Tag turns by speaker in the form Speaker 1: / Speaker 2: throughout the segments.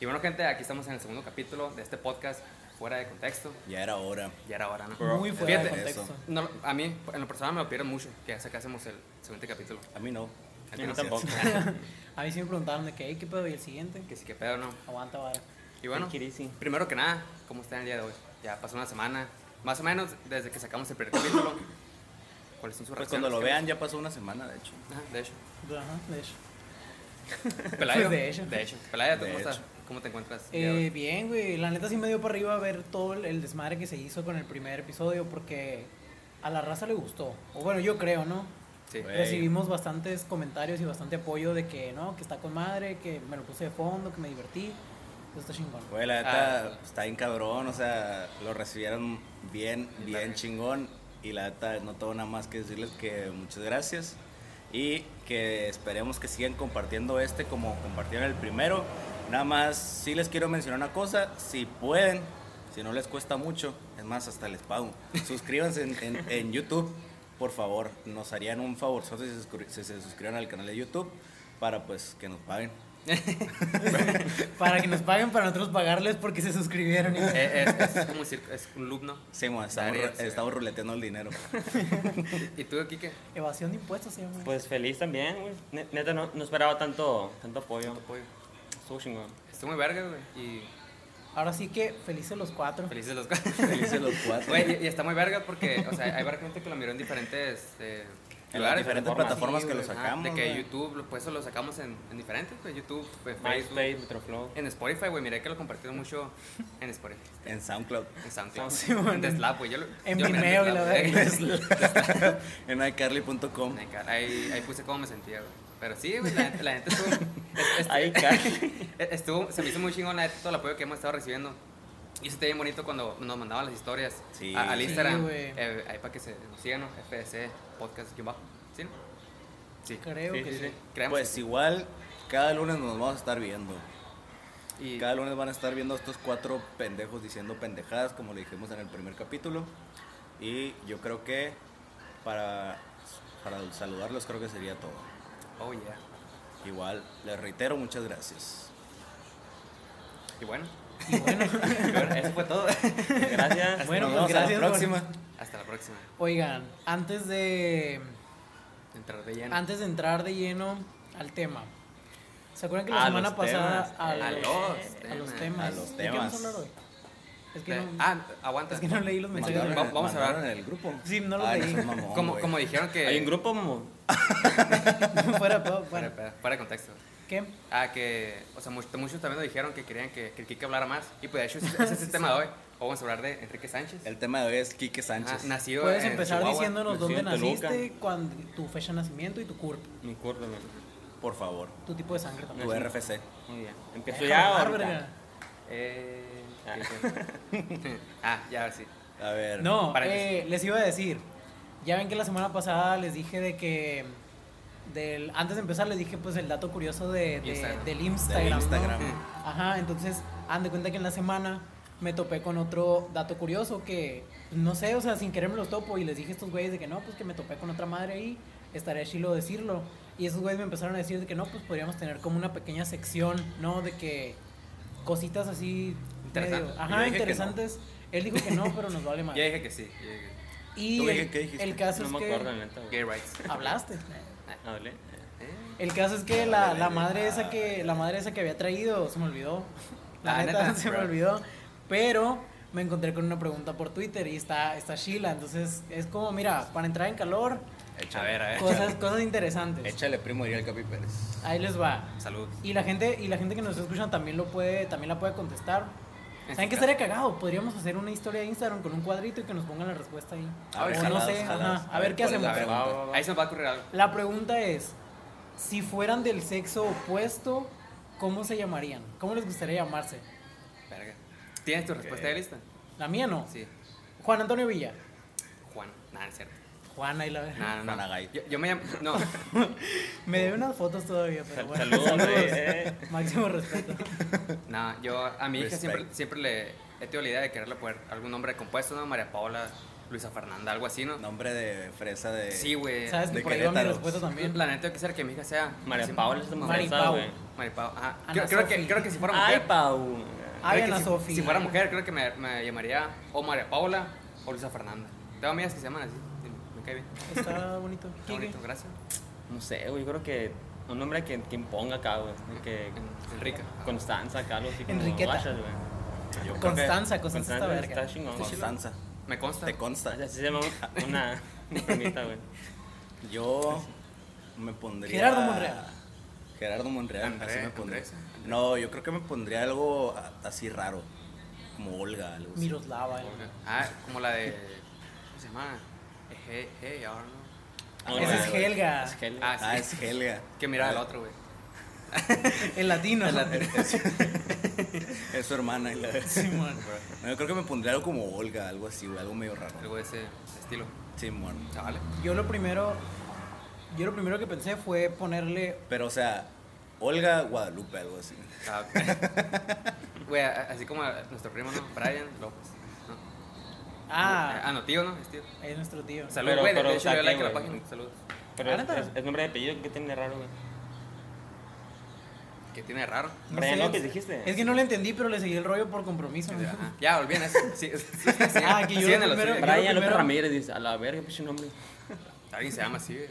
Speaker 1: Y bueno, gente, aquí estamos en el segundo capítulo de este podcast, fuera de contexto.
Speaker 2: Ya era hora.
Speaker 1: Ya era hora, ¿no?
Speaker 2: Bro,
Speaker 3: Muy fuera de
Speaker 2: fíjate eso.
Speaker 3: contexto.
Speaker 1: No, a mí, en lo personal, me lo pidieron mucho que sacásemos el siguiente capítulo.
Speaker 2: A mí no.
Speaker 1: A ti
Speaker 4: Y
Speaker 1: no
Speaker 4: no
Speaker 1: te-
Speaker 4: tampoco.
Speaker 3: A mí sí me preguntaron de que, "Ey, ¿qué pedo? ¿Y el siguiente?
Speaker 1: Que sí, que pedo, ¿no?
Speaker 3: Aguanta, vara.
Speaker 1: Y bueno,
Speaker 4: Take it easy.
Speaker 1: primero que nada, ¿cómo están el día de hoy? Ya pasó una semana, más o menos, desde que sacamos el primer capítulo. ¿Cuáles son sus
Speaker 2: Pues cuando lo
Speaker 1: reacciones?
Speaker 2: vean ya pasó una semana, de hecho.
Speaker 1: Ajá, de hecho.
Speaker 3: Ajá, de hecho.
Speaker 1: Pelayo.
Speaker 3: de hecho.
Speaker 1: De hecho. Pelayo, ¿tú
Speaker 2: De
Speaker 1: ¿cómo estás?
Speaker 2: hecho.
Speaker 1: ¿Cómo te encuentras? el día de
Speaker 3: Eh,
Speaker 1: hoy?
Speaker 3: bien, güey. La neta sí me dio para arriba ver todo el- el desmadre que se hizo con el primer episodio porque a la raza le gustó. O bueno, yo creo, ¿no?
Speaker 1: sí.
Speaker 2: güey.
Speaker 3: Recibimos bastantes comentarios y bastante apoyo de que no, que está con madre, que me lo puse de fondo, que me divertí. Eso está chingón.
Speaker 2: Güey, la neta
Speaker 1: Ah.
Speaker 2: está bien cabrón, o sea, lo recibieron bien, bien chingón. Y la neta no tengo nada más que decirles que muchas gracias. Y que esperemos que sigan compartiendo este como compartieron el primero. Nada más, sí les quiero mencionar una cosa, si pueden, si no les cuesta mucho, es más, hasta les pago. Suscríbanse en, en- en YouTube, por favor, nos harían un favor si se, suscri- si se suscriban al canal de YouTube para pues que nos paguen.
Speaker 3: Para que nos paguen, para nosotros pagarles porque se suscribieron. y-
Speaker 1: Eh, es, es como decir, es un loop, ¿no?
Speaker 2: Sí, mo, estamos,
Speaker 1: Daría,
Speaker 2: ru-
Speaker 1: sí.
Speaker 2: estamos ruleteando el dinero.
Speaker 1: ¿Y tú, Kike?
Speaker 3: Evasión de impuestos se llama.
Speaker 4: Pues feliz también, güey. Ne- Neta, no, no esperaba tanto, tanto apoyo.
Speaker 1: Apoyo.
Speaker 4: Estuvo chingón.
Speaker 1: Estoy muy verga, güey. Y
Speaker 3: Ahora sí que felices los cuatro.
Speaker 1: felices los
Speaker 2: Felices los cuatro.
Speaker 1: Güey, y, y está muy verga porque, o sea, hay varias gente que lo miró en diferentes eh,
Speaker 2: en las diferentes plataformas
Speaker 3: Sí,
Speaker 2: que lo
Speaker 3: güey.
Speaker 1: Ajá,
Speaker 2: sacamos.
Speaker 1: de que
Speaker 2: güey.
Speaker 1: YouTube, lo- pues eso lo sacamos en, en diferentes, güey. YouTube, pues, Facebook.
Speaker 4: MySpace, Metroflow.
Speaker 1: En Spotify, güey, miré que lo compartieron mucho en Spotify.
Speaker 2: En SoundCloud.
Speaker 1: En SoundCloud.
Speaker 3: Sí, bueno.
Speaker 1: en The Slap, güey. Yo lo-
Speaker 3: En
Speaker 1: yo lo miré
Speaker 3: Vimeo y la
Speaker 1: The Slap, güey.
Speaker 2: en iCarly.com.
Speaker 1: Ay, cara, Ahí, ahí puse cómo me sentía, güey. Pero sí, güey, la, gente- la gente estuvo, es- es-
Speaker 4: Ahí casi.
Speaker 1: Eh, estuvo- Se me hizo muy chingón la neta, todo el apoyo que hemos estado recibiendo. Y eso está bien bonito cuando nos mandaban las historias
Speaker 2: Sí.
Speaker 1: a- al
Speaker 2: Sí,
Speaker 1: Instagram.
Speaker 3: güey.
Speaker 1: eh, ahí para que se nos sigan, ¿no? FDC Podcast guión bajo. ¿Sí? no? Sí.
Speaker 3: Creo que sí.
Speaker 1: Creemos
Speaker 2: Pues
Speaker 1: que sí.
Speaker 2: igual, cada lunes nos vamos a estar viendo.
Speaker 1: Y-
Speaker 2: Cada lunes van a estar viendo a estos cuatro pendejos diciendo pendejadas, como le dijimos en el primer capítulo. Y yo creo que para, para saludarlos creo que sería todo.
Speaker 1: Oh, yeah.
Speaker 2: Igual, les reitero, muchas gracias.
Speaker 1: Y bueno,
Speaker 3: Y bueno,
Speaker 1: eso fue todo.
Speaker 4: Gracias.
Speaker 3: bueno,
Speaker 2: nos
Speaker 3: pues
Speaker 2: vemos
Speaker 3: gracias.
Speaker 2: a la
Speaker 3: por-
Speaker 2: próxima.
Speaker 1: Hasta la próxima.
Speaker 3: Oigan, antes de
Speaker 1: Entrar de lleno.
Speaker 3: antes de entrar de lleno al tema. ¿Se acuerdan que la
Speaker 4: A
Speaker 3: semana
Speaker 4: los
Speaker 3: pasada
Speaker 4: temas,
Speaker 3: a,
Speaker 4: eh,
Speaker 3: los,
Speaker 1: a los
Speaker 3: a los
Speaker 1: temas.
Speaker 3: temas?
Speaker 2: A los
Speaker 3: ¿De qué vamos a
Speaker 2: temas.
Speaker 3: hablar hoy? Es que
Speaker 1: De-
Speaker 3: no,
Speaker 1: ah, aguanta.
Speaker 3: es que no leí los mensajes.
Speaker 2: Mandaron-
Speaker 1: Va- vamos a
Speaker 2: mandaron
Speaker 1: hablar.
Speaker 2: en el grupo.
Speaker 3: Sí, no lo
Speaker 2: Ay,
Speaker 3: leí.
Speaker 2: seas mamón,
Speaker 1: como,
Speaker 2: güey.
Speaker 1: como dijeron
Speaker 3: pues,
Speaker 1: que.
Speaker 4: Hay un grupo, mamón.
Speaker 3: fuera, de pedo,
Speaker 1: Para,
Speaker 3: fuera.
Speaker 1: para- para contexto.
Speaker 3: ¿Qué?
Speaker 1: Ah, que, o sea, muchos, muchos también nos dijeron que querían que, que el Kike hablara más. Y pues de hecho, ese ese es el tema de hoy. Hoy Vamos a hablar de Enrique Sánchez.
Speaker 2: El tema de hoy es Quique
Speaker 1: Ajá,
Speaker 3: Ah,
Speaker 2: Sánchez.
Speaker 1: nacido
Speaker 3: Puedes
Speaker 1: Ah, en
Speaker 3: empezar
Speaker 1: Chihuahua.
Speaker 3: diciéndonos
Speaker 4: nací
Speaker 3: dónde
Speaker 4: en Toluca.
Speaker 3: naciste, cuándo- tu fecha de nacimiento y tu CURP,
Speaker 4: Mi curva, güey.
Speaker 2: Por favor,
Speaker 3: tu tipo de sangre también.
Speaker 2: tu RFC.
Speaker 4: Muy bien. Empiezo
Speaker 3: Déjame
Speaker 4: ya.
Speaker 3: hablar,
Speaker 4: ahorita.
Speaker 3: verga.
Speaker 1: Eh, ¿qué- ah, ya ahora sí.
Speaker 2: A ver.
Speaker 3: No,
Speaker 1: Paréntesis.
Speaker 3: eh, les iba a decir. Ya ven que la semana pasada les dije de que. Del, antes de empezar les dije pues el dato curioso de, de-
Speaker 1: Instagram.
Speaker 3: del
Speaker 2: Del
Speaker 3: Instagram. ¿no?
Speaker 2: Instagram.
Speaker 3: Ajá, entonces, han de cuenta que en la semana me topé con otro dato curioso que, no sé, o sea, sin querer me los topo y les dije a estos güeyes de que no, pues que me topé con otra madre ahí, estaría chilo decirlo. Y esos güeyes me empezaron a decir de que no, pues podríamos tener como una pequeña sección, ¿no? De que cositas así.
Speaker 1: Interesante.
Speaker 3: medio-
Speaker 2: Yo
Speaker 3: ajá,
Speaker 2: dije que no.
Speaker 3: interesantes. Él dijo que no, pero nos vale más.
Speaker 1: Yo dije que sí. yo dije que-
Speaker 3: Y
Speaker 2: ¿Tú
Speaker 3: el,
Speaker 2: qué- qué dijiste?
Speaker 3: el caso
Speaker 4: No
Speaker 3: es
Speaker 4: me
Speaker 3: que...
Speaker 4: acuerdo, la neta. güey.
Speaker 1: Gay rights.
Speaker 3: Hablaste.
Speaker 4: Ah, ¿vale?
Speaker 1: Eh,
Speaker 3: El caso es que la, la madre esa que la madre esa que había traído se me olvidó. La
Speaker 1: Ah,
Speaker 3: neta,
Speaker 1: neta,
Speaker 3: se me
Speaker 1: bro.
Speaker 3: olvidó. Pero me encontré con una pregunta por Twitter y está está Sheila, entonces es como, mira, para entrar en calor,
Speaker 1: A
Speaker 2: Échale.
Speaker 1: ver, a ver.
Speaker 3: cosas cosas interesantes.
Speaker 2: Échale primo diría el Capi Pérez.
Speaker 3: Ahí les va.
Speaker 1: Salud.
Speaker 3: Y la gente y la gente que nos está escuchando también lo puede también la puede contestar. ¿Saben qué estaría cagado? Podríamos hacer una historia de Instagram con un cuadrito y que nos pongan la respuesta ahí.
Speaker 2: A ver,
Speaker 3: O no
Speaker 2: jaladas,
Speaker 3: sé,
Speaker 2: jaladas.
Speaker 3: ajá, a ver qué
Speaker 2: ¿cuál es
Speaker 3: hacemos.
Speaker 2: la
Speaker 1: A ver,
Speaker 2: pregunta?
Speaker 4: va, va, va.
Speaker 1: Ahí se nos va a ocurrir algo.
Speaker 3: La pregunta es, si fueran del sexo opuesto, ¿cómo se llamarían? ¿Cómo les gustaría llamarse?
Speaker 1: Verga. ¿Tienes tu respuesta de lista?
Speaker 3: La mía no.
Speaker 1: Sí.
Speaker 3: Juan Antonio Villa.
Speaker 1: Juan. Nada, es cierto.
Speaker 3: Juana y la verdad.
Speaker 1: Nada, no,
Speaker 2: Juan
Speaker 1: no.
Speaker 2: Agay.
Speaker 1: Yo, yo me llamo. No.
Speaker 3: Me debe unas fotos todavía, pero
Speaker 4: Sal-
Speaker 3: bueno.
Speaker 4: saludos, güey, eh.
Speaker 3: Máximo respeto.
Speaker 1: No, yo a mi hija
Speaker 2: Respect.
Speaker 1: siempre, siempre le he tenido la idea de quererle poner algún nombre compuesto, ¿no? María Paola, Luisa Fernanda, algo así, ¿no?
Speaker 2: Nombre de fresa de.
Speaker 1: Sí, güey.
Speaker 3: ¿Sabes que
Speaker 2: de
Speaker 3: por ahí va mi
Speaker 2: Querétaro.
Speaker 3: respuesta también?
Speaker 1: La neta, yo quisiera que mi hija sea.
Speaker 4: María
Speaker 1: sí,
Speaker 4: Paula es tu mamá,
Speaker 3: Mari
Speaker 4: ¿sabes,
Speaker 3: Pau.
Speaker 4: güey?
Speaker 1: María Paula, ajá.
Speaker 3: Ana
Speaker 1: Creo, creo que,
Speaker 3: Sofi.
Speaker 1: creo que si fuera
Speaker 4: Ay,
Speaker 1: mujer.
Speaker 4: Pau.
Speaker 3: Ay,
Speaker 1: creo que
Speaker 3: Ana
Speaker 1: si,
Speaker 3: Sofía.
Speaker 1: si fuera mujer, creo que me, me llamaría o María Paula o Luisa Fernanda. Tengo amigas que se llaman así. y Me cae bien. Está
Speaker 3: Está bonito. ¿Qué, qué?
Speaker 1: bonito, gracias.
Speaker 4: No sé, güey, yo creo que un nombre que, que imponga acá, güey. Que
Speaker 1: En- Enrica.
Speaker 4: Constanza, acá, algo así como
Speaker 3: Enriqueta.
Speaker 4: guachas, güey.
Speaker 2: Yo creo que
Speaker 3: Constanza, Constanza está
Speaker 4: Constanza
Speaker 3: verga.
Speaker 4: está chingón. güey.
Speaker 2: Constanza.
Speaker 1: Me consta.
Speaker 2: Te consta.
Speaker 4: Así se llama un- una una primita, güey.
Speaker 2: Yo me pondría.
Speaker 3: Gerardo Monreal.
Speaker 2: Gerardo Monreal,
Speaker 1: André-
Speaker 2: así me pondría.
Speaker 1: Andrés.
Speaker 2: No, yo creo que me pondría algo a- así raro. Como Olga, algo así.
Speaker 3: Miroslava. eh.
Speaker 1: Ah, como la de. ¿Cómo se llama? Hey, hey, ahora no.
Speaker 4: Ah,
Speaker 3: Esa es
Speaker 4: güey.
Speaker 3: Helga,
Speaker 4: Es Helga.
Speaker 1: Ah, sí.
Speaker 2: Ah, es Helga. Ah,
Speaker 1: Que mira al otro, güey.
Speaker 3: el latino.
Speaker 2: Es su hermana. y la-
Speaker 3: Simón.
Speaker 2: No, yo creo que me pondría algo como Olga, algo así, güey, algo medio raro.
Speaker 1: Algo de ese estilo.
Speaker 2: Sí, bueno.
Speaker 1: Chavales.
Speaker 3: Yo lo primero, yo lo primero que pensé fue ponerle
Speaker 2: Pero, o sea, Olga Guadalupe, algo así.
Speaker 1: Ah, ok. Güey, a- así como a nuestro primo, ¿no? Brian López. ¿no?
Speaker 3: ah,
Speaker 1: Ah, no, tío, ¿no? Es tío.
Speaker 3: es nuestro tío.
Speaker 1: Saludos,
Speaker 4: Pero-
Speaker 1: güey. De
Speaker 4: pero
Speaker 1: de hecho, le doy
Speaker 4: saqué,
Speaker 1: like a la
Speaker 4: güey.
Speaker 1: página. Saludos.
Speaker 4: Pero
Speaker 3: Ah,
Speaker 4: es,
Speaker 3: neta.
Speaker 4: es- es nombre de apellido que tiene de raro, güey.
Speaker 1: Que tiene de raro.
Speaker 3: No
Speaker 4: Brian
Speaker 3: sé,
Speaker 4: López, dijiste.
Speaker 3: Es que no le entendí, pero le seguí el rollo por compromiso.
Speaker 1: Ajá. Ya, olviden eso. Sí, sí, sí, sí.
Speaker 3: Ah, que yo
Speaker 1: Siguen a
Speaker 3: lo
Speaker 1: los suyos.
Speaker 3: primero- Brian
Speaker 4: Brian López
Speaker 3: primero-
Speaker 4: Ramírez dice, a la verga, pinche nombre.
Speaker 1: Alguien se llama así. güey.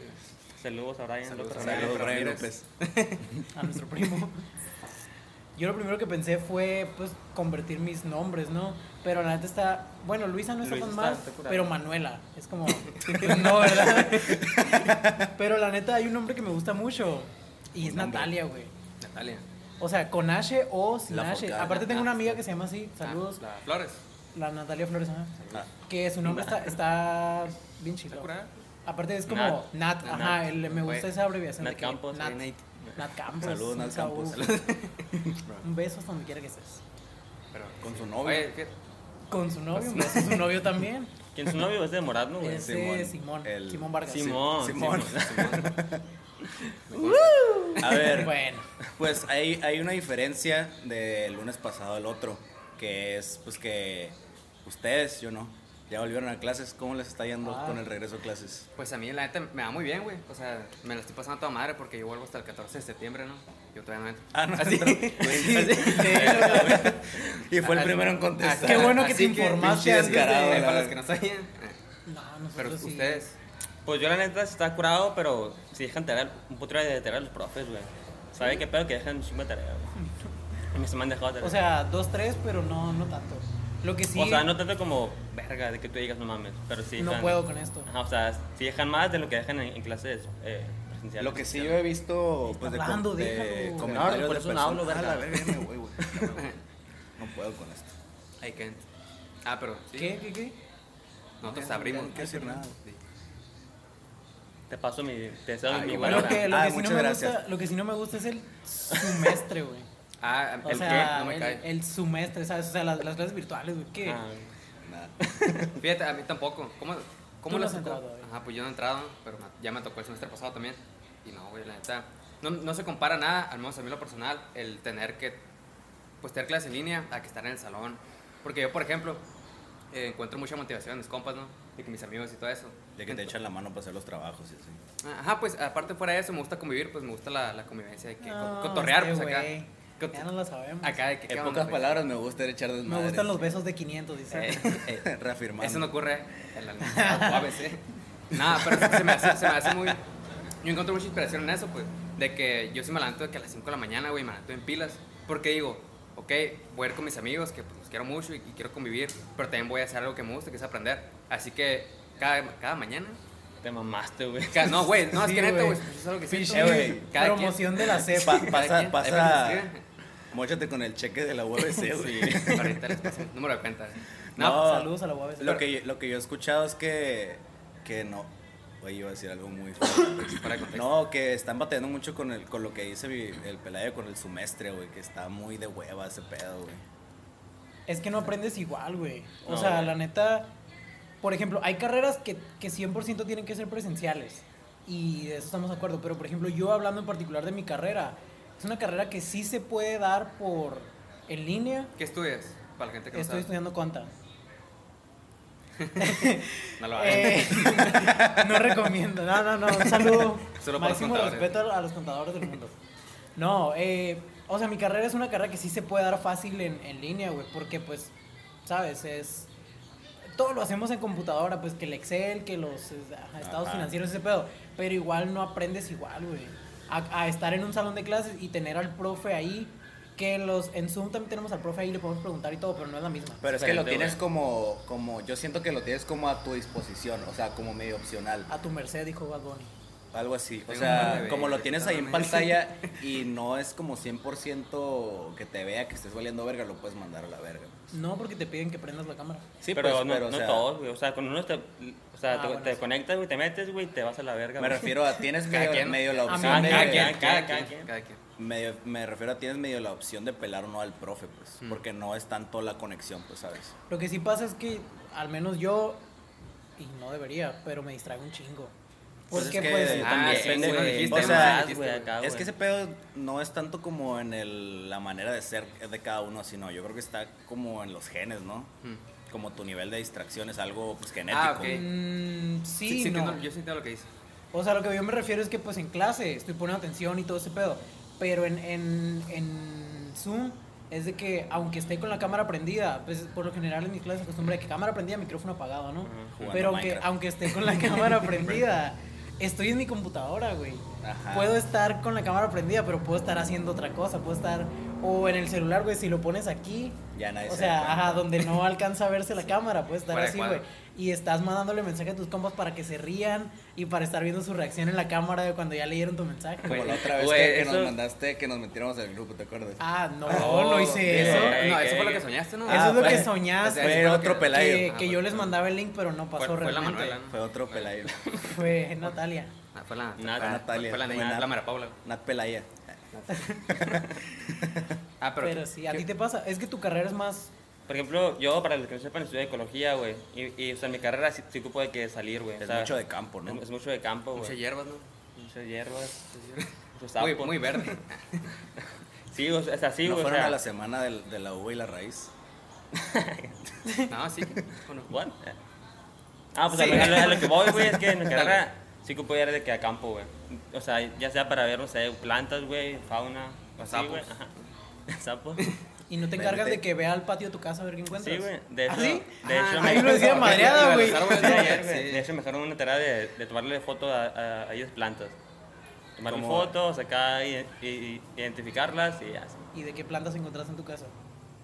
Speaker 4: Saludos a Brian
Speaker 1: Saludos
Speaker 4: López
Speaker 1: a
Speaker 2: Saludos,
Speaker 4: Ramírez.
Speaker 2: pues.
Speaker 1: Brian
Speaker 2: Brian
Speaker 1: Ramírez.
Speaker 2: López.
Speaker 3: a nuestro primo. Yo lo primero que pensé fue, pues, convertir mis nombres, ¿no? Pero la neta está, bueno, Luisa no está
Speaker 4: Luisa
Speaker 3: tan
Speaker 4: está-
Speaker 3: mal,
Speaker 4: está curada.
Speaker 3: pero Manuela, es como, no, ¿verdad? pero la neta hay un nombre que me gusta mucho y
Speaker 2: Un
Speaker 3: es
Speaker 2: nombre.
Speaker 3: Natalia, güey.
Speaker 1: Natalia.
Speaker 3: O sea, con H o sin
Speaker 2: La
Speaker 3: H.
Speaker 2: Forcada.
Speaker 3: Aparte tengo una
Speaker 1: Ah,
Speaker 3: amiga que se llama así,
Speaker 1: Ah,
Speaker 3: saludos,
Speaker 1: la Flores.
Speaker 3: la Natalia Flores, ajá,
Speaker 2: Ah,
Speaker 3: que su nombre está, está bien
Speaker 1: ¿Está
Speaker 3: chido.
Speaker 1: curada?
Speaker 3: Aparte es como
Speaker 4: Nat.
Speaker 3: Nat,
Speaker 1: Nat.
Speaker 3: ajá, el- me gusta
Speaker 1: Güey.
Speaker 3: esa abreviación.
Speaker 4: Nat
Speaker 3: de que
Speaker 4: Campos,
Speaker 3: Nat,
Speaker 1: Nate.
Speaker 3: Nat Campos.
Speaker 2: Saludos, Nat
Speaker 3: un
Speaker 2: Campos.
Speaker 3: saludo. Un beso hasta donde quiera que estés.
Speaker 1: Pero,
Speaker 2: Con su novio.
Speaker 1: Oye, fíjate.
Speaker 3: Con su novio, un beso a su novio también.
Speaker 4: ¿Quién es su novio? Es de Moradno, güey.
Speaker 3: Ese
Speaker 2: Simón,
Speaker 3: Simón,
Speaker 2: el-
Speaker 3: Simón Vargas.
Speaker 4: Simón.
Speaker 2: Simón.
Speaker 1: Me consta.
Speaker 2: A ver,
Speaker 3: Bueno,
Speaker 2: Pues hay, hay una diferencia del lunes pasado al otro, que es pues que ustedes, yo no, ya volvieron a clases, ¿cómo les está yendo
Speaker 3: Ah.
Speaker 2: con el regreso a clases?
Speaker 1: Pues a mí la neta me va muy bien, güey. O sea, me la estoy pasando a toda madre porque yo vuelvo hasta el 14 de septiembre, ¿no? Yo todavía no entro.
Speaker 2: Ah, no,
Speaker 1: Así.
Speaker 2: entró.
Speaker 1: Así.
Speaker 2: Y fue el primero en contestar.
Speaker 3: Qué bueno que
Speaker 1: Así
Speaker 3: te informaste
Speaker 2: pinche
Speaker 3: antes de-
Speaker 2: descarado,
Speaker 1: Eh,
Speaker 2: la
Speaker 1: para los
Speaker 2: verdad.
Speaker 1: que no sabían. eh,
Speaker 3: no,
Speaker 1: Pero
Speaker 3: nosotros sí.
Speaker 1: ustedes.
Speaker 4: Pues yo la neta sí está curado, pero si dejan tarea, un putero de tarea a los profes, güey. ¿Sabe qué pedo que dejan un chingo de tarea, güey? A mí se me han dejado tarea.
Speaker 3: O sea, dos, tres, pero no, no tanto. Lo que sí,
Speaker 4: O sea,
Speaker 3: no,
Speaker 4: no tanto como verga de que tú digas no mames, pero sí dejan-
Speaker 3: puedo con esto.
Speaker 4: Ajá, o sea, si dejan más de lo que dejan en, en clases eh, presenciales.
Speaker 2: Lo que sí yo he visto pues, de, com-
Speaker 3: hablando,
Speaker 2: de
Speaker 3: déjalo.
Speaker 2: comentarios
Speaker 4: No, por
Speaker 2: de
Speaker 4: eso no hablo,
Speaker 2: personas-
Speaker 4: verga.
Speaker 2: Ah, la verga, ya me voy, güey. Ya me voy. No puedo con esto.
Speaker 1: I can't. Ah, pero. sí,
Speaker 3: ¿Qué, qué, qué?
Speaker 1: Nosotros
Speaker 2: Ya,
Speaker 1: abrimos.
Speaker 2: ya No quiero decir nada.
Speaker 1: Sí.
Speaker 4: Te paso mi. Te deseo
Speaker 1: Ah,
Speaker 4: mi
Speaker 1: igual.
Speaker 4: buena
Speaker 3: lo que, lo
Speaker 2: Ah,
Speaker 3: que sí no
Speaker 2: muchas
Speaker 3: me
Speaker 2: gracias.
Speaker 3: gusta, lo que sí no me gusta es el semestre, güey.
Speaker 1: Ah,
Speaker 3: O
Speaker 1: el
Speaker 3: sea,
Speaker 1: qué? no me
Speaker 3: el,
Speaker 1: cae.
Speaker 3: el semestre, ¿sabes? O sea, las, las clases virtuales, güey. ¿Qué?
Speaker 4: Ah,
Speaker 2: Nada.
Speaker 1: Fíjate, a mí tampoco. ¿Cómo, cómo
Speaker 3: Tú no
Speaker 1: la
Speaker 3: has
Speaker 1: sacó?
Speaker 3: entrado todavía.
Speaker 1: Ajá, pues yo no he entrado, pero me- ya me tocó el semestre pasado también. Y no, güey, la neta. No, no se compara nada, al menos a mí lo personal, el tener que pues tener clases en línea a que estar en el salón. Porque yo, por ejemplo, eh, encuentro mucha motivación en mis compas, ¿no? De que mis amigos y todo eso.
Speaker 2: De que te echan la mano para hacer los trabajos y así.
Speaker 1: Ajá, pues aparte fuera de eso, me gusta convivir, pues me gusta la, la convivencia de que
Speaker 3: No,
Speaker 1: co- cotorrear,
Speaker 3: este
Speaker 1: pues acá.
Speaker 3: güey,
Speaker 1: Cot-
Speaker 3: Ya no la sabemos.
Speaker 1: Acá de que. ¿qué
Speaker 2: En
Speaker 1: onda,
Speaker 2: pocas
Speaker 1: güey?
Speaker 2: palabras me gusta echar
Speaker 3: me
Speaker 2: desmadre.
Speaker 3: gustan los besos de 500, dice.
Speaker 1: Eh, eh,
Speaker 2: Reafirmando.
Speaker 1: Eso no ocurre en la universidad o ABC. Nada, pero se me, hace, se me hace muy... Yo encuentro mucha inspiración en eso, pues. De que yo sí me levanto de que a las 5 de la mañana, güey, me levanto en pilas. Porque digo, ok, voy a ir con mis amigos, que pues, los quiero mucho y, y quiero convivir, pero también voy a hacer algo que me gusta, que es aprender. Así que cada, cada mañana...
Speaker 4: te mamaste, güey.
Speaker 1: ca- no, güey, no, es
Speaker 3: Sí,
Speaker 1: que neta,
Speaker 3: güey.
Speaker 1: güey, eso es algo que siento.
Speaker 3: Pinche
Speaker 2: Eh, güey,
Speaker 1: cada quien-
Speaker 3: promoción de la
Speaker 2: Pa-
Speaker 3: cepa.
Speaker 1: cada
Speaker 2: pasa,
Speaker 1: quien-
Speaker 2: pasa.
Speaker 1: ahí me escriben.
Speaker 2: Móchate con el cheque de la UFC, güey.
Speaker 1: Ahorita les paso el número de cuenta. No,
Speaker 2: No,
Speaker 3: Ah, pues Saludos a la UABC.
Speaker 2: Lo que, yo- lo que yo he escuchado es que, que no. Oye, iba a decir algo muy. feo.
Speaker 1: pues, fuera de contexto.
Speaker 2: No, que están batallando mucho con, el, con lo que dice mi- el Pelayo con el semestre, güey. Que está muy de hueva ese pedo, güey.
Speaker 3: Es que no aprendes igual, güey. O
Speaker 4: No,
Speaker 3: sea,
Speaker 4: güey.
Speaker 3: la neta, por ejemplo, hay carreras que, que 100% tienen que ser presenciales. Y de eso estamos de acuerdo. Pero, por ejemplo, yo hablando en particular de mi carrera, es una carrera que sí se puede dar por en línea.
Speaker 1: ¿Qué estudias? Para la gente que no
Speaker 3: Estoy
Speaker 1: sabe.
Speaker 3: estudiando conta.
Speaker 1: No lo hagan.
Speaker 3: Eh, no recomiendo. No, no, no. Un saludo.
Speaker 1: Solo para los
Speaker 3: Máximo
Speaker 1: contadores.
Speaker 3: respeto a los contadores del mundo. No, eh, o sea, mi carrera es una carrera que sí se puede dar fácil en, en línea, güey, porque pues, sabes, es... Todo lo hacemos en computadora, pues que el Excel, que los eh, ajá, estados
Speaker 2: Ajá.
Speaker 3: financieros, ese pedo, pero igual no aprendes igual, güey. A, a estar en un salón de clases y tener al profe ahí, que en los, en Zoom también tenemos al profe ahí, le podemos preguntar y todo, pero no es la misma.
Speaker 2: Pero es que lo
Speaker 4: Excelente,
Speaker 2: tienes
Speaker 4: güey.
Speaker 2: como, como, yo siento que lo tienes como a tu disposición, o sea, como medio opcional,
Speaker 3: A tu merced, dijo Bad Bunny.
Speaker 2: algo así. O
Speaker 1: Tengo un par de
Speaker 2: sea, como lo
Speaker 1: veces,
Speaker 2: tienes ahí en
Speaker 1: perdóname.
Speaker 2: pantalla y no es como 100% que te vea que estés valiendo verga, lo puedes mandar a la verga.
Speaker 3: No, porque te piden que prendas la cámara.
Speaker 2: Sí,
Speaker 4: pero
Speaker 2: pues,
Speaker 4: no,
Speaker 2: pero, o
Speaker 4: no
Speaker 2: sea,
Speaker 4: todos, güey. O sea, cuando uno te, o sea,
Speaker 3: Ah,
Speaker 4: te,
Speaker 3: bueno,
Speaker 4: te
Speaker 3: sí.
Speaker 4: conectas, güey, te metes, güey, te vas a la verga.
Speaker 2: me
Speaker 4: güey.
Speaker 2: refiero a tienes
Speaker 1: Cada
Speaker 2: medio,
Speaker 1: quien.
Speaker 2: medio la
Speaker 3: Ah,
Speaker 2: opción
Speaker 3: mira,
Speaker 2: de...
Speaker 1: Cada quien,
Speaker 4: cada
Speaker 1: cada
Speaker 4: quien.
Speaker 1: quien, cada quien.
Speaker 2: Me, me refiero a tienes medio la opción de pelar o no al profe, pues,
Speaker 4: Mm.
Speaker 2: porque no es tanto la conexión, pues, ¿sabes?
Speaker 3: Lo que sí pasa es que, al menos yo, y no debería, pero me distraigo un chingo.
Speaker 2: Pues es
Speaker 3: Porque
Speaker 2: que-
Speaker 3: pues,
Speaker 2: Yo
Speaker 4: Ah,
Speaker 1: también,
Speaker 4: depende,
Speaker 1: güey.
Speaker 4: güey.
Speaker 2: Dijiste,
Speaker 4: O sea,
Speaker 2: dijiste,
Speaker 4: güey, acá,
Speaker 2: es
Speaker 4: güey.
Speaker 2: que ese pedo no es tanto como en el- la manera de ser de cada uno, sino yo creo que está como en los genes, ¿no?
Speaker 1: Mm.
Speaker 2: Como tu nivel de distracción es algo pues, genético.
Speaker 1: Ah, ok.
Speaker 3: mm, sí,
Speaker 1: Sí, sí,
Speaker 3: no.
Speaker 1: entiendo- yo sí entiendo lo que dices.
Speaker 3: O sea, lo que yo me refiero es que pues en clase estoy poniendo atención y todo ese pedo. Pero en, en, en Zoom es de que, aunque esté con la cámara prendida, pues por lo general en mis clases se acostumbra que cámara prendida, micrófono apagado, ¿no?
Speaker 2: Jugando
Speaker 3: Pero aunque,
Speaker 2: Minecraft.
Speaker 3: aunque esté con la cámara prendida, estoy en mi computadora, güey.
Speaker 2: Ajá.
Speaker 3: Puedo estar con la cámara prendida, pero puedo estar haciendo otra cosa, puedo estar... O en el celular, güey, si lo pones aquí,
Speaker 2: Ya nadie
Speaker 3: o
Speaker 2: se da
Speaker 3: sea,
Speaker 2: cuenta.
Speaker 3: ajá, donde no alcanza a verse la cámara, puede estar
Speaker 1: Fuera de
Speaker 3: así,
Speaker 1: cuadro.
Speaker 3: güey. Y estás mandándole mensaje a tus compas para que se rían y para estar viendo su reacción en la cámara de cuando ya leyeron tu mensaje.
Speaker 1: Pues,
Speaker 2: Como la otra vez
Speaker 4: Güey,
Speaker 2: que, que
Speaker 4: eso-
Speaker 2: nos mandaste, que nos metiéramos al grupo, ¿te acuerdas?
Speaker 3: Ah, no,
Speaker 1: Oh,
Speaker 3: no hice
Speaker 1: eso.
Speaker 3: eso.
Speaker 4: eso.
Speaker 1: No, eso
Speaker 4: Ok,
Speaker 1: fue lo
Speaker 4: ok.
Speaker 1: que soñaste, ¿no?
Speaker 3: Eso es lo
Speaker 2: fue-
Speaker 1: pues,
Speaker 3: que soñaste.
Speaker 2: Fue otro pelayo.
Speaker 3: Que,
Speaker 1: Ah,
Speaker 3: que
Speaker 1: fue-
Speaker 3: yo les mandaba el link, pero no pasó
Speaker 1: Fue- fue la
Speaker 3: realmente.
Speaker 1: Manuela,
Speaker 2: Fue otro Pelayo.
Speaker 3: Fue Natalia.
Speaker 1: Ah, fue la,
Speaker 4: Nada.
Speaker 1: fue la-
Speaker 2: Natalia,
Speaker 1: Fue la,
Speaker 2: fue
Speaker 1: niña,
Speaker 2: Nat.
Speaker 1: la Mara Paula.
Speaker 2: Nat Pelaya.
Speaker 1: Ah, pero,
Speaker 3: Pero, sí, a ti te pasa. Es que tu carrera es más.
Speaker 4: Por ejemplo, yo, para los que no sepan, estudié ecología, güey. Y, y, o sea, en mi carrera sí, sí ocupo de que salir, güey.
Speaker 2: Es
Speaker 4: o sea,
Speaker 2: mucho de campo, ¿no?
Speaker 4: Es, es mucho de campo,
Speaker 1: Muchas
Speaker 4: güey.
Speaker 1: hierbas, ¿no?
Speaker 4: Muchas hierbas. muchos
Speaker 1: Muy,
Speaker 4: sapos.
Speaker 1: muy verde.
Speaker 4: Sí, o sea, es así,
Speaker 2: ¿No
Speaker 4: güey. o
Speaker 2: fueron
Speaker 4: sea,
Speaker 2: a la semana del- de la uva y la raíz?
Speaker 1: No, sí. ¿o no?
Speaker 4: What? Ah, pues a, lo, a lo- a lo que voy, güey, es que en mi carrera sí que puedo ir de que a campo, güey. O sea, ya sea para ver, no sé, plantas, güey, fauna, así,
Speaker 1: Sapos.
Speaker 4: güey. ajá. Sapos.
Speaker 3: Y no te
Speaker 2: Vente.
Speaker 3: encargas de que vea al patio de tu casa a ver qué encuentras.
Speaker 4: Sí, güey. De hecho,
Speaker 3: ¿Ah, sí?
Speaker 4: de hecho,
Speaker 3: ahí lo decía madreada, güey.
Speaker 1: Los árboles
Speaker 4: Sí,
Speaker 1: de
Speaker 4: ayer,
Speaker 1: ayer,
Speaker 4: güey.
Speaker 1: sí.
Speaker 4: De hecho, me dejaron una tarea de, de tomarle foto a, a, a esas plantas. Tomarle
Speaker 2: ¿Cómo?
Speaker 4: fotos acá y, y- y identificarlas y así.
Speaker 3: ¿Y de qué plantas encontraste en tu casa?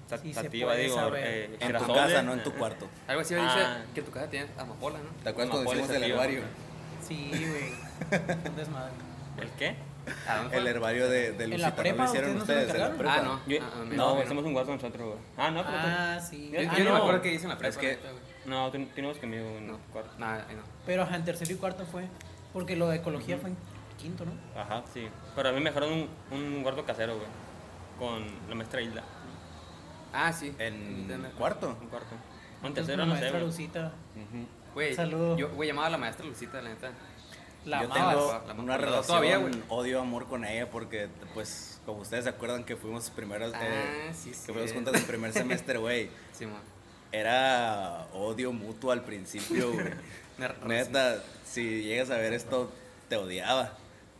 Speaker 4: Sa-
Speaker 3: Sí, se
Speaker 4: sativa,
Speaker 3: puede
Speaker 4: digo,
Speaker 3: saber.
Speaker 4: eh,
Speaker 2: En tu
Speaker 4: girasoles.
Speaker 2: casa, no en tu cuarto.
Speaker 1: Algo así me
Speaker 4: Ah.
Speaker 1: dice que tu casa tiene amapola, ¿no?
Speaker 2: ¿Te acuerdas cuando
Speaker 4: Amapola
Speaker 2: hicimos el
Speaker 4: sativa.
Speaker 2: herbario?
Speaker 3: Sí, güey. Fue Un desmadre.
Speaker 4: ¿El qué?
Speaker 1: ¿A dónde fue?
Speaker 2: El herbario de, de
Speaker 3: ¿En la
Speaker 2: Lucita, ¿no
Speaker 3: prepa?
Speaker 2: lo hicieron
Speaker 3: ¿Ustedes no se
Speaker 2: ustedes?
Speaker 3: lo
Speaker 2: en la
Speaker 3: encargaron?
Speaker 2: prepa?
Speaker 1: Ah, no.
Speaker 4: Yo-
Speaker 1: Ah, ah,
Speaker 4: no,
Speaker 1: no.
Speaker 4: hacemos un guardo nosotros, güey. Ah, no, pero tú-
Speaker 3: Ah, sí.
Speaker 1: pues, Yo, yo
Speaker 3: Ah,
Speaker 1: no me
Speaker 3: no.
Speaker 1: acuerdo qué hice en la prepa.
Speaker 2: Es que-
Speaker 1: la neta, güey.
Speaker 4: No, tú, tú no vas conmigo en
Speaker 1: No,
Speaker 4: el cuarto.
Speaker 1: nada, ahí no.
Speaker 3: Pero ajá, en tercero y cuarto fue. Porque lo de ecología fue en quinto, ¿no?
Speaker 2: Ajá.
Speaker 4: Sí, pero a mí me dejaron un, un gordo casero, güey. Con la maestra Hilda,
Speaker 1: Ah, sí.
Speaker 2: ¿En cuarto?
Speaker 4: un cuarto. Un
Speaker 3: Entonces,
Speaker 4: tercero,
Speaker 3: mi
Speaker 4: no sé,
Speaker 3: maestra
Speaker 4: güey.
Speaker 3: Lucita.
Speaker 1: Güey,
Speaker 3: Saludo.
Speaker 1: yo güey, llamaba a la maestra Lucita, la neta.
Speaker 3: La
Speaker 2: yo
Speaker 3: amabas.
Speaker 2: tengo
Speaker 1: la amabas.
Speaker 2: una
Speaker 1: No,
Speaker 2: relación
Speaker 1: todavía, güey.
Speaker 2: odio amor con ella porque pues como ustedes se acuerdan que fuimos primeros
Speaker 1: Ah,
Speaker 2: eh,
Speaker 1: sí, sí.
Speaker 2: que fuimos juntas en primer semestre güey
Speaker 1: Simón.
Speaker 2: era odio mutuo al principio güey
Speaker 1: Una relación.
Speaker 2: neta si llegas a ver esto te odiaba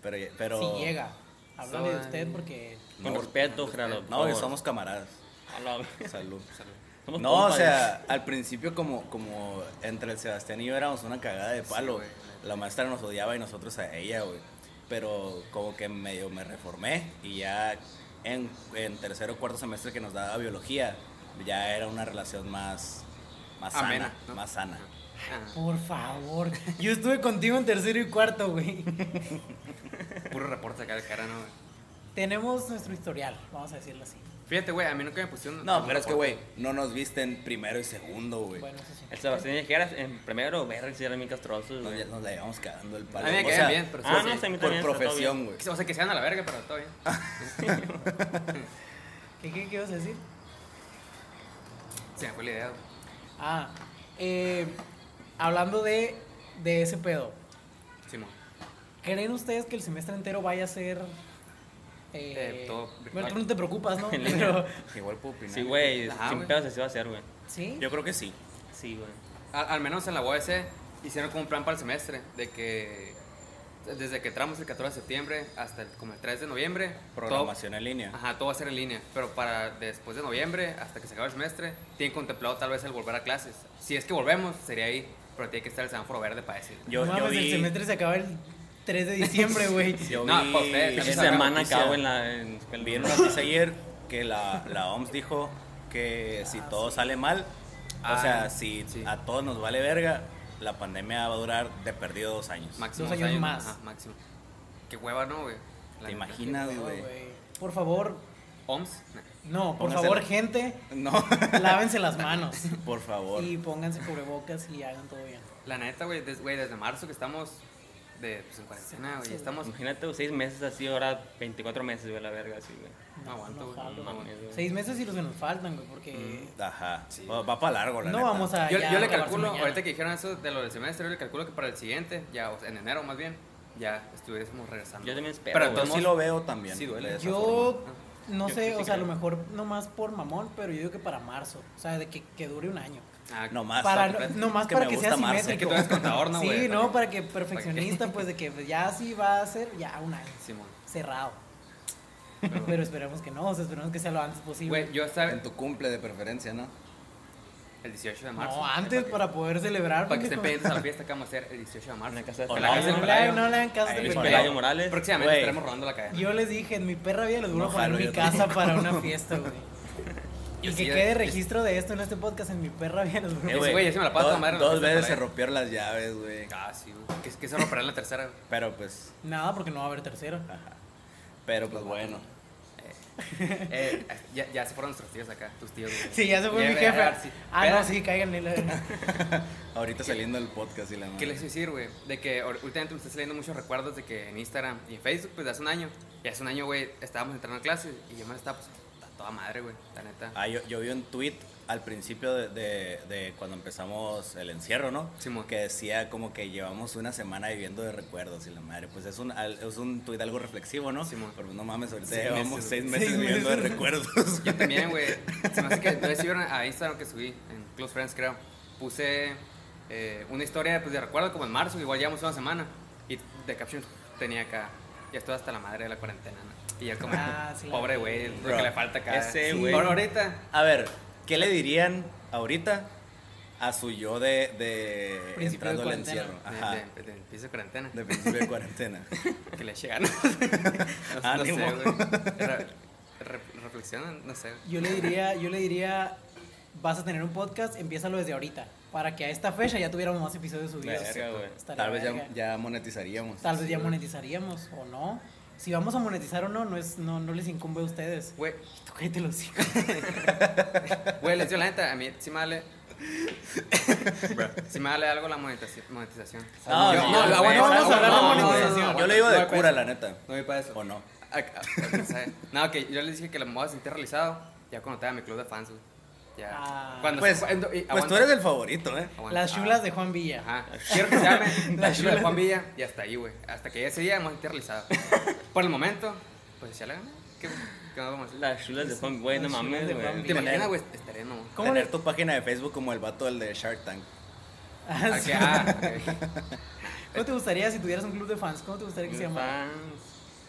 Speaker 2: pero pero
Speaker 3: Si llega. Háblale de
Speaker 1: Soy-
Speaker 3: usted porque.
Speaker 4: Con
Speaker 2: No,
Speaker 4: respeto, Gerardo. por
Speaker 2: no güey,
Speaker 4: favor.
Speaker 2: somos camaradas
Speaker 4: A la-
Speaker 2: salud
Speaker 1: Salud.
Speaker 4: somos
Speaker 2: no,
Speaker 4: compas.
Speaker 2: o sea, al principio como, como entre el Sebastián y yo éramos una cagada de palo,
Speaker 1: güey.
Speaker 2: La maestra nos odiaba y nosotros a ella, güey. Pero como que medio me reformé y ya en, en tercero o cuarto semestre que nos daba biología, ya era una relación más, más
Speaker 1: Amena,
Speaker 2: sana,
Speaker 1: ¿no?
Speaker 2: más sana.
Speaker 1: Ah,
Speaker 3: Por favor. Yo estuve contigo en tercero y cuarto, güey.
Speaker 1: puro reporte acá de cara, ¿no? güey?
Speaker 3: Tenemos nuestro historial, vamos a decirlo así.
Speaker 1: Fíjate, güey, a mí nunca me pusieron.
Speaker 2: No,
Speaker 1: un
Speaker 2: pero es que,
Speaker 1: reporte.
Speaker 2: güey, no nos viste en primero y segundo, güey.
Speaker 3: Bueno, eso sí.
Speaker 4: El Sebastián Ligeras en primero, verga, si eran bien castrosos,
Speaker 2: Nos,
Speaker 4: güey.
Speaker 2: ya- nos la llevamos cagando el palo.
Speaker 1: A mí me
Speaker 2: O
Speaker 1: caían
Speaker 2: sea,
Speaker 1: bien, pero sí,
Speaker 4: ah,
Speaker 1: sí.
Speaker 4: no, sí, a mí
Speaker 2: por
Speaker 4: también, está todo
Speaker 2: profesión,
Speaker 4: bien.
Speaker 2: güey.
Speaker 1: O sea, que se van a la verga, pero todo bien.
Speaker 2: Ah.
Speaker 3: ¿Qué, qué, qué ibas a decir?
Speaker 1: Se me fue la idea, güey.
Speaker 3: Ah, eh, hablando de, de ese pedo.
Speaker 1: Simón.
Speaker 3: ¿Creen ustedes que el semestre entero vaya a ser.
Speaker 1: Eh,
Speaker 3: Eh,
Speaker 1: todo
Speaker 3: bueno,
Speaker 1: virtual.
Speaker 3: tú no te preocupas, ¿no?
Speaker 4: En línea.
Speaker 3: Pero.
Speaker 2: Igual puedo opinar.
Speaker 4: Sí, güey,
Speaker 1: Ajá,
Speaker 4: sin
Speaker 1: güey.
Speaker 4: pedos así va a ser, güey.
Speaker 3: Sí.
Speaker 2: Yo creo que sí.
Speaker 4: Sí, güey.
Speaker 1: al, al menos en la UABC, hicieron como un plan para el semestre, de que desde que entramos el 14 de septiembre hasta el, como el 3 de noviembre, todo,
Speaker 2: Programación en línea.
Speaker 1: ajá, todo va a ser en línea, pero para después de noviembre, hasta que se acabe el semestre, tienen contemplado tal vez el volver a clases. Si es que volvemos, sería ahí, pero tiene que estar el semáforo verde para decir.
Speaker 2: Yo,
Speaker 3: no
Speaker 2: yo
Speaker 4: pues,
Speaker 3: mames, el
Speaker 2: vi,
Speaker 3: semestre se acaba el 3 de diciembre, güey.
Speaker 2: yo
Speaker 1: No,
Speaker 2: vi-
Speaker 1: pa' ustedes,
Speaker 2: vi
Speaker 1: esa
Speaker 4: Esa
Speaker 2: una
Speaker 4: semana
Speaker 2: noticia-
Speaker 4: acabo en la en escuela.
Speaker 2: Vi una noticia ayer que la, la OMS dijo que si todo sale mal,
Speaker 1: Ah,
Speaker 2: o sea, si
Speaker 1: sí.
Speaker 2: a todos nos vale verga, la pandemia va a durar de perdido dos años.
Speaker 1: Máximo
Speaker 3: Dos años más.
Speaker 1: Ajá, máximo. Qué hueva, ¿no, güey? La
Speaker 2: ¿Te
Speaker 1: neta.
Speaker 2: imaginas,
Speaker 3: No,
Speaker 2: güey?
Speaker 3: güey. Por favor,
Speaker 1: ¿OMS? Nah.
Speaker 3: no, por
Speaker 2: Póngasela.
Speaker 3: favor, gente,
Speaker 2: No,
Speaker 3: lávense las manos.
Speaker 2: por favor.
Speaker 3: Y pónganse cubrebocas y hagan todo bien.
Speaker 1: La neta, güey, des- güey, desde marzo que estamos de, pues, en cuarentena, güey, estamos...
Speaker 4: Imagínate güey, seis meses así, ahora 24 meses, güey, la verga, así, güey.
Speaker 1: No aguanto, güey, no
Speaker 3: jalo.
Speaker 1: mames,
Speaker 4: güey.
Speaker 3: Seis meses y los que nos faltan, güey, porque
Speaker 2: Ajá. Va, para largo, la
Speaker 3: no
Speaker 2: neta.
Speaker 3: vamos a.
Speaker 1: Yo,
Speaker 3: ya
Speaker 1: yo le
Speaker 3: acabarse
Speaker 1: calculo,
Speaker 3: mañana.
Speaker 1: ahorita que dijeron eso de lo del semestre, yo le calculo que para el siguiente, ya, o sea, en enero más bien, ya estuviésemos regresando.
Speaker 4: Yo también espero,
Speaker 1: Pero
Speaker 4: güey.
Speaker 2: Yo
Speaker 1: entonces
Speaker 2: sí lo veo también.
Speaker 1: Sí, duele.
Speaker 2: de esa
Speaker 3: Yo no
Speaker 4: Yo
Speaker 3: sé,
Speaker 4: sí
Speaker 3: o sea, a
Speaker 4: creo.
Speaker 3: lo mejor nomás por mamón, pero yo digo que para marzo. O sea, de que, que dure un año.
Speaker 1: Ah,
Speaker 2: forma. No más.
Speaker 3: para,
Speaker 2: está completo.
Speaker 3: no, nomás
Speaker 2: Es que
Speaker 3: para
Speaker 2: me
Speaker 3: que sea
Speaker 2: gusta Marvel.
Speaker 1: Es que
Speaker 3: simétrico.
Speaker 1: tú eres contador, ¿no,
Speaker 3: sí,
Speaker 1: güey?
Speaker 3: no,
Speaker 1: También.
Speaker 3: para que perfeccionista, pues de que pues, ya sí va a ser ya un año.
Speaker 1: Simón.
Speaker 3: Cerrado.
Speaker 1: Pero-
Speaker 3: Pero esperemos que no, o sea, esperemos que sea lo antes posible.
Speaker 1: Güey, yo estaba
Speaker 2: En tu cumple de preferencia, ¿no?
Speaker 1: el 18 de marzo.
Speaker 3: no, antes para poder celebrar.
Speaker 1: Para que estén
Speaker 3: pendejo.
Speaker 1: pendientes a la fiesta que vamos a hacer el 18 de marzo.
Speaker 4: En la casa de
Speaker 1: En la casa
Speaker 4: Pelayo.
Speaker 1: del
Speaker 3: No le hagan- no
Speaker 1: Pelayo.
Speaker 3: le hagan
Speaker 2: Ahí
Speaker 3: caso de
Speaker 2: es
Speaker 3: pendejo.
Speaker 4: Pelayo Morales.
Speaker 1: Próximamente
Speaker 2: Güey.
Speaker 1: estaremos rodando la cadena.
Speaker 3: Yo les dije, en mi perra vida les voy a
Speaker 2: No
Speaker 3: poner
Speaker 2: jalo,
Speaker 3: en mi
Speaker 2: yo
Speaker 3: casa
Speaker 2: tampoco.
Speaker 3: para una fiesta, güey. y
Speaker 1: Yo
Speaker 3: que
Speaker 1: sí,
Speaker 3: quede
Speaker 1: yo-
Speaker 3: registro de esto en este podcast, en mi perra vida les voy
Speaker 1: Eh,
Speaker 3: a
Speaker 1: güey, ya se me la paso
Speaker 2: dos,
Speaker 1: a madre en la
Speaker 2: dos
Speaker 1: fiesta
Speaker 2: veces
Speaker 1: para
Speaker 2: se
Speaker 1: ella.
Speaker 2: rompieron las llaves, güey.
Speaker 1: Ah, sí, güey. Que, que se romperá en la tercera, güey.
Speaker 2: Pero pues,
Speaker 3: Nada, porque no va a haber tercero.
Speaker 1: Ah.
Speaker 2: pero pues bueno.
Speaker 1: Eh, ya, ya se fueron nuestros tíos acá, tus tíos, güey.
Speaker 3: Sí, ya se fue mi
Speaker 1: Lleve,
Speaker 3: jefe.
Speaker 1: a ver si-
Speaker 3: Ah, no,
Speaker 1: Espera,
Speaker 3: sí, cáiganle. la verga.
Speaker 2: Ahorita saliendo del podcast y la madre.
Speaker 1: ¿Qué les iba a decir, güey? De que ahor- últimamente me están saliendo muchos recuerdos de que en Instagram y en Facebook, pues de hace un año. Y hace un año, güey, estábamos entrando a clases y yo me la estaba, pues, a toda madre, güey, la neta.
Speaker 2: Ah, yo, yo vi un tweet al principio de, de- de cuando empezamos el encierro, ¿no?
Speaker 1: Simón.
Speaker 2: Que decía como que llevamos una semana viviendo de recuerdos y la madre. Pues es un, al- es un tweet algo reflexivo, ¿no?
Speaker 1: Simón.
Speaker 2: Pero pues, no mames, ahorita
Speaker 1: Seis
Speaker 2: llevamos
Speaker 1: meses,
Speaker 2: seis
Speaker 1: güey.
Speaker 2: meses
Speaker 3: Seis
Speaker 2: viviendo de
Speaker 3: meses.
Speaker 2: recuerdos.
Speaker 1: Yo también, güey. Se me hace que no sé si vieron a Instagram que subí, en Close Friends, creo. Puse eh, una historia pues, de recuerdo como en marzo, igual llevamos una semana. Y de caption tenía acá, ya estoy hasta la madre de la cuarentena, ¿no? Y yo como,
Speaker 3: Ah, sí.
Speaker 1: pobre güey, lo
Speaker 2: Bro,
Speaker 1: que le falta acá.
Speaker 4: ese
Speaker 1: Sí.
Speaker 4: güey.
Speaker 1: Por ahorita,
Speaker 2: A ver, ¿qué le dirían ahorita a su yo de, de
Speaker 3: Principio de
Speaker 2: entrando al
Speaker 3: cuarentena.
Speaker 2: encierro? Ajá.
Speaker 1: desde de, de, empieza la cuarentena,
Speaker 2: De principio de cuarentena.
Speaker 1: que le llegan. no, no sé,
Speaker 2: Ánimo.
Speaker 1: güey. Re- re- reflexionan, no sé.
Speaker 3: Yo le diría, yo le diría, vas a tener un podcast, empiézalo desde ahorita. Para que a esta fecha ya tuviéramos más episodios subidos.
Speaker 4: Verga, güey.
Speaker 3: Estaría
Speaker 2: Tal vez
Speaker 3: verga.
Speaker 2: ya, ya monetizaríamos.
Speaker 3: Tal vez ya monetizaríamos o no. Si vamos a monetizar o no, no, es, no, no les incumbe a ustedes.
Speaker 1: Güey,
Speaker 3: Tú cállate los hijos.
Speaker 1: Güey, les digo la neta, a mí sí me vale. sí me vale algo la monetización. monetización.
Speaker 2: No,
Speaker 1: Yo-
Speaker 2: no,
Speaker 1: no, aguanta,
Speaker 2: no, no vamos a
Speaker 1: aguanta,
Speaker 2: hablar de
Speaker 1: aguanta,
Speaker 3: monetización. pues.
Speaker 1: aguanta,
Speaker 2: Yo le digo de
Speaker 1: aguanta,
Speaker 2: cura,
Speaker 1: aguanta.
Speaker 2: la neta.
Speaker 1: No voy para eso.
Speaker 2: ¿O no?
Speaker 1: Ah, ah, ok, sabe. No, que yo les dije que la me voy a sentir realizado ya cuando tenga mi club de fans, güey. Ya.
Speaker 3: Ah.
Speaker 1: Cuando
Speaker 2: Pues,
Speaker 1: se- cuando- y-
Speaker 2: Pues tú
Speaker 1: aguanta,
Speaker 2: eres el favorito, ¿eh?
Speaker 1: aguanta.
Speaker 3: Las chulas de Juan Villa.
Speaker 1: ah, Ajá. Quiero que se llame la
Speaker 3: Las
Speaker 1: chula de
Speaker 3: chulas.
Speaker 1: Juan Villa y hasta ahí, güey. Hasta que ese día me voy a sentir realizado. Por el momento, pues ya la gané. ¿Qué, qué más vamos a hacer?
Speaker 4: Las chulas de Juan, güey, no
Speaker 3: Las chulas
Speaker 4: mames,
Speaker 3: de Juan
Speaker 1: ¿Te
Speaker 4: güey.
Speaker 3: Villa.
Speaker 1: imaginas, güey? Estaría no.
Speaker 3: ¿Cómo
Speaker 2: Tener
Speaker 3: le-
Speaker 2: tu página de Facebook como el vato del de Shark Tank.
Speaker 3: Ah,
Speaker 1: Ah,
Speaker 3: sí.
Speaker 1: que- ah, ok.
Speaker 3: ¿Cómo te gustaría si tuvieras un club de fans? ¿Cómo te gustaría que se llamara?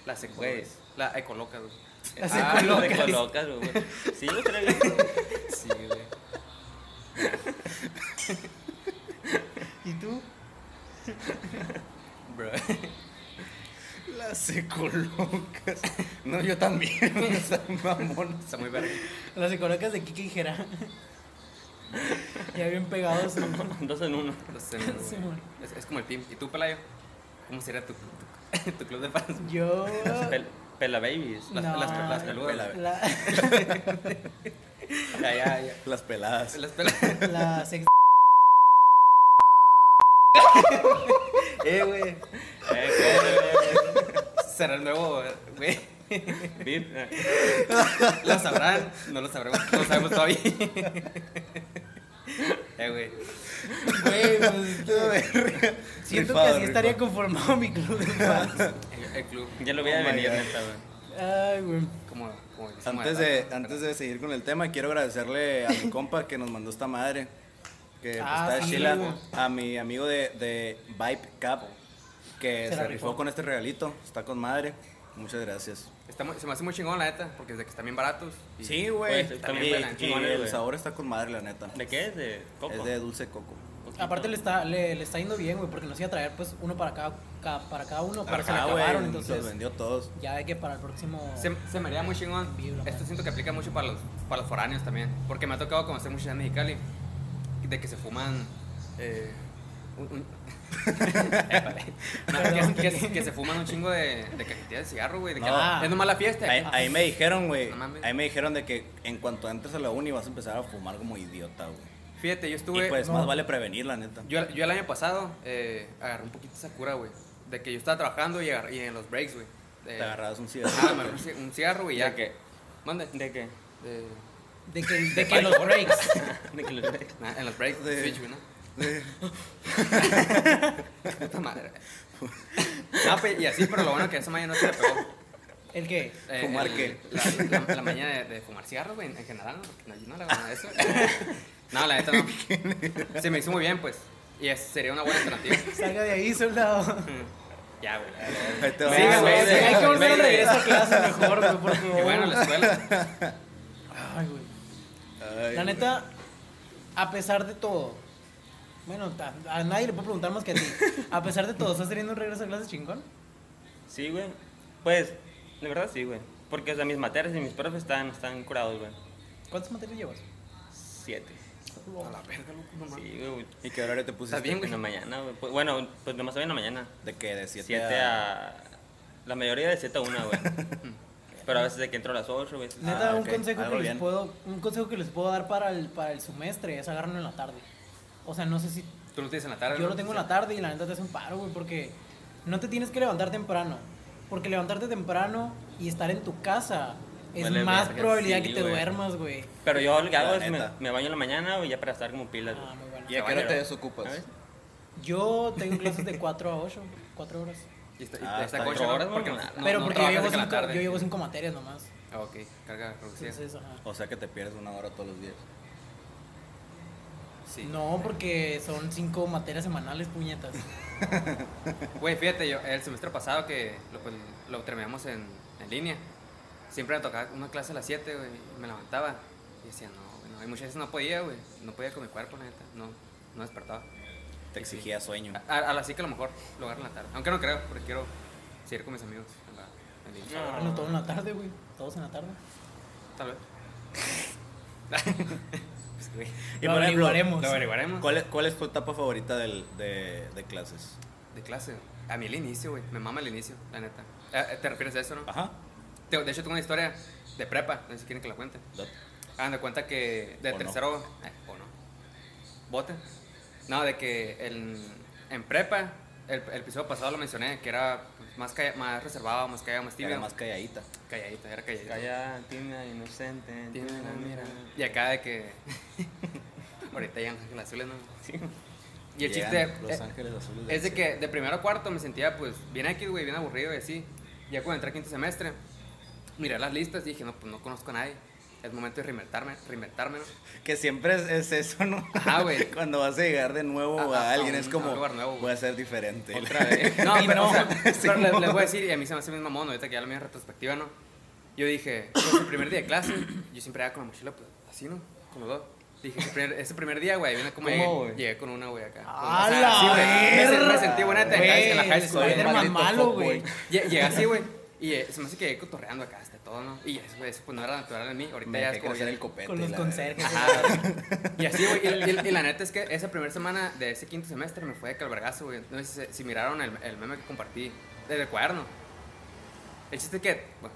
Speaker 1: Las
Speaker 4: Güey.
Speaker 1: ecologas. La ecoloca, güey.
Speaker 3: Las
Speaker 1: Ah,
Speaker 4: Ah, lo de
Speaker 3: ecolocas.
Speaker 4: colocas, güey. Sí, lo estaría bien.
Speaker 1: Sí, güey.
Speaker 3: ¿Y tú?
Speaker 1: Bro.
Speaker 2: Las ecolocas. No, yo también. o sea, mamón.
Speaker 1: Está muy verde.
Speaker 3: Las ecolocas de Kike y Jera. ya bien pegados. su-
Speaker 4: Dos en uno.
Speaker 3: Sí, güey.
Speaker 1: es, es como el team. ¿Y tú, Pelayo? ¿Cómo sería tu, tu, tu club de fans?
Speaker 3: Yo.
Speaker 4: Pel- Pela babies.
Speaker 1: Las,
Speaker 3: No.
Speaker 1: las, las peludas.
Speaker 2: Pela-
Speaker 3: La,
Speaker 1: Ya, ya, ya.
Speaker 2: Las peladas.
Speaker 1: Las pelas.
Speaker 3: la sex-
Speaker 1: Eh, güey.
Speaker 4: Eh, güey,
Speaker 1: Será el nuevo, güey.
Speaker 4: güey, bip, eh.
Speaker 1: ¿Lo sabrán? No lo sabremos. No lo sabemos todavía. Eh, güey.
Speaker 3: Güey, pues, siento que
Speaker 2: Rifado,
Speaker 3: así estaría
Speaker 2: rifado.
Speaker 3: conformado mi club de fans.
Speaker 1: El, el club.
Speaker 4: Ya lo voy a
Speaker 2: Oh my
Speaker 4: venir,
Speaker 2: God.
Speaker 4: neta, güey.
Speaker 3: Ay, güey.
Speaker 1: Como, como decimos,
Speaker 2: Antes de, antes de seguir con el tema, quiero agradecerle a mi compa que nos mandó esta madre. que pues,
Speaker 3: Ah,
Speaker 2: está
Speaker 3: sí,
Speaker 2: chila
Speaker 3: güey.
Speaker 2: a mi amigo de, de Vibe Cap, que
Speaker 3: Se
Speaker 2: se,
Speaker 3: la rifó.
Speaker 2: rifó con este regalito, está con madre. Muchas gracias.
Speaker 1: Está muy- se me hace muy chingón, la neta, porque desde que están bien baratos. y-
Speaker 2: Sí, güey.
Speaker 4: Pues,
Speaker 1: también
Speaker 2: Y-
Speaker 1: pelan
Speaker 2: y
Speaker 1: chingones,
Speaker 2: el
Speaker 1: güey.
Speaker 2: sabor está con madre, la neta.
Speaker 4: ¿De qué es? ¿De coco?
Speaker 2: Es de dulce de coco.
Speaker 4: Coquito.
Speaker 3: Aparte le está, le, le está yendo bien, güey, porque nos iba a traer pues uno para cada, ca- para cada uno, pero se le
Speaker 2: Ajá, güey,
Speaker 3: acabaron,
Speaker 2: Los
Speaker 3: entonces
Speaker 2: vendió todos.
Speaker 3: ya hay que para el próximo...
Speaker 1: Se, se me haría muy chingón.
Speaker 3: Vibra,
Speaker 1: Esto
Speaker 3: man.
Speaker 1: siento que aplica mucho para los, para los foráneos también. Porque me ha tocado conocer muchos en Mexicali de que se fuman. eh, un- un- Épale. No, que, que- que se fuman un chingo de, de cajetillas de cigarro, güey. de que
Speaker 2: No.
Speaker 1: Es nomás la fiesta.
Speaker 2: Ahí, ahí me dijeron, güey.
Speaker 1: No mames.
Speaker 2: Ahí me dijeron de que en cuanto entres a la uni vas a empezar a fumar como idiota, güey.
Speaker 1: Fíjate, yo estuve.
Speaker 2: Y pues
Speaker 3: no.
Speaker 2: más vale prevenir, la neta.
Speaker 1: Yo, yo el año pasado eh, agarré un poquito esa cura, güey. De que yo estaba trabajando y, agarré- y en los breaks, güey. eh,
Speaker 2: Te agarrabas un
Speaker 1: Ah,
Speaker 2: cigarro.
Speaker 1: me agarré un ci- un cigarro, güey, ya.
Speaker 4: ¿De qué?
Speaker 1: Mande.
Speaker 4: ¿De qué?
Speaker 1: Eh,
Speaker 3: De que, de que los breaks.
Speaker 4: ¿De qué lo- de-
Speaker 1: na- en los breaks de
Speaker 2: De-
Speaker 1: Switch, güey, ¿no? Puta madre. No, pues, y así, pero lo bueno que esa mañana no se le pegó.
Speaker 3: ¿El qué?
Speaker 1: Eh,
Speaker 2: ¿Fumar
Speaker 1: el-
Speaker 2: qué?
Speaker 1: La, la, la mañana de, de fumar cigarros, güey, en, en general, ¿no? Porque no, yo no le hago nada de eso. No, la neta no. Se me hizo muy bien, pues. Y es- sería una buena alternativa.
Speaker 3: Salga de ahí, soldado.
Speaker 1: Ya, güey. la verdad.
Speaker 2: Ahí te va.
Speaker 1: Sí, güey,
Speaker 3: güey,
Speaker 1: sí,
Speaker 3: hay que
Speaker 1: güey,
Speaker 3: volver a
Speaker 1: güey.
Speaker 3: regresar a clase mejor, güey, por favor.
Speaker 1: Y bueno, la escuela.
Speaker 3: Ay, güey.
Speaker 2: Ay,
Speaker 3: La neta, a pesar de todo, bueno, ta- a, nadie le puedo preguntar más que a ti. A pesar de todo, ¿estás teniendo un regreso a clases chingón?
Speaker 4: Sí, güey. Pues, de verdad sí, güey. Porque o sea, mis materias y mis profes están, están curados, güey.
Speaker 3: ¿Cuántas materias llevas?
Speaker 4: Siete.
Speaker 1: A la verga, loco, no mames.
Speaker 4: Sí, güey.
Speaker 2: ¿Y qué horario te pusiste?
Speaker 1: Está bien, güey.
Speaker 4: En la mañana, güey. Pues, bueno, pues nomás hoy en la mañana.
Speaker 2: De que de 7
Speaker 4: Siete a... La mayoría de siete a una, güey. Pero a veces de que entro a las ocho, güey.
Speaker 3: Neta,
Speaker 2: Ah,
Speaker 3: un,
Speaker 2: ok,
Speaker 3: consejo que
Speaker 2: algo
Speaker 3: les
Speaker 2: bien.
Speaker 3: puedo, un consejo que les puedo dar para el, para el semestre es agarrarlo en la tarde. O sea, no sé si
Speaker 1: Tú lo tienes en la tarde.
Speaker 3: Yo
Speaker 1: ¿no?
Speaker 3: lo tengo en la tarde y la neta te hace un paro, güey, porque no te tienes que levantar temprano. Porque levantarte temprano y estar en tu casa es
Speaker 4: Vale,
Speaker 3: más
Speaker 4: verga,
Speaker 3: probabilidad
Speaker 4: sí,
Speaker 3: que te
Speaker 4: güey.
Speaker 3: duermas, güey.
Speaker 4: Pero yo lo que hago
Speaker 2: La
Speaker 4: es me,
Speaker 2: neta.
Speaker 4: me baño en la mañana, güey, ya para estar como pilas,
Speaker 3: Ah,
Speaker 4: güey.
Speaker 3: muy
Speaker 2: ¿Y a
Speaker 3: bueno.
Speaker 2: qué hora te
Speaker 4: A
Speaker 2: desocupas?
Speaker 4: ver.
Speaker 3: Yo tengo clases de 4 a 8, 4 horas.
Speaker 1: Y está, y
Speaker 2: Ah,
Speaker 1: está
Speaker 2: está
Speaker 1: coche,
Speaker 4: bien.
Speaker 1: ¿no?
Speaker 4: Horas,
Speaker 1: Porque
Speaker 4: mamá.
Speaker 1: no-
Speaker 3: Pero
Speaker 1: no
Speaker 3: porque yo,
Speaker 1: trabajas
Speaker 3: llevo
Speaker 1: hasta la
Speaker 3: cinco,
Speaker 1: tarde.
Speaker 3: yo llevo cinco materias nomás.
Speaker 1: Ah, ok, carga reducida.
Speaker 3: Entonces, ajá.
Speaker 2: O sea que te pierdes una hora todos los días.
Speaker 1: Sí.
Speaker 3: No, porque son cinco materias semanales, puñetas.
Speaker 1: Güey, fíjate, yo, el semestre pasado que lo, pues, lo terminamos en, en línea, siempre me tocaba una clase a las 7, güey, y me levantaba. Y decía, no, güey, no. Y muchas veces no podía, güey. No podía con mi cuerpo, la neta. No, no despertaba.
Speaker 2: Te
Speaker 1: Sí, Ah. sí.
Speaker 2: exigía sueño.
Speaker 1: A, a- a las 5 a lo mejor lo agarro en la tarde. Aunque no creo, porque quiero seguir con mis amigos en la en línea.
Speaker 4: No.
Speaker 3: Bueno, todo en la tarde, güey. Todos en la tarde.
Speaker 1: Tal vez. Pues, güey,
Speaker 3: Lo averiguaremos.
Speaker 1: Lo averiguaremos.
Speaker 2: ¿cuál es, cuál es tu etapa favorita del, de, de clases?
Speaker 1: De clase. A mí el inicio, güey. Me mama el inicio, la neta. Eh, eh, ¿Te refieres a eso, no?
Speaker 2: Ajá.
Speaker 1: Te- De hecho, tengo una historia de prepa. No sé si quieren que la cuente.
Speaker 2: date.
Speaker 1: Hagan de cuenta que de
Speaker 2: O no.
Speaker 1: tercero. eh, o no. ¿Bote? No, de que en, en prepa, el, el episodio pasado lo mencioné, que era pues, más, calla- más reservado, más callado, más tibio.
Speaker 2: Era más calladita.
Speaker 1: calladita, era calladita.
Speaker 4: Calla, tibia, inocente,
Speaker 1: Tiene
Speaker 4: tibia,
Speaker 1: una
Speaker 4: mira.
Speaker 1: mira. Y acá de que. Ahorita ya en Ángeles Azules, ¿no? Y el
Speaker 2: Llegan
Speaker 1: chiste.
Speaker 2: Los
Speaker 1: eh,
Speaker 2: Ángeles Azules. del
Speaker 1: Es de
Speaker 2: Sur.
Speaker 1: que de primero a cuarto me sentía pues bien aquí, güey, bien aburrido y así. Ya cuando entré a quinto semestre, miré las listas y dije, no, pues no conozco a nadie. Es momento de reinventarme, reinventarme, ¿no?
Speaker 2: Que siempre es, es eso, ¿no?
Speaker 1: Ajá, Ah, güey.
Speaker 2: Cuando vas a llegar de nuevo
Speaker 1: Ajá,
Speaker 2: a alguien,
Speaker 1: a un-
Speaker 2: es
Speaker 1: a
Speaker 2: como.
Speaker 1: un lugar nuevo, güey.
Speaker 2: voy a ser diferente.
Speaker 1: Otra vez. No,
Speaker 3: Y
Speaker 1: pero,
Speaker 3: no.
Speaker 1: o sea, pero le-
Speaker 3: no.
Speaker 1: les voy a decir, y a mí se me hace bien mamón, ahorita que ya la misma retrospectiva, ¿no? Yo dije, pues el primer día de clase, yo siempre iba con la mochila, pues así, ¿no? Con los dos. Dije, ese primer, ese primer día, güey, viene como
Speaker 4: ¿Cómo,
Speaker 1: llegué,
Speaker 4: güey?
Speaker 1: llegué con una, güey, acá.
Speaker 3: ¡A
Speaker 1: O sea,
Speaker 3: la
Speaker 1: sí, güey, me,
Speaker 3: verga!
Speaker 1: me sentí buena neta en la high- en la high
Speaker 3: Güey,
Speaker 1: school.
Speaker 3: Spider-Man
Speaker 1: güey.
Speaker 2: maldito
Speaker 3: malo,
Speaker 2: fuckboy.
Speaker 3: güey.
Speaker 1: Lle- Llegué así, güey. Y eh, se me hace que llegué cotorreando acá hasta todo, ¿no? Y eso, güey, eso pues no era natural en mí. Ahorita
Speaker 2: Me
Speaker 1: ya
Speaker 2: dejé
Speaker 1: es como.
Speaker 2: crecer
Speaker 1: ya-
Speaker 2: el copete.
Speaker 3: Con los
Speaker 2: la
Speaker 3: conserjes.
Speaker 1: Ajá. Y así, güey. Y, y- y la neta es que esa primera semana de ese quinto semestre me fue de calvergazo, güey. No sé si, si miraron el, el meme que compartí del cuaderno. El chiste que. Bueno,
Speaker 2: verdad.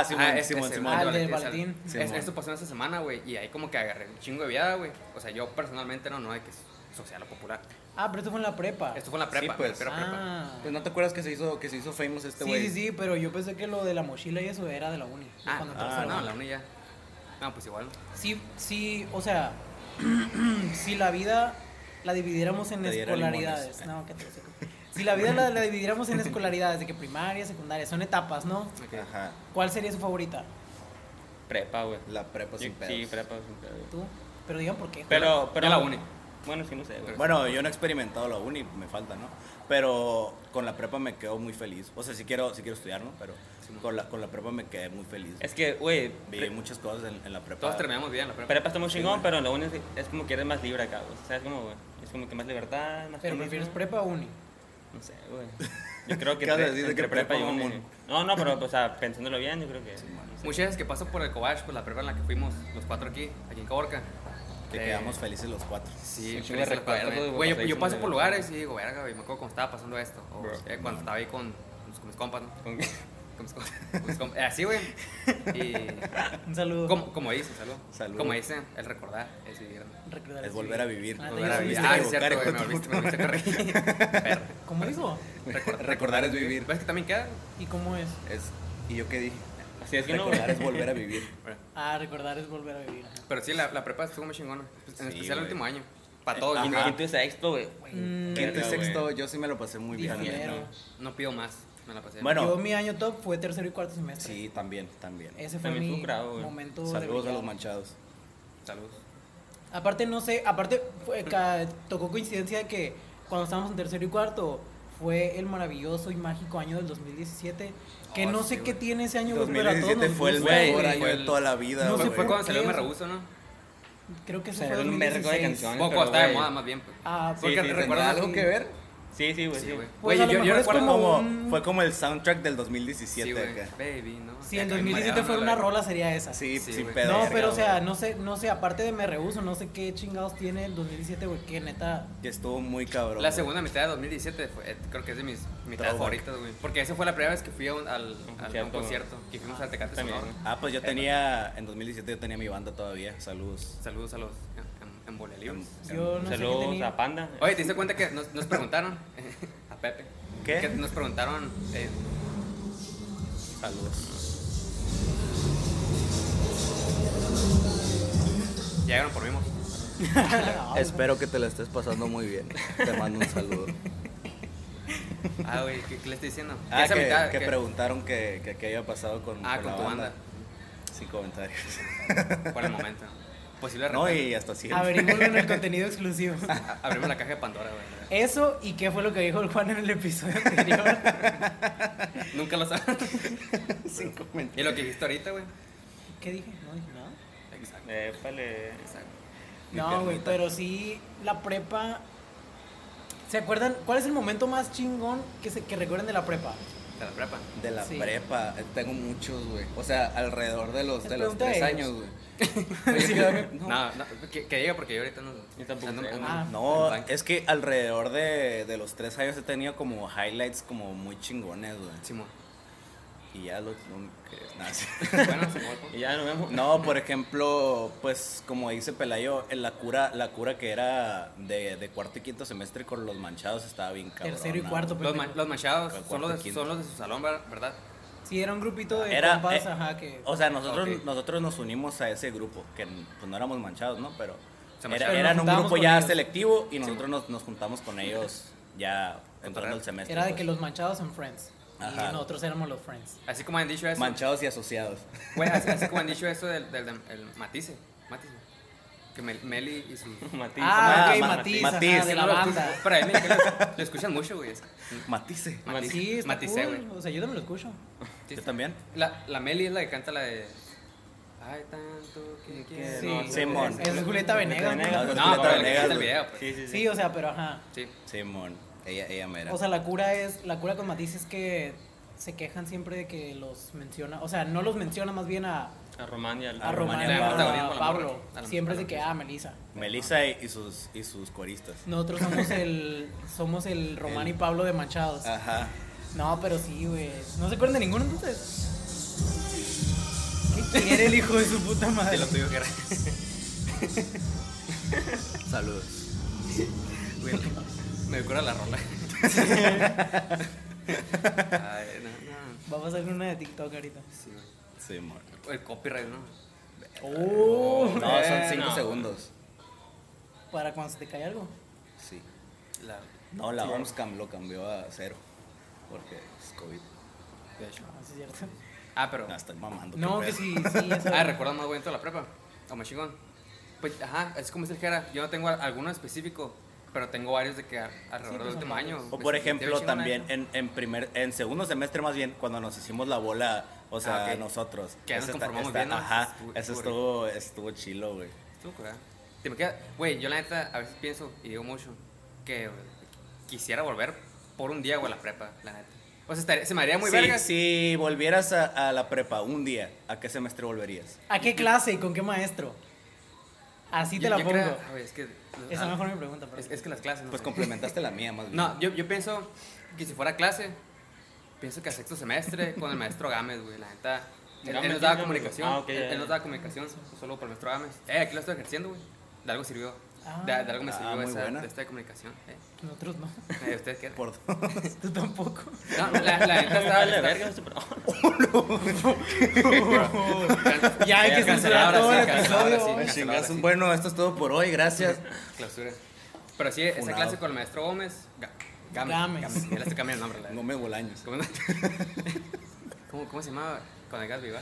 Speaker 2: Ah, Simón,
Speaker 1: Ah, es-
Speaker 2: Simón,
Speaker 1: ese,
Speaker 2: Simón.
Speaker 1: güey,
Speaker 3: Ah, el del
Speaker 1: o sea,
Speaker 3: Valentín.
Speaker 1: es-
Speaker 2: Simón.
Speaker 1: Esto pasó en esa semana, güey. Y ahí como que agarré un chingo de viada, güey. O sea, yo personalmente no, no de que es social o popular.
Speaker 3: Ah, pero esto fue en la prepa.
Speaker 1: Esto fue en la
Speaker 2: Sí,
Speaker 1: prepa,
Speaker 2: pues.
Speaker 1: me refiero a prepa. Este
Speaker 3: Ah.
Speaker 2: Pues no te acuerdas que se hizo, que se hizo famous este
Speaker 3: sí,
Speaker 2: güey.
Speaker 3: sí, sí, pero yo pensé que lo de la mochila y eso era de la uni.
Speaker 1: Ah,
Speaker 3: cuando entraste a
Speaker 1: ah,
Speaker 3: la
Speaker 1: no,
Speaker 3: uni.
Speaker 1: la uni ya. No, pues igual.
Speaker 3: Sí, sí, o sea, si la vida la dividiéramos en
Speaker 2: Te diera
Speaker 3: escolaridades.
Speaker 2: limones.
Speaker 3: No, qué te digo. Si la vida la, la dividiéramos en escolaridades, de que primaria, secundaria, son etapas, ¿no?
Speaker 1: Ok.
Speaker 2: Ajá.
Speaker 3: ¿Cuál sería su favorita?
Speaker 4: Prepa, güey.
Speaker 2: La prepa sin
Speaker 4: Sí,
Speaker 2: pedos.
Speaker 4: prepa sin pedos.
Speaker 3: Tú. Pero digan por qué.
Speaker 4: Pero, pero...
Speaker 1: Yo la uni.
Speaker 4: Bueno, es que no sé, güey.
Speaker 2: Bueno, yo no he experimentado la uni, me falta, ¿no? Pero con la prepa me quedo muy feliz. O sea, sí quiero, sí quiero estudiar, ¿no? Pero con la, con la prepa me quedé muy feliz.
Speaker 4: Es que, güey,
Speaker 2: Vi muchas cosas en, en la prepa.
Speaker 1: Todos terminamos bien la prepa.
Speaker 4: prepa está muy chingón, pero lo único es- es como que eres más libre acá, güey. ¿Sabes cómo, güey? Es como que más libertad, más
Speaker 3: Pero
Speaker 4: tú mismo.
Speaker 3: prefieres prepa o uni.
Speaker 4: No sé, güey. Yo creo que
Speaker 2: ¿Qué vas a
Speaker 4: entre,
Speaker 2: decir de que
Speaker 4: entre prepa y
Speaker 2: prepa,
Speaker 4: uni.
Speaker 2: mamón?
Speaker 4: No, no, pero, o sea, pensándolo bien, yo creo que...
Speaker 1: Muchas veces que paso por el Cobach, pues la prepa en la que fuimos los cuatro aquí, aquí en Caborca.
Speaker 2: Que
Speaker 1: eh,
Speaker 2: quedamos felices los cuatro.
Speaker 1: Sí,
Speaker 4: Sí,
Speaker 1: pero
Speaker 4: me
Speaker 1: se
Speaker 4: recuerdo,
Speaker 1: acuerda,
Speaker 4: güey,
Speaker 1: güey. yo-
Speaker 4: cuando
Speaker 1: Yo,
Speaker 4: hice
Speaker 1: paso
Speaker 4: un
Speaker 1: por
Speaker 4: video.
Speaker 1: lugares y digo, verga, güey, me acuerdo cuando estaba pasando esto. O
Speaker 4: Bro.
Speaker 1: eh, cuando estaba ahí con, con mis compas, ¿no? Con
Speaker 4: Con-
Speaker 1: mis compas. con mis compas. Eh, Así, güey. Y.
Speaker 3: Un saludo.
Speaker 1: Como, como dicen, salud.
Speaker 2: Salud.
Speaker 1: Como dicen, el recordar es vivir.
Speaker 3: Recordar
Speaker 2: Es
Speaker 3: así.
Speaker 2: volver a vivir.
Speaker 3: Ah,
Speaker 1: Volver a
Speaker 3: te
Speaker 1: vivir.
Speaker 3: viste
Speaker 1: Ah, es
Speaker 2: equivocar,
Speaker 1: cierto, güey,
Speaker 2: hijo
Speaker 1: me
Speaker 2: de
Speaker 1: volviste,
Speaker 2: tu
Speaker 1: me volviste a corregir. Perro.
Speaker 3: ¿Cómo dijo?
Speaker 1: Recordar,
Speaker 2: Recordar es vivir.
Speaker 1: ¿Ves que también queda?
Speaker 3: ¿Y cómo es?
Speaker 2: Es, ¿Y yo qué dije?
Speaker 4: Así es que no, güey.
Speaker 2: Recordar es volver a vivir.
Speaker 1: Bueno,
Speaker 3: Ah, recordar es volver a vivir. ajá.
Speaker 1: Pero sí, la, la prepa estuvo muy chingona. pues, En
Speaker 2: Sí,
Speaker 1: especial el
Speaker 2: güey.
Speaker 1: último año. Para todos. yo
Speaker 4: Y
Speaker 1: creo.
Speaker 4: quinto y sexto, güey. güey.
Speaker 3: Mm,
Speaker 2: Quinto y
Speaker 4: Verga, güey.
Speaker 2: sexto, yo sí me lo pasé muy bien. la
Speaker 3: Difiero.
Speaker 2: neta.
Speaker 1: No pido más. Me la pasé.
Speaker 2: Bueno.
Speaker 3: Yo mi año top fue tercero y cuarto semestre.
Speaker 2: Sí, también, también.
Speaker 3: Ese fue
Speaker 4: También
Speaker 3: mi
Speaker 4: fue bravo, güey.
Speaker 3: momento de
Speaker 2: Saludos a
Speaker 3: brillar.
Speaker 2: los manchados.
Speaker 1: Saludos.
Speaker 3: Aparte, no sé, aparte fue- ca- tocó coincidencia de que cuando estábamos en tercero y cuarto fue el maravilloso y mágico año del 2017, que
Speaker 1: Oh,
Speaker 3: no
Speaker 1: sí,
Speaker 3: sé qué
Speaker 1: güey.
Speaker 3: tiene ese año, güey, pero a todos
Speaker 2: 2017
Speaker 3: nos
Speaker 2: fue el
Speaker 3: gusta,
Speaker 1: güey.
Speaker 2: mejor
Speaker 1: Fue
Speaker 2: año de
Speaker 1: el-
Speaker 2: toda la vida.
Speaker 3: No sé,
Speaker 2: güey.
Speaker 1: Fue cuando salió
Speaker 3: ¿qué?
Speaker 1: Me Rehuso, ¿no?
Speaker 3: Creo que eso
Speaker 4: Se
Speaker 3: fue
Speaker 4: dieron un vergo de
Speaker 3: 2016.
Speaker 2: Ah,
Speaker 4: canciones.
Speaker 1: O cuando
Speaker 4: pero,
Speaker 1: estaba de
Speaker 4: güey.
Speaker 1: moda más bien. pues.
Speaker 3: Ah,
Speaker 1: Porque
Speaker 4: sí,
Speaker 1: recuerdas
Speaker 2: ¿Algo que ver?
Speaker 4: Sí, sí, güey, sí,
Speaker 1: Sí, güey.
Speaker 4: güey.
Speaker 3: Pues, a
Speaker 1: Güey,
Speaker 3: lo
Speaker 1: yo, yo
Speaker 3: mejor es
Speaker 2: Fue
Speaker 1: recuerdo
Speaker 3: como
Speaker 2: como,
Speaker 3: un-
Speaker 2: fue como el soundtrack del
Speaker 1: Sí,
Speaker 2: 2017
Speaker 1: güey.
Speaker 2: acá.
Speaker 1: Baby, ¿no?
Speaker 3: si en
Speaker 1: Acá,
Speaker 3: 2017
Speaker 1: mareando
Speaker 3: fue
Speaker 1: la
Speaker 3: una
Speaker 1: verga.
Speaker 3: rola, sería esa.
Speaker 2: Sí,
Speaker 1: Sí,
Speaker 2: sin
Speaker 1: güey.
Speaker 2: pedo.
Speaker 3: No,
Speaker 2: verga,
Speaker 3: pero o sea,
Speaker 2: güey.
Speaker 3: no sé, no sé, aparte de Me Rehuso, no sé qué chingados tiene el 2017, güey, que neta.
Speaker 2: Que estuvo muy cabrón.
Speaker 1: La
Speaker 2: güey.
Speaker 1: segunda mitad de 2017 fue- eh, creo que es de mis mitades
Speaker 2: Throwback.
Speaker 1: favoritas, güey. Porque esa fue la primera vez que fui a un, al, al- a un
Speaker 4: concierto.
Speaker 1: concierto. Que fuimos al Tecate
Speaker 4: También.
Speaker 1: Sonora.
Speaker 2: Ah, pues yo tenía, en 2017 yo tenía mi banda todavía. Saludos.
Speaker 1: Saludos a los en, en Bolia Libres.
Speaker 3: Yo no sé qué
Speaker 4: Saludos
Speaker 3: tenía.
Speaker 4: a Panda.
Speaker 1: Oye, ¿te diste cuenta que nos, nos preguntaron a Pepe?
Speaker 2: ¿Qué?
Speaker 1: Que nos preguntaron eh,
Speaker 2: Saludos.
Speaker 1: Llegaron por mí. mo.
Speaker 2: Espero que te la estés pasando muy bien. Te mando un saludo.
Speaker 1: Ah, güey, ¿qué, qué le estoy diciendo?
Speaker 2: Ah,
Speaker 1: esa
Speaker 2: que,
Speaker 1: mitad,
Speaker 2: que
Speaker 1: que-
Speaker 2: preguntaron que, que qué había pasado con,
Speaker 1: Ah,
Speaker 2: con
Speaker 1: con
Speaker 2: la
Speaker 1: tu
Speaker 2: banda.
Speaker 1: banda.
Speaker 2: Sin comentarios.
Speaker 1: Por el momento. Posible
Speaker 2: No,
Speaker 1: repente.
Speaker 2: y hasta siempre.
Speaker 3: Averigüenlo en el contenido exclusivo.
Speaker 1: A- Abrimos la caja de Pandora, güey.
Speaker 3: Eso y qué fue lo que dijo el Juan en el episodio anterior.
Speaker 1: Nunca lo sabes.
Speaker 2: Sin
Speaker 1: y
Speaker 2: comentarios.
Speaker 1: lo que dijiste ahorita, güey.
Speaker 3: ¿Qué dije? No dije nada.
Speaker 1: Exacto.
Speaker 4: Épale.
Speaker 1: Exacto.
Speaker 2: Mi
Speaker 3: No, güey,
Speaker 2: piernita.
Speaker 3: pero sí, la prepa. ¿Se acuerdan? ¿Cuál es el momento más chingón que, se, que recuerden de la prepa?
Speaker 1: Te la prepa.
Speaker 2: De la
Speaker 3: Sí.
Speaker 2: prepa, eh, tengo muchos, güey. O sea, alrededor de los,
Speaker 3: Les
Speaker 2: de los
Speaker 3: pregunté a
Speaker 2: tres
Speaker 3: ellos.
Speaker 2: años, güey. Oye, que dame- no,
Speaker 1: No, no, que, que diga porque yo ahorita no.
Speaker 4: Yo tampoco
Speaker 1: ando-
Speaker 4: sé,
Speaker 1: ando-
Speaker 3: güey.
Speaker 2: Ah, No,
Speaker 1: ando-
Speaker 2: es que alrededor de, de los tres años he tenido como highlights como muy chingones, güey.
Speaker 1: Simón.
Speaker 2: Y ya los... no, que- nada, sí.
Speaker 1: Bueno, Simón. pues.
Speaker 4: Y ya nos vemos.
Speaker 2: No, por ejemplo, pues como dice Pelayo, en la cura, la cura que era de, de cuarto y quinto semestre con los manchados estaba bien cabrón.
Speaker 3: Tercero y cuarto,
Speaker 1: Los, ma- los machados
Speaker 2: Cuarto,
Speaker 1: son los, de,
Speaker 2: quinto.
Speaker 1: son los de su salón, ¿ver- ¿verdad?
Speaker 3: Sí, era un grupito pues, de
Speaker 2: Era,
Speaker 3: compas,
Speaker 2: eh,
Speaker 3: ajá, que.
Speaker 2: O sea, nosotros,
Speaker 1: Ok.
Speaker 2: nosotros nos unimos a ese grupo, que pues no éramos manchados, ¿no? Pero
Speaker 1: Se
Speaker 2: era-
Speaker 1: mancharon.
Speaker 2: eran
Speaker 3: Nos
Speaker 2: un
Speaker 3: juntábamos
Speaker 2: grupo
Speaker 3: con
Speaker 2: ya
Speaker 3: ellos.
Speaker 2: selectivo y nosotros nos, nos juntamos con ellos ya entrando
Speaker 1: Cotorreo.
Speaker 2: al semestre.
Speaker 3: Era de
Speaker 2: pues.
Speaker 3: que los manchados son friends.
Speaker 2: Ajá.
Speaker 3: Y nosotros éramos los friends.
Speaker 1: Así como han dicho eso.
Speaker 2: Manchados y asociados.
Speaker 1: Güey, así, así como han dicho eso del, del, del- el matice. Matice. Que Mel- Meli y su.
Speaker 4: Matiz.
Speaker 3: ah,
Speaker 2: ah,
Speaker 3: ok,
Speaker 2: Ma-
Speaker 3: Matiz, ajá,
Speaker 2: Matiz,
Speaker 3: de
Speaker 1: Sí,
Speaker 3: la
Speaker 1: no lo
Speaker 3: banda.
Speaker 1: escucho. Pero a mí me que lo, lo escuchan mucho, güey. es-
Speaker 2: Matice.
Speaker 1: Matiz.
Speaker 3: Sí, está
Speaker 1: Maticé,
Speaker 3: cool.
Speaker 1: güey.
Speaker 3: O sea, yo también lo escucho.
Speaker 1: Sí,
Speaker 2: Yo
Speaker 1: sí.
Speaker 2: también.
Speaker 1: La, la Meli es la que canta la de. Ay, tanto que quiero.
Speaker 3: Sí.
Speaker 4: no,
Speaker 2: Simón.
Speaker 4: sí,
Speaker 3: Es Julieta Venegas.
Speaker 4: Venegas.
Speaker 3: ¿no?
Speaker 2: No,
Speaker 1: No, pero la que
Speaker 2: Venegas,
Speaker 1: canta el
Speaker 2: güey.
Speaker 1: video, pues.
Speaker 4: Sí, sí, sí.
Speaker 3: Sí, o sea, pero ajá.
Speaker 1: Sí.
Speaker 2: Simón. Ella, ella mera.
Speaker 3: O sea, la cura es, la cura con matices es que se quejan siempre de que los menciona, o o sea, no los menciona más bien a,
Speaker 4: A Román y al...
Speaker 3: a
Speaker 2: A
Speaker 3: Román
Speaker 2: Román
Speaker 3: y
Speaker 2: y
Speaker 3: a
Speaker 2: a
Speaker 1: Pablo.
Speaker 3: Pablo.
Speaker 1: A la-
Speaker 3: Siempre es de
Speaker 1: a la-
Speaker 3: que, ah, Melissa.
Speaker 2: Melissa y, y sus, y sus coristas.
Speaker 3: Nosotros somos el, somos el Román y
Speaker 2: El- Ah.
Speaker 3: Pablo de Manchados.
Speaker 2: Ajá.
Speaker 3: No, pero sí, güey. ¿No se acuerdan de ninguno entonces? ¿Qué quiere el hijo de su puta
Speaker 1: Sí,
Speaker 3: madre?
Speaker 1: lo tuyo que era.
Speaker 2: Saludos.
Speaker 1: Güey, me recuerda la rola. Ay, no, no.
Speaker 3: Va a pasar una de TikTok ahorita.
Speaker 1: Sí, güey.
Speaker 2: Simón.
Speaker 1: El copyright, ¿no?
Speaker 3: Oh,
Speaker 2: No, son
Speaker 1: Eh,
Speaker 2: cinco
Speaker 4: no.
Speaker 2: segundos.
Speaker 3: para cuando se te cae algo.
Speaker 2: Sí.
Speaker 1: La,
Speaker 2: No, la Omscam lo cambió a cero. Porque es COVID.
Speaker 1: de hecho.
Speaker 3: Ah, sí, es cierto.
Speaker 1: Ah, pero.
Speaker 2: No, estoy mamando.
Speaker 3: No,
Speaker 2: qué
Speaker 3: que
Speaker 2: pedo.
Speaker 3: sí, sí, ya sabes.
Speaker 1: Ah, recuerdo más bueno de la prepa. O más chingón. Pues, ajá, es como dice el Jera, yo no tengo al- alguno específico, pero tengo varios de que a- alrededor
Speaker 3: pues,
Speaker 1: del último
Speaker 3: son
Speaker 1: año.
Speaker 2: O
Speaker 1: me
Speaker 2: por
Speaker 1: sentí bien
Speaker 2: ejemplo,
Speaker 1: chingón,
Speaker 2: también
Speaker 1: ¿eh?
Speaker 2: en, en primer en segundo semestre más bien cuando nos hicimos la bola, o sea,
Speaker 1: Ah, ok.
Speaker 2: nosotros.
Speaker 1: Que ya
Speaker 2: Ese
Speaker 1: nos
Speaker 2: está-
Speaker 1: conformamos
Speaker 2: está-
Speaker 1: bien, ¿no?
Speaker 2: Ajá,
Speaker 1: Estuvo-
Speaker 2: eso estuvo
Speaker 1: estuvo
Speaker 2: estuvo chilo, güey.
Speaker 1: Estuvo curada. Te me queda- Güey, yo la neta a veces pienso y digo mucho que güey, quisiera volver por un día, güey, a la prepa, la neta. O sea, estaría- se me haría muy
Speaker 2: Sí,
Speaker 1: verga.
Speaker 2: si volvieras a, a la prepa un día, ¿a qué semestre volverías?
Speaker 3: ¿A qué clase y con qué maestro? Así te
Speaker 1: Yo-
Speaker 3: la
Speaker 1: yo
Speaker 3: pongo.
Speaker 1: creo- ah, güey, es que,
Speaker 3: Esa
Speaker 1: ah,
Speaker 3: mejor mi pregunta. pero-
Speaker 1: es, es que las clases. no
Speaker 2: Pues
Speaker 1: sé.
Speaker 2: complementaste la mía más bien.
Speaker 1: Ah, No, yo, yo pienso que si fuera a clase, pienso que a sexto semestre con el maestro Gámez, güey, la neta. Él, él
Speaker 4: Gámez,
Speaker 1: nos daba
Speaker 4: Gámez, güey.
Speaker 1: comunicación.
Speaker 4: Ah, ok,
Speaker 1: él,
Speaker 4: ya,
Speaker 1: él
Speaker 4: ya.
Speaker 1: nos daba comunicación, solo por el maestro Gámez. Eh, aquí lo estoy ejerciendo, güey. De algo sirvió.
Speaker 3: Ah.
Speaker 1: de, de algo me
Speaker 2: Ah,
Speaker 1: sirvió
Speaker 2: muy
Speaker 1: esa,
Speaker 2: buena.
Speaker 1: de esta comunicación. Eh.
Speaker 3: Nosotros no.
Speaker 1: Eh, ¿Ustedes qué?
Speaker 2: Por
Speaker 3: Tú tampoco.
Speaker 1: No, la, la neta
Speaker 4: Está
Speaker 1: estaba
Speaker 4: de verga, este pro-
Speaker 3: Ya hay
Speaker 1: Ya,
Speaker 3: que
Speaker 1: cancelar
Speaker 3: censurar
Speaker 1: ahora
Speaker 3: todo
Speaker 1: sí,
Speaker 3: el
Speaker 1: cancelar ahora
Speaker 3: episodio.
Speaker 1: sí.
Speaker 3: güey.
Speaker 1: Chingazo,
Speaker 2: Chingazo.
Speaker 1: ahora sí.
Speaker 2: Bueno, esto es todo por hoy, gracias.
Speaker 1: Clausura. Pero sí, esa
Speaker 2: Funado.
Speaker 1: clase con el maestro Gómez. Ga- Gámez.
Speaker 3: Gámez.
Speaker 1: Gámez. Él hasta cambia el nombre. la verdad.
Speaker 2: Gómez Bolaños.
Speaker 1: ¿Cómo, ¿Cómo, cómo se llamaba? Con el gas viva.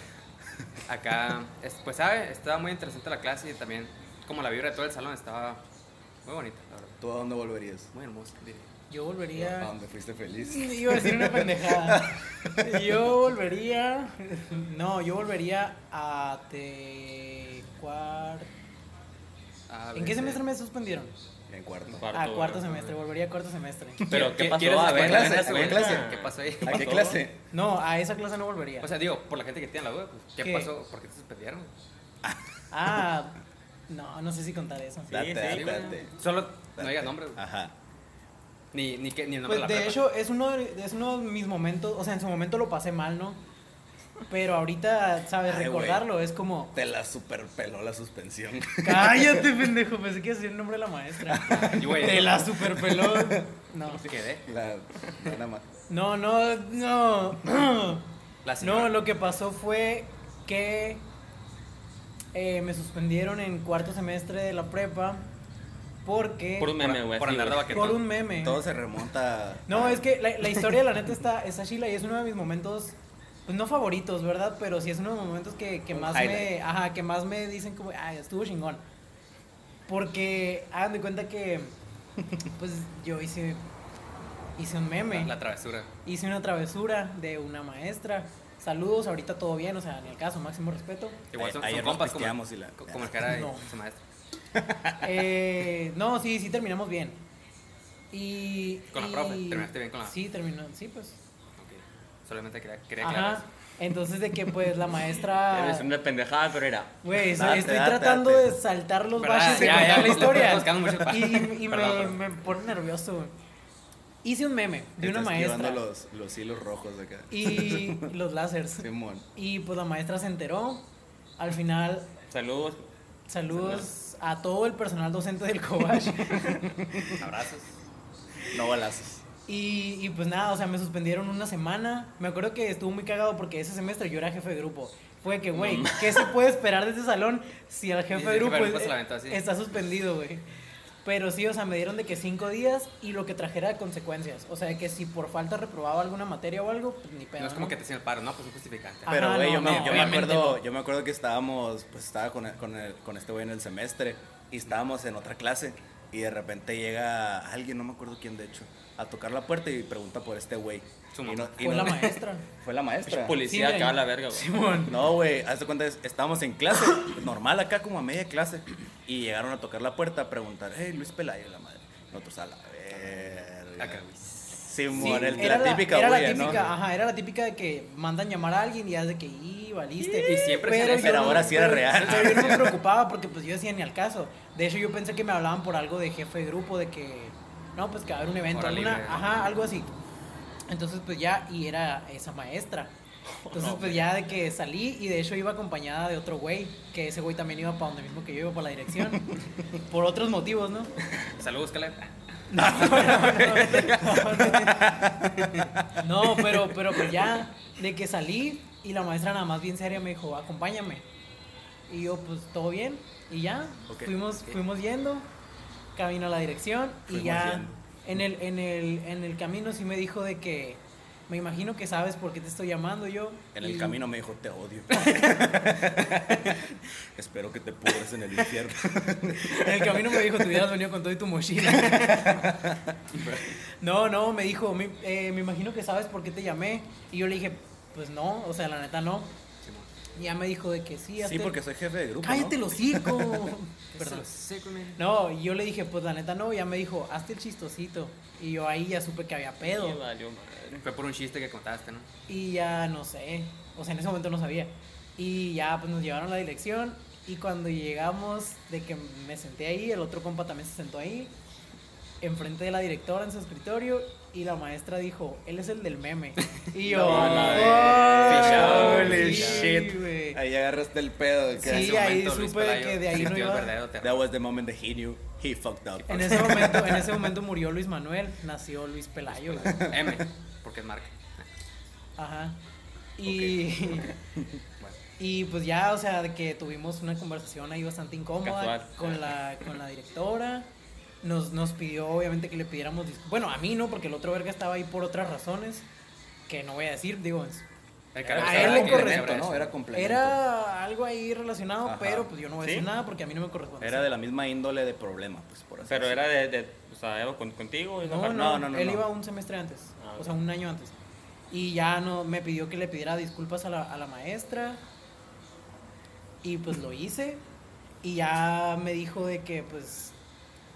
Speaker 1: Acá, es- pues sabe, estaba muy interesante la clase y también como la vibra de todo el salón estaba muy bonita, la verdad.
Speaker 2: ¿Tú a dónde volverías?
Speaker 1: Muy hermosa. diría.
Speaker 3: Yo
Speaker 2: ¿A
Speaker 3: volvería.
Speaker 2: dónde fuiste feliz?
Speaker 3: Iba a decir una pendejada. Yo volvería. No, yo volvería a Tecuar.
Speaker 1: Ah,
Speaker 3: ¿En qué
Speaker 1: vete.
Speaker 3: semestre me suspendieron?
Speaker 2: En cuarto.
Speaker 4: Cuarto,
Speaker 3: a cuarto
Speaker 4: güey.
Speaker 3: semestre, volvería a cuarto semestre.
Speaker 4: Pero, ¿qué pasó?
Speaker 1: ¿Quieres
Speaker 4: A
Speaker 1: la
Speaker 4: ver,
Speaker 1: clase?
Speaker 4: ¿la
Speaker 1: ¿A ver,
Speaker 2: clase?
Speaker 1: ¿Qué pasó ahí?
Speaker 2: ¿A qué clase?
Speaker 3: No, a esa clase no volvería.
Speaker 1: O sea, digo, por la gente que tiene la duda, pues, ¿qué,
Speaker 3: ¿Qué?
Speaker 1: pasó? ¿Por qué te suspendieron?
Speaker 3: Ah, no, no sé si contar eso.
Speaker 2: Date,
Speaker 4: sí,
Speaker 2: date,
Speaker 4: güey.
Speaker 2: date.
Speaker 1: Solo no
Speaker 2: Date.
Speaker 1: digas nombre, güey.
Speaker 2: Ajá.
Speaker 1: Ni, ni, que, ni el nombre
Speaker 3: Pues de
Speaker 1: de la prepa.
Speaker 3: hecho, es uno de, es uno de mis momentos. O sea, en su momento lo pasé mal, ¿no? Pero ahorita, ¿sabes?
Speaker 2: Ay, güey.
Speaker 3: Recordarlo es como.
Speaker 2: Te la superpeló la suspensión.
Speaker 3: Cállate, pendejo. Pensé que iba a decir el nombre de la maestra.
Speaker 1: Y, güey,
Speaker 3: Te la superpeló. No.
Speaker 1: ¿cómo te quedé?
Speaker 2: La, nada más.
Speaker 3: No, no, no.
Speaker 1: La señora.
Speaker 3: No, lo que pasó fue que eh, me suspendieron en cuarto semestre de la prepa porque.
Speaker 4: Por un meme, güey.
Speaker 1: por
Speaker 4: así,
Speaker 1: andar de
Speaker 4: güey.
Speaker 1: vaquetón.
Speaker 3: por un meme.
Speaker 2: Todo se remonta.
Speaker 3: No, es que la, la historia, la neta, está, está chila y es uno de mis momentos, pues no favoritos, ¿verdad? Pero sí es uno de los momentos que, que
Speaker 2: Un
Speaker 3: más
Speaker 2: highlight.
Speaker 3: me, ajá, que más me dicen como, ay, estuvo chingón. Porque hagan de cuenta que, pues yo hice, hice un meme,
Speaker 1: La, la travesura.
Speaker 3: hice una travesura de una maestra. Saludos, ahorita todo bien, o sea, ni el caso, máximo respeto.
Speaker 1: Igual son,
Speaker 2: Ayer
Speaker 1: son
Speaker 2: nos
Speaker 1: compas como,
Speaker 2: pisteamos y la-
Speaker 1: co- como el cara de
Speaker 3: No.
Speaker 1: su maestro.
Speaker 3: Eh, no, sí, sí terminamos bien. Y
Speaker 1: Con la
Speaker 3: y-
Speaker 1: profe, terminaste bien con la-
Speaker 3: Sí, terminó, sí, pues.
Speaker 1: Ok. Solamente quería, quería aclarar
Speaker 3: Ajá.
Speaker 1: eso.
Speaker 3: Entonces de que pues la
Speaker 4: Ya
Speaker 3: maestra
Speaker 4: ves, una pendejada, pero era.
Speaker 3: Güey, so-
Speaker 2: Date,
Speaker 3: estoy
Speaker 2: date,
Speaker 3: tratando
Speaker 2: date.
Speaker 3: de saltar los
Speaker 1: ¿Verdad?
Speaker 3: baches y
Speaker 1: ah, Ya, ya,
Speaker 3: contar la
Speaker 1: le estoy
Speaker 3: historia.
Speaker 1: buscando mucho pa-
Speaker 3: Y, y me,
Speaker 1: Perdón, perdón.
Speaker 3: me pone nervioso. güey. Hice un meme de una
Speaker 2: Está esquivando
Speaker 3: maestra
Speaker 2: Los, los hilos rojos de acá.
Speaker 3: y los lásers.
Speaker 2: Simón.
Speaker 3: Y pues la maestra se enteró. Al final,
Speaker 4: Saludos.
Speaker 3: saludos a todo el personal docente del Cobach.
Speaker 1: Abrazos.
Speaker 2: No balazos.
Speaker 3: Y, y, pues nada, o sea, me suspendieron una semana. Me acuerdo que estuvo muy cagado porque ese semestre yo era jefe de grupo. Fue que, güey, ¿qué se puede esperar de este salón si el jefe
Speaker 1: Sí,
Speaker 3: de
Speaker 1: el
Speaker 3: grupo
Speaker 1: jefe de grupo
Speaker 3: es-
Speaker 1: se la aventó así.
Speaker 3: está suspendido, güey? Pero sí, o sea, me dieron de que cinco días y lo que trajera de consecuencias. O sea, de que si por falta reprobaba alguna materia o algo, pues ni pedo.
Speaker 1: no es como
Speaker 3: ¿no?
Speaker 1: que te hacen el paro, no, pues un justificante.
Speaker 3: Ah.
Speaker 2: Pero,
Speaker 3: Ajá,
Speaker 2: güey,
Speaker 3: no,
Speaker 2: yo, me,
Speaker 3: no,
Speaker 2: yo me
Speaker 3: obviamente
Speaker 2: acuerdo,
Speaker 3: no.
Speaker 2: yo me acuerdo que estábamos, pues estaba con, el- con, el- con este güey en el semestre y estábamos en otra clase y de repente llega alguien, no me acuerdo quién de hecho, a tocar la puerta y pregunta por este güey.
Speaker 1: Su
Speaker 2: Y
Speaker 1: mamá.
Speaker 2: y
Speaker 3: Fue la maestra.
Speaker 2: Fue la maestra.
Speaker 4: Policía,
Speaker 3: Sí,
Speaker 4: que va a la
Speaker 3: güey.
Speaker 4: verga, güey.
Speaker 3: Simón.
Speaker 2: No, güey, hazte cuenta, es- estábamos en clase, normal acá, como a media clase, y llegaron a tocar la puerta a preguntar, hey, Luis Pelayo, la madre. Nosotros a la verga.
Speaker 1: Acá, güey.
Speaker 2: Simón,
Speaker 3: Sí,
Speaker 2: el-
Speaker 3: era
Speaker 2: la típica,
Speaker 3: Era la
Speaker 2: bulla, ¿no?
Speaker 3: típica, ajá, era la típica de que mandan llamar a alguien y ya es de que, y valiste.
Speaker 1: Y siempre se
Speaker 3: pero,
Speaker 1: hace,
Speaker 3: yo
Speaker 2: pero
Speaker 3: no-
Speaker 2: ahora sí era
Speaker 3: pero-
Speaker 2: real.
Speaker 3: Pero yo no me preocupaba porque pues yo decía ni al caso. De hecho, yo pensé que me hablaban por algo de jefe de grupo, de que, no, pues que va a haber un evento,
Speaker 1: Hora
Speaker 3: alguna,
Speaker 1: libre.
Speaker 3: ajá, algo así. Entonces, pues ya, y era esa maestra. Entonces, pues ya de que salí y de hecho iba acompañada de otro güey, que ese güey también iba para donde mismo que yo iba, para la dirección, por otros motivos, ¿no?
Speaker 1: Saludos, Caleb.
Speaker 3: No, no, no, no. No, pero, pero pues ya, de que salí y la maestra nada más bien seria me dijo, acompáñame. Y yo, pues todo bien. Y ya,
Speaker 2: Ok.
Speaker 3: fuimos, fuimos yendo, camino a la dirección
Speaker 2: Fuimos
Speaker 3: y ya
Speaker 2: yendo.
Speaker 3: en el, en, el, en el camino sí me dijo de que, me imagino que sabes por qué te estoy llamando yo.
Speaker 2: En
Speaker 3: Y-
Speaker 2: el camino me dijo, te odio. Espero que te pudres en el infierno.
Speaker 3: En el camino me dijo, te hubieras venido con todo y tu mochila. No, no, me dijo, me, eh, me imagino que sabes por qué te llamé. Y yo le dije, pues no, o sea, la neta no. Y ya me dijo de que sí. hazte
Speaker 2: Sí,
Speaker 3: el-
Speaker 2: porque soy jefe de grupo. ¿no?
Speaker 3: Cállate los hocico.
Speaker 1: Perdón.
Speaker 3: Perdón. No, y yo le dije, pues la neta no. Y ya me dijo, hazte el chistosito. Y yo ahí ya supe que había
Speaker 4: Sí,
Speaker 3: pedo.
Speaker 4: valió madre.
Speaker 1: Fue por un chiste que contaste, ¿no?
Speaker 3: Y ya no sé. O sea, en ese momento no sabía. Y ya pues nos llevaron a la dirección. Y cuando llegamos, de que me senté ahí, el otro compa también se sentó ahí. Enfrente de la directora en su escritorio. Y la maestra dijo, él es el del meme. Y yo,
Speaker 2: No, la
Speaker 3: "Ay,
Speaker 2: de- Holy
Speaker 3: sí,
Speaker 2: shit.
Speaker 3: güey".
Speaker 2: Ahí agarraste el pedo. de que
Speaker 3: Sí,
Speaker 2: en ese
Speaker 3: ahí
Speaker 2: momento-
Speaker 1: Luis
Speaker 3: supe
Speaker 1: Pelayo
Speaker 3: que de ahí no
Speaker 1: sintió
Speaker 3: iba-
Speaker 1: el verdadero terror.
Speaker 2: That was the moment that he knew he fucked up.
Speaker 3: En ese momento, en ese momento murió Luis Manuel, nació Luis Pelayo. güey.
Speaker 1: M, porque es marca.
Speaker 3: Ajá. Y,
Speaker 1: Bueno.
Speaker 3: y pues ya, o sea, de que tuvimos una conversación ahí bastante incómoda
Speaker 4: Casual.
Speaker 3: con la, con la directora. Nos, nos pidió, obviamente, que le pidiéramos dis- Bueno, a mí no, porque el otro verga estaba ahí por otras razones que no voy a decir, digo. es-
Speaker 1: El
Speaker 3: A
Speaker 1: cabrón
Speaker 3: él
Speaker 1: estaba
Speaker 3: le
Speaker 1: aquí,
Speaker 3: corresponde,
Speaker 1: de
Speaker 2: ¿no?
Speaker 1: Nebraska.
Speaker 2: Era complemento.
Speaker 3: Era algo ahí relacionado,
Speaker 2: Ajá.
Speaker 3: pero pues yo no voy a
Speaker 4: ¿Sí?
Speaker 3: decir nada porque a mí no me corresponde.
Speaker 2: Era de la misma índole de problema, pues por así
Speaker 4: Pero
Speaker 2: decirlo.
Speaker 4: era de, de- o sea, iba con- contigo. y
Speaker 3: No,
Speaker 4: bajar-
Speaker 3: no,
Speaker 2: No, no, no,
Speaker 3: él
Speaker 2: no.
Speaker 3: iba un semestre antes,
Speaker 4: Ah,
Speaker 3: o sea, un año antes. Y ya no, me pidió que le pidiera disculpas a la, a la maestra. Y pues lo hice. Y ya me dijo de que, pues,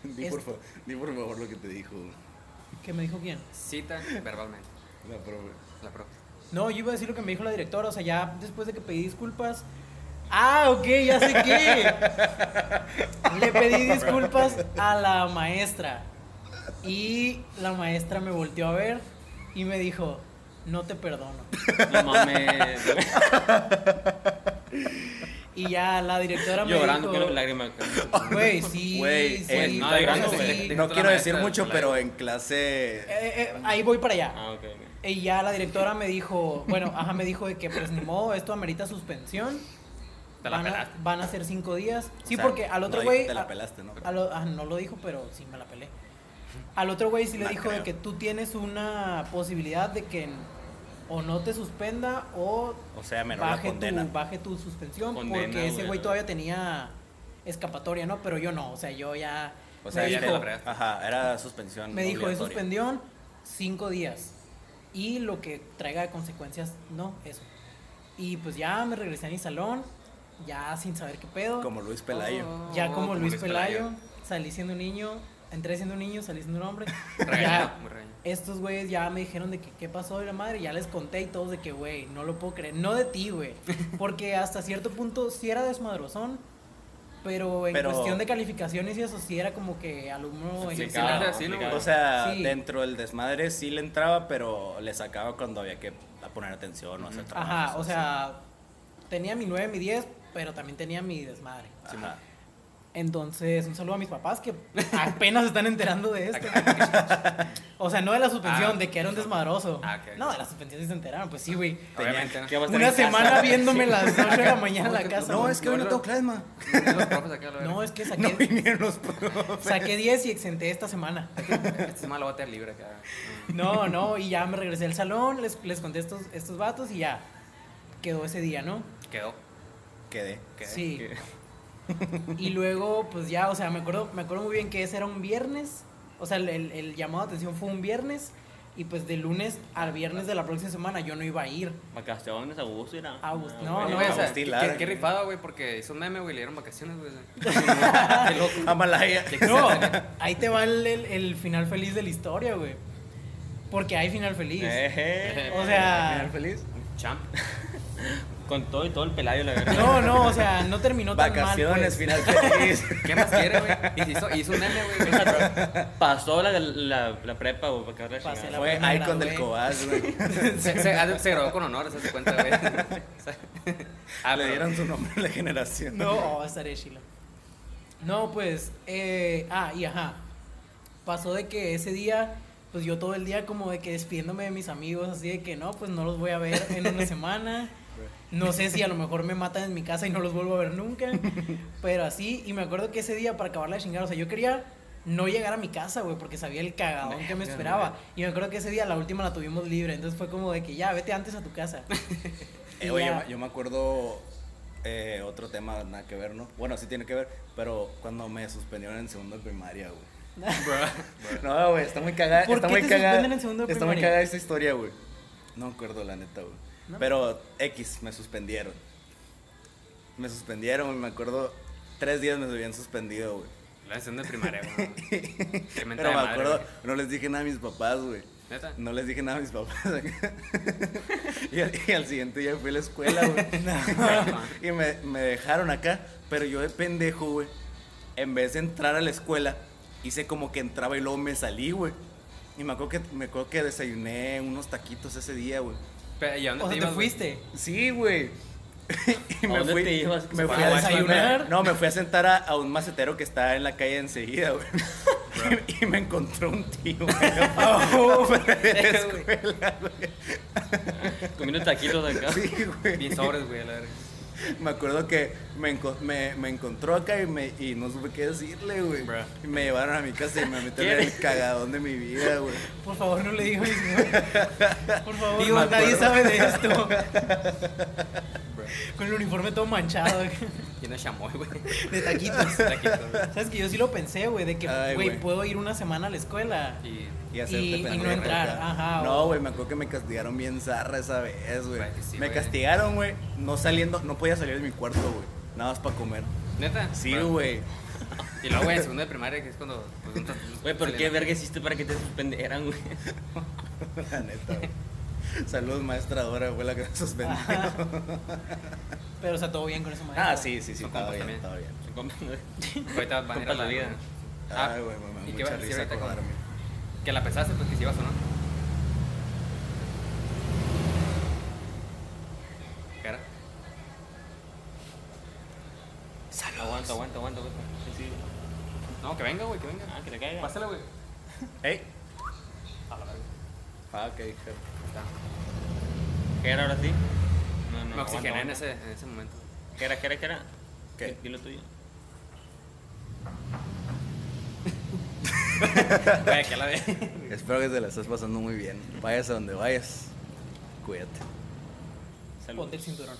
Speaker 2: Di por, fa- di por favor lo que te dijo
Speaker 3: ¿qué me dijo quién?
Speaker 1: Cita verbalmente.
Speaker 2: la profe.
Speaker 1: La profe.
Speaker 3: No, yo iba a decir lo que me dijo la directora, o sea, ya después de que pedí disculpas. Ah, ok, ya sé qué. Le pedí disculpas a la maestra. Y la maestra me volteó a ver y me dijo, no te perdono.
Speaker 4: No mames.
Speaker 3: Y ya la directora me
Speaker 4: Llorando
Speaker 3: dijo,
Speaker 4: con lágrimas.
Speaker 3: güey, sí,
Speaker 2: Güey,
Speaker 3: sí,
Speaker 2: eh,
Speaker 4: no,
Speaker 3: güey,
Speaker 4: grande,
Speaker 3: sí".
Speaker 4: güey.
Speaker 3: Eh,
Speaker 2: No
Speaker 1: la
Speaker 2: quiero decir
Speaker 1: maestra
Speaker 2: mucho,
Speaker 1: del
Speaker 2: pero
Speaker 1: play.
Speaker 2: en clase.
Speaker 3: eh, ahí voy para allá.
Speaker 4: Ah, ok. ok.
Speaker 3: Y ya la directora me dijo, bueno, ajá, me dijo de que pues ni modo, esto amerita suspensión.
Speaker 1: Te la
Speaker 3: Van a,
Speaker 1: pelaste.
Speaker 3: van a ser cinco días. Sí,
Speaker 2: o sea,
Speaker 3: porque al otro
Speaker 2: no dijo,
Speaker 3: güey...
Speaker 2: Te
Speaker 3: a-
Speaker 2: la pelaste, ¿no?
Speaker 3: a lo- ah, no lo dijo, pero sí me la pelé. Al otro güey sí le
Speaker 2: La
Speaker 3: dijo de
Speaker 2: creo.
Speaker 3: que tú tienes una posibilidad de que n- o no te suspenda o,
Speaker 2: O sea, menor la
Speaker 3: baje,
Speaker 2: condena.
Speaker 3: tu, baje tu suspensión
Speaker 4: Condena,
Speaker 3: porque ese
Speaker 4: güey.
Speaker 3: güey todavía tenía escapatoria, ¿no? Pero yo no, o sea, yo ya...
Speaker 2: O sea,
Speaker 3: me
Speaker 1: ya
Speaker 2: ya
Speaker 1: te
Speaker 3: dijo,
Speaker 1: la fregaste.
Speaker 2: Ajá, era suspensión.
Speaker 3: me dijo, es
Speaker 2: obligatoria.
Speaker 3: suspendión cinco días. Y lo que traiga de consecuencias, no, eso. Y pues ya me regresé a mi salón, ya sin saber qué pedo.
Speaker 2: Como Luis Pelayo.
Speaker 3: Ya como Luis Pelayo, salí siendo un niño, entré siendo un niño, salí siendo un hombre.
Speaker 1: Regañado,
Speaker 3: ya,
Speaker 1: muy regañado.
Speaker 3: estos güeyes ya me dijeron de que qué pasó de la madre, ya les conté y todos de que, güey, no lo puedo creer. No de ti, güey. Porque hasta cierto punto sí era desmadrozón, pero en
Speaker 2: Pero-
Speaker 3: cuestión de calificaciones y eso sí era como que alumno
Speaker 1: Sí,
Speaker 3: ejemplar.
Speaker 4: Complicado,
Speaker 1: sí, sí, no,
Speaker 4: complicado.
Speaker 2: O sea,
Speaker 3: Sí.
Speaker 2: dentro del desmadre sí le entraba, pero le sacaba cuando había que poner atención o hacer trabajo.
Speaker 3: Ajá, o sea, tenía mi 9, mi 10, pero también tenía mi desmadre.
Speaker 2: Ajá.
Speaker 3: Entonces, un saludo a mis papás que apenas se están enterando de
Speaker 1: este,
Speaker 3: esto. O sea, no de la suspensión,
Speaker 1: Ah,
Speaker 3: de que era un desmadroso.
Speaker 1: Ah, ok, ok.
Speaker 3: No, de la suspensión sí se enteraron, pues sí, güey.
Speaker 1: Obviamente, ¿no?
Speaker 4: ¿Qué va a estar
Speaker 3: Una
Speaker 4: Pues en casa?
Speaker 3: semana viéndome las 8 de la mañana en la
Speaker 1: No,
Speaker 3: casa.
Speaker 2: No,
Speaker 3: güey.
Speaker 2: es que hoy no
Speaker 1: no,
Speaker 2: tengo
Speaker 1: no.
Speaker 2: clases, ma.
Speaker 1: Los profes acá, la
Speaker 3: No,
Speaker 1: verga.
Speaker 3: es que saqué,
Speaker 2: No vinieron los profes.
Speaker 3: saqué 10 y exenté esta semana.
Speaker 1: Este es malo, va a tener libre acá.
Speaker 3: No, no, y ya me regresé al salón, les, les conté estos, estos vatos y ya. Quedó ese día, ¿no?
Speaker 1: Quedó.
Speaker 2: Quedé.
Speaker 1: quedé.
Speaker 3: Sí.
Speaker 4: ¿Qué?
Speaker 3: Y luego, pues ya, o sea, me acuerdo, me acuerdo muy bien que ese era un viernes. O sea, el, el- el llamado de atención fue un viernes. Y pues de lunes al viernes de la próxima semana yo no iba a ir.
Speaker 4: Vacaciones, a gusto, era.
Speaker 3: A gusto,
Speaker 4: Ah,
Speaker 3: no,
Speaker 4: güey.
Speaker 1: Oye,
Speaker 3: no,
Speaker 1: güey, o sea,
Speaker 2: Agustín
Speaker 1: qué-
Speaker 2: Lara,
Speaker 1: qué, qué
Speaker 2: güey.
Speaker 1: rifado, güey, porque hizo un meme, güey, le dieron vacaciones, güey. o sea. Qué loco.
Speaker 2: Amalaya.
Speaker 3: No, ahí te va el, el- el final feliz de la historia, güey. Porque hay final feliz.
Speaker 4: Eh, Ejé.
Speaker 3: O sea,
Speaker 2: ¿Final feliz?
Speaker 1: Champ.
Speaker 4: Con todo y todo el pelayo, la verdad.
Speaker 3: no, no, o sea, no terminó tan mal.
Speaker 2: Vacaciones,
Speaker 3: pues.
Speaker 2: final feliz.
Speaker 1: ¿Qué más quiere, güey? Y Hizo, hizo un meme, güey.
Speaker 4: Pasó la, la, la prepa, güey, para que ahora la
Speaker 3: Pasé
Speaker 4: chingada.
Speaker 3: la-
Speaker 2: Fue
Speaker 3: primera,
Speaker 2: Icon del
Speaker 3: güey.
Speaker 2: Cobaz, güey.
Speaker 1: Se, se, se grabó con honor, se hace cuenta, güey. O sea, ah,
Speaker 2: Le
Speaker 1: pero-
Speaker 2: dieron su nombre a la generación.
Speaker 3: No, oh, estaré chila. No, pues, eh, ah, y ajá. Pasó de que ese día, pues yo todo el día como de que despidiéndome de mis amigos, así de que no, pues no los voy a ver en una semana. No sé si a lo mejor me matan en mi casa y no los vuelvo a ver nunca. Pero así, y me acuerdo que ese día para acabar la chingada, o sea, yo quería no llegar a mi casa, güey, porque sabía el cagadón que me esperaba. Y me acuerdo que ese día la última la tuvimos libre, entonces fue como de que ya, vete antes a tu casa.
Speaker 2: Eh,
Speaker 3: Y
Speaker 2: oye,
Speaker 3: ya.
Speaker 2: yo, me- yo me acuerdo eh, otro tema, nada que ver, ¿no? Bueno, sí tiene que ver, pero cuando me suspendieron en segundo de primaria, güey. No, güey, está muy cagada.
Speaker 3: ¿Por
Speaker 2: está
Speaker 3: qué
Speaker 2: muy
Speaker 3: te
Speaker 2: cagada-
Speaker 3: suspenden en segundo de
Speaker 2: Está muy
Speaker 3: primaria?
Speaker 2: cagada esa historia, güey. No me acuerdo, la neta, güey.
Speaker 3: No.
Speaker 2: Pero X, me suspendieron. Me suspendieron, me acuerdo, tres días me habían suspendido, güey.
Speaker 1: La segunda de primaria, güey. Qué mentada
Speaker 2: Pero me
Speaker 1: de madre,
Speaker 2: acuerdo,
Speaker 1: güey.
Speaker 2: no les dije nada a mis papás, güey.
Speaker 1: ¿Neta?
Speaker 2: No les dije nada a mis papás. y, al, y al siguiente día fui a la escuela, güey. y me, me dejaron acá, pero yo de pendejo, güey. En vez de entrar a la escuela, hice como que entraba y luego me salí, güey. Y me acuerdo que, me acuerdo que desayuné unos taquitos ese día, güey.
Speaker 1: Pero, ¿y a dónde
Speaker 3: O sea, te
Speaker 1: ibas, güey?
Speaker 3: fuiste.
Speaker 2: Sí, güey. y
Speaker 4: ¿A dónde te ibas?
Speaker 2: me fui
Speaker 3: ¿Para
Speaker 2: a
Speaker 3: desayunar?
Speaker 2: me- no, me fui a sentar a, a un macetero que está en la calle enseguida, güey. y, me encontró un tío, güey. afuera de la escuela, güey.
Speaker 4: Comiendo taquitos acá.
Speaker 2: Sí, güey.
Speaker 1: Bien sobres, güey, a la verga.
Speaker 2: Me acuerdo que me, enco- me, me encontró acá y, me, y no supe qué decirle, güey.
Speaker 1: Bro.
Speaker 2: Y me llevaron a mi casa y me metieron en
Speaker 4: ¿Quieres?
Speaker 2: el cagadón de mi vida, güey.
Speaker 3: Por favor, no le digas. ¿no? Por favor,
Speaker 2: Digo,
Speaker 3: no, nadie
Speaker 2: acuerdo.
Speaker 3: sabe de esto. Con el uniforme todo manchado.
Speaker 1: Lleno de chamoy, güey.
Speaker 3: De taquitos.
Speaker 1: Taquitos, güey.
Speaker 3: Sabes que yo sí lo pensé, güey, de que,
Speaker 2: Ay,
Speaker 3: güey,
Speaker 2: güey.
Speaker 3: puedo ir una semana a la escuela.
Speaker 1: Y.
Speaker 2: Y hacerte
Speaker 3: Y- y no
Speaker 2: pendejo
Speaker 3: entrar,
Speaker 2: acá.
Speaker 3: ajá,
Speaker 2: No,
Speaker 3: o-
Speaker 2: güey, me acuerdo que me castigaron bien zarra esa vez, güey.
Speaker 1: Güey, que sí,
Speaker 2: me
Speaker 1: güey.
Speaker 2: castigaron, güey, no saliendo, no podía salir de mi cuarto, güey. Nada más para comer.
Speaker 1: ¿Neta?
Speaker 2: Sí,
Speaker 1: Bro.
Speaker 2: güey.
Speaker 1: Y luego, güey, en segundo de primaria, que es cuando. Pues, no-
Speaker 4: Güey, ¿pero
Speaker 1: saliendo.
Speaker 4: qué verga hiciste para que te suspendieran, güey?
Speaker 2: La neta, güey. Saludos, maestra Dora, güey, la que me suspendió.
Speaker 3: Pero, o sea, todo bien con eso, maestro.
Speaker 2: Ah, sí, sí, sí,
Speaker 1: Son
Speaker 2: estaba
Speaker 1: compas
Speaker 2: bien,
Speaker 1: también.
Speaker 2: estaba bien.
Speaker 1: Ahorita van a ir
Speaker 4: Compa
Speaker 1: a la
Speaker 4: la
Speaker 1: vida.
Speaker 4: vida.
Speaker 2: Ay, güey, me
Speaker 1: Ah, ¿y
Speaker 2: da
Speaker 1: qué vas a decir
Speaker 2: mucha risa
Speaker 1: ahorita con-
Speaker 2: acordarme.
Speaker 1: Que la pesaste, pues que si ibas o no. Cara.
Speaker 4: Aguanta, aguanta, aguanta, aguanta. Sí, sí.
Speaker 1: No, que venga, güey, que venga.
Speaker 4: Ah, que te caiga.
Speaker 1: Pásale, güey.
Speaker 2: Ey.
Speaker 1: A la verga.
Speaker 2: Ah, ok, dije.
Speaker 1: Está.
Speaker 4: ¿Qué era ahora sí? No, no,
Speaker 1: Me
Speaker 4: aguanta,
Speaker 1: oxigené en
Speaker 4: aguanta.
Speaker 1: ese, en ese momento.
Speaker 4: ¿Qué era, qué era, qué era?
Speaker 2: ¿Qué?
Speaker 4: Dilo tuyo.
Speaker 1: Güey, que la ve.
Speaker 2: Espero que te la estés pasando muy bien. Vayas a donde vayas, cuídate.
Speaker 4: Salud.
Speaker 3: Ponte el cinturón.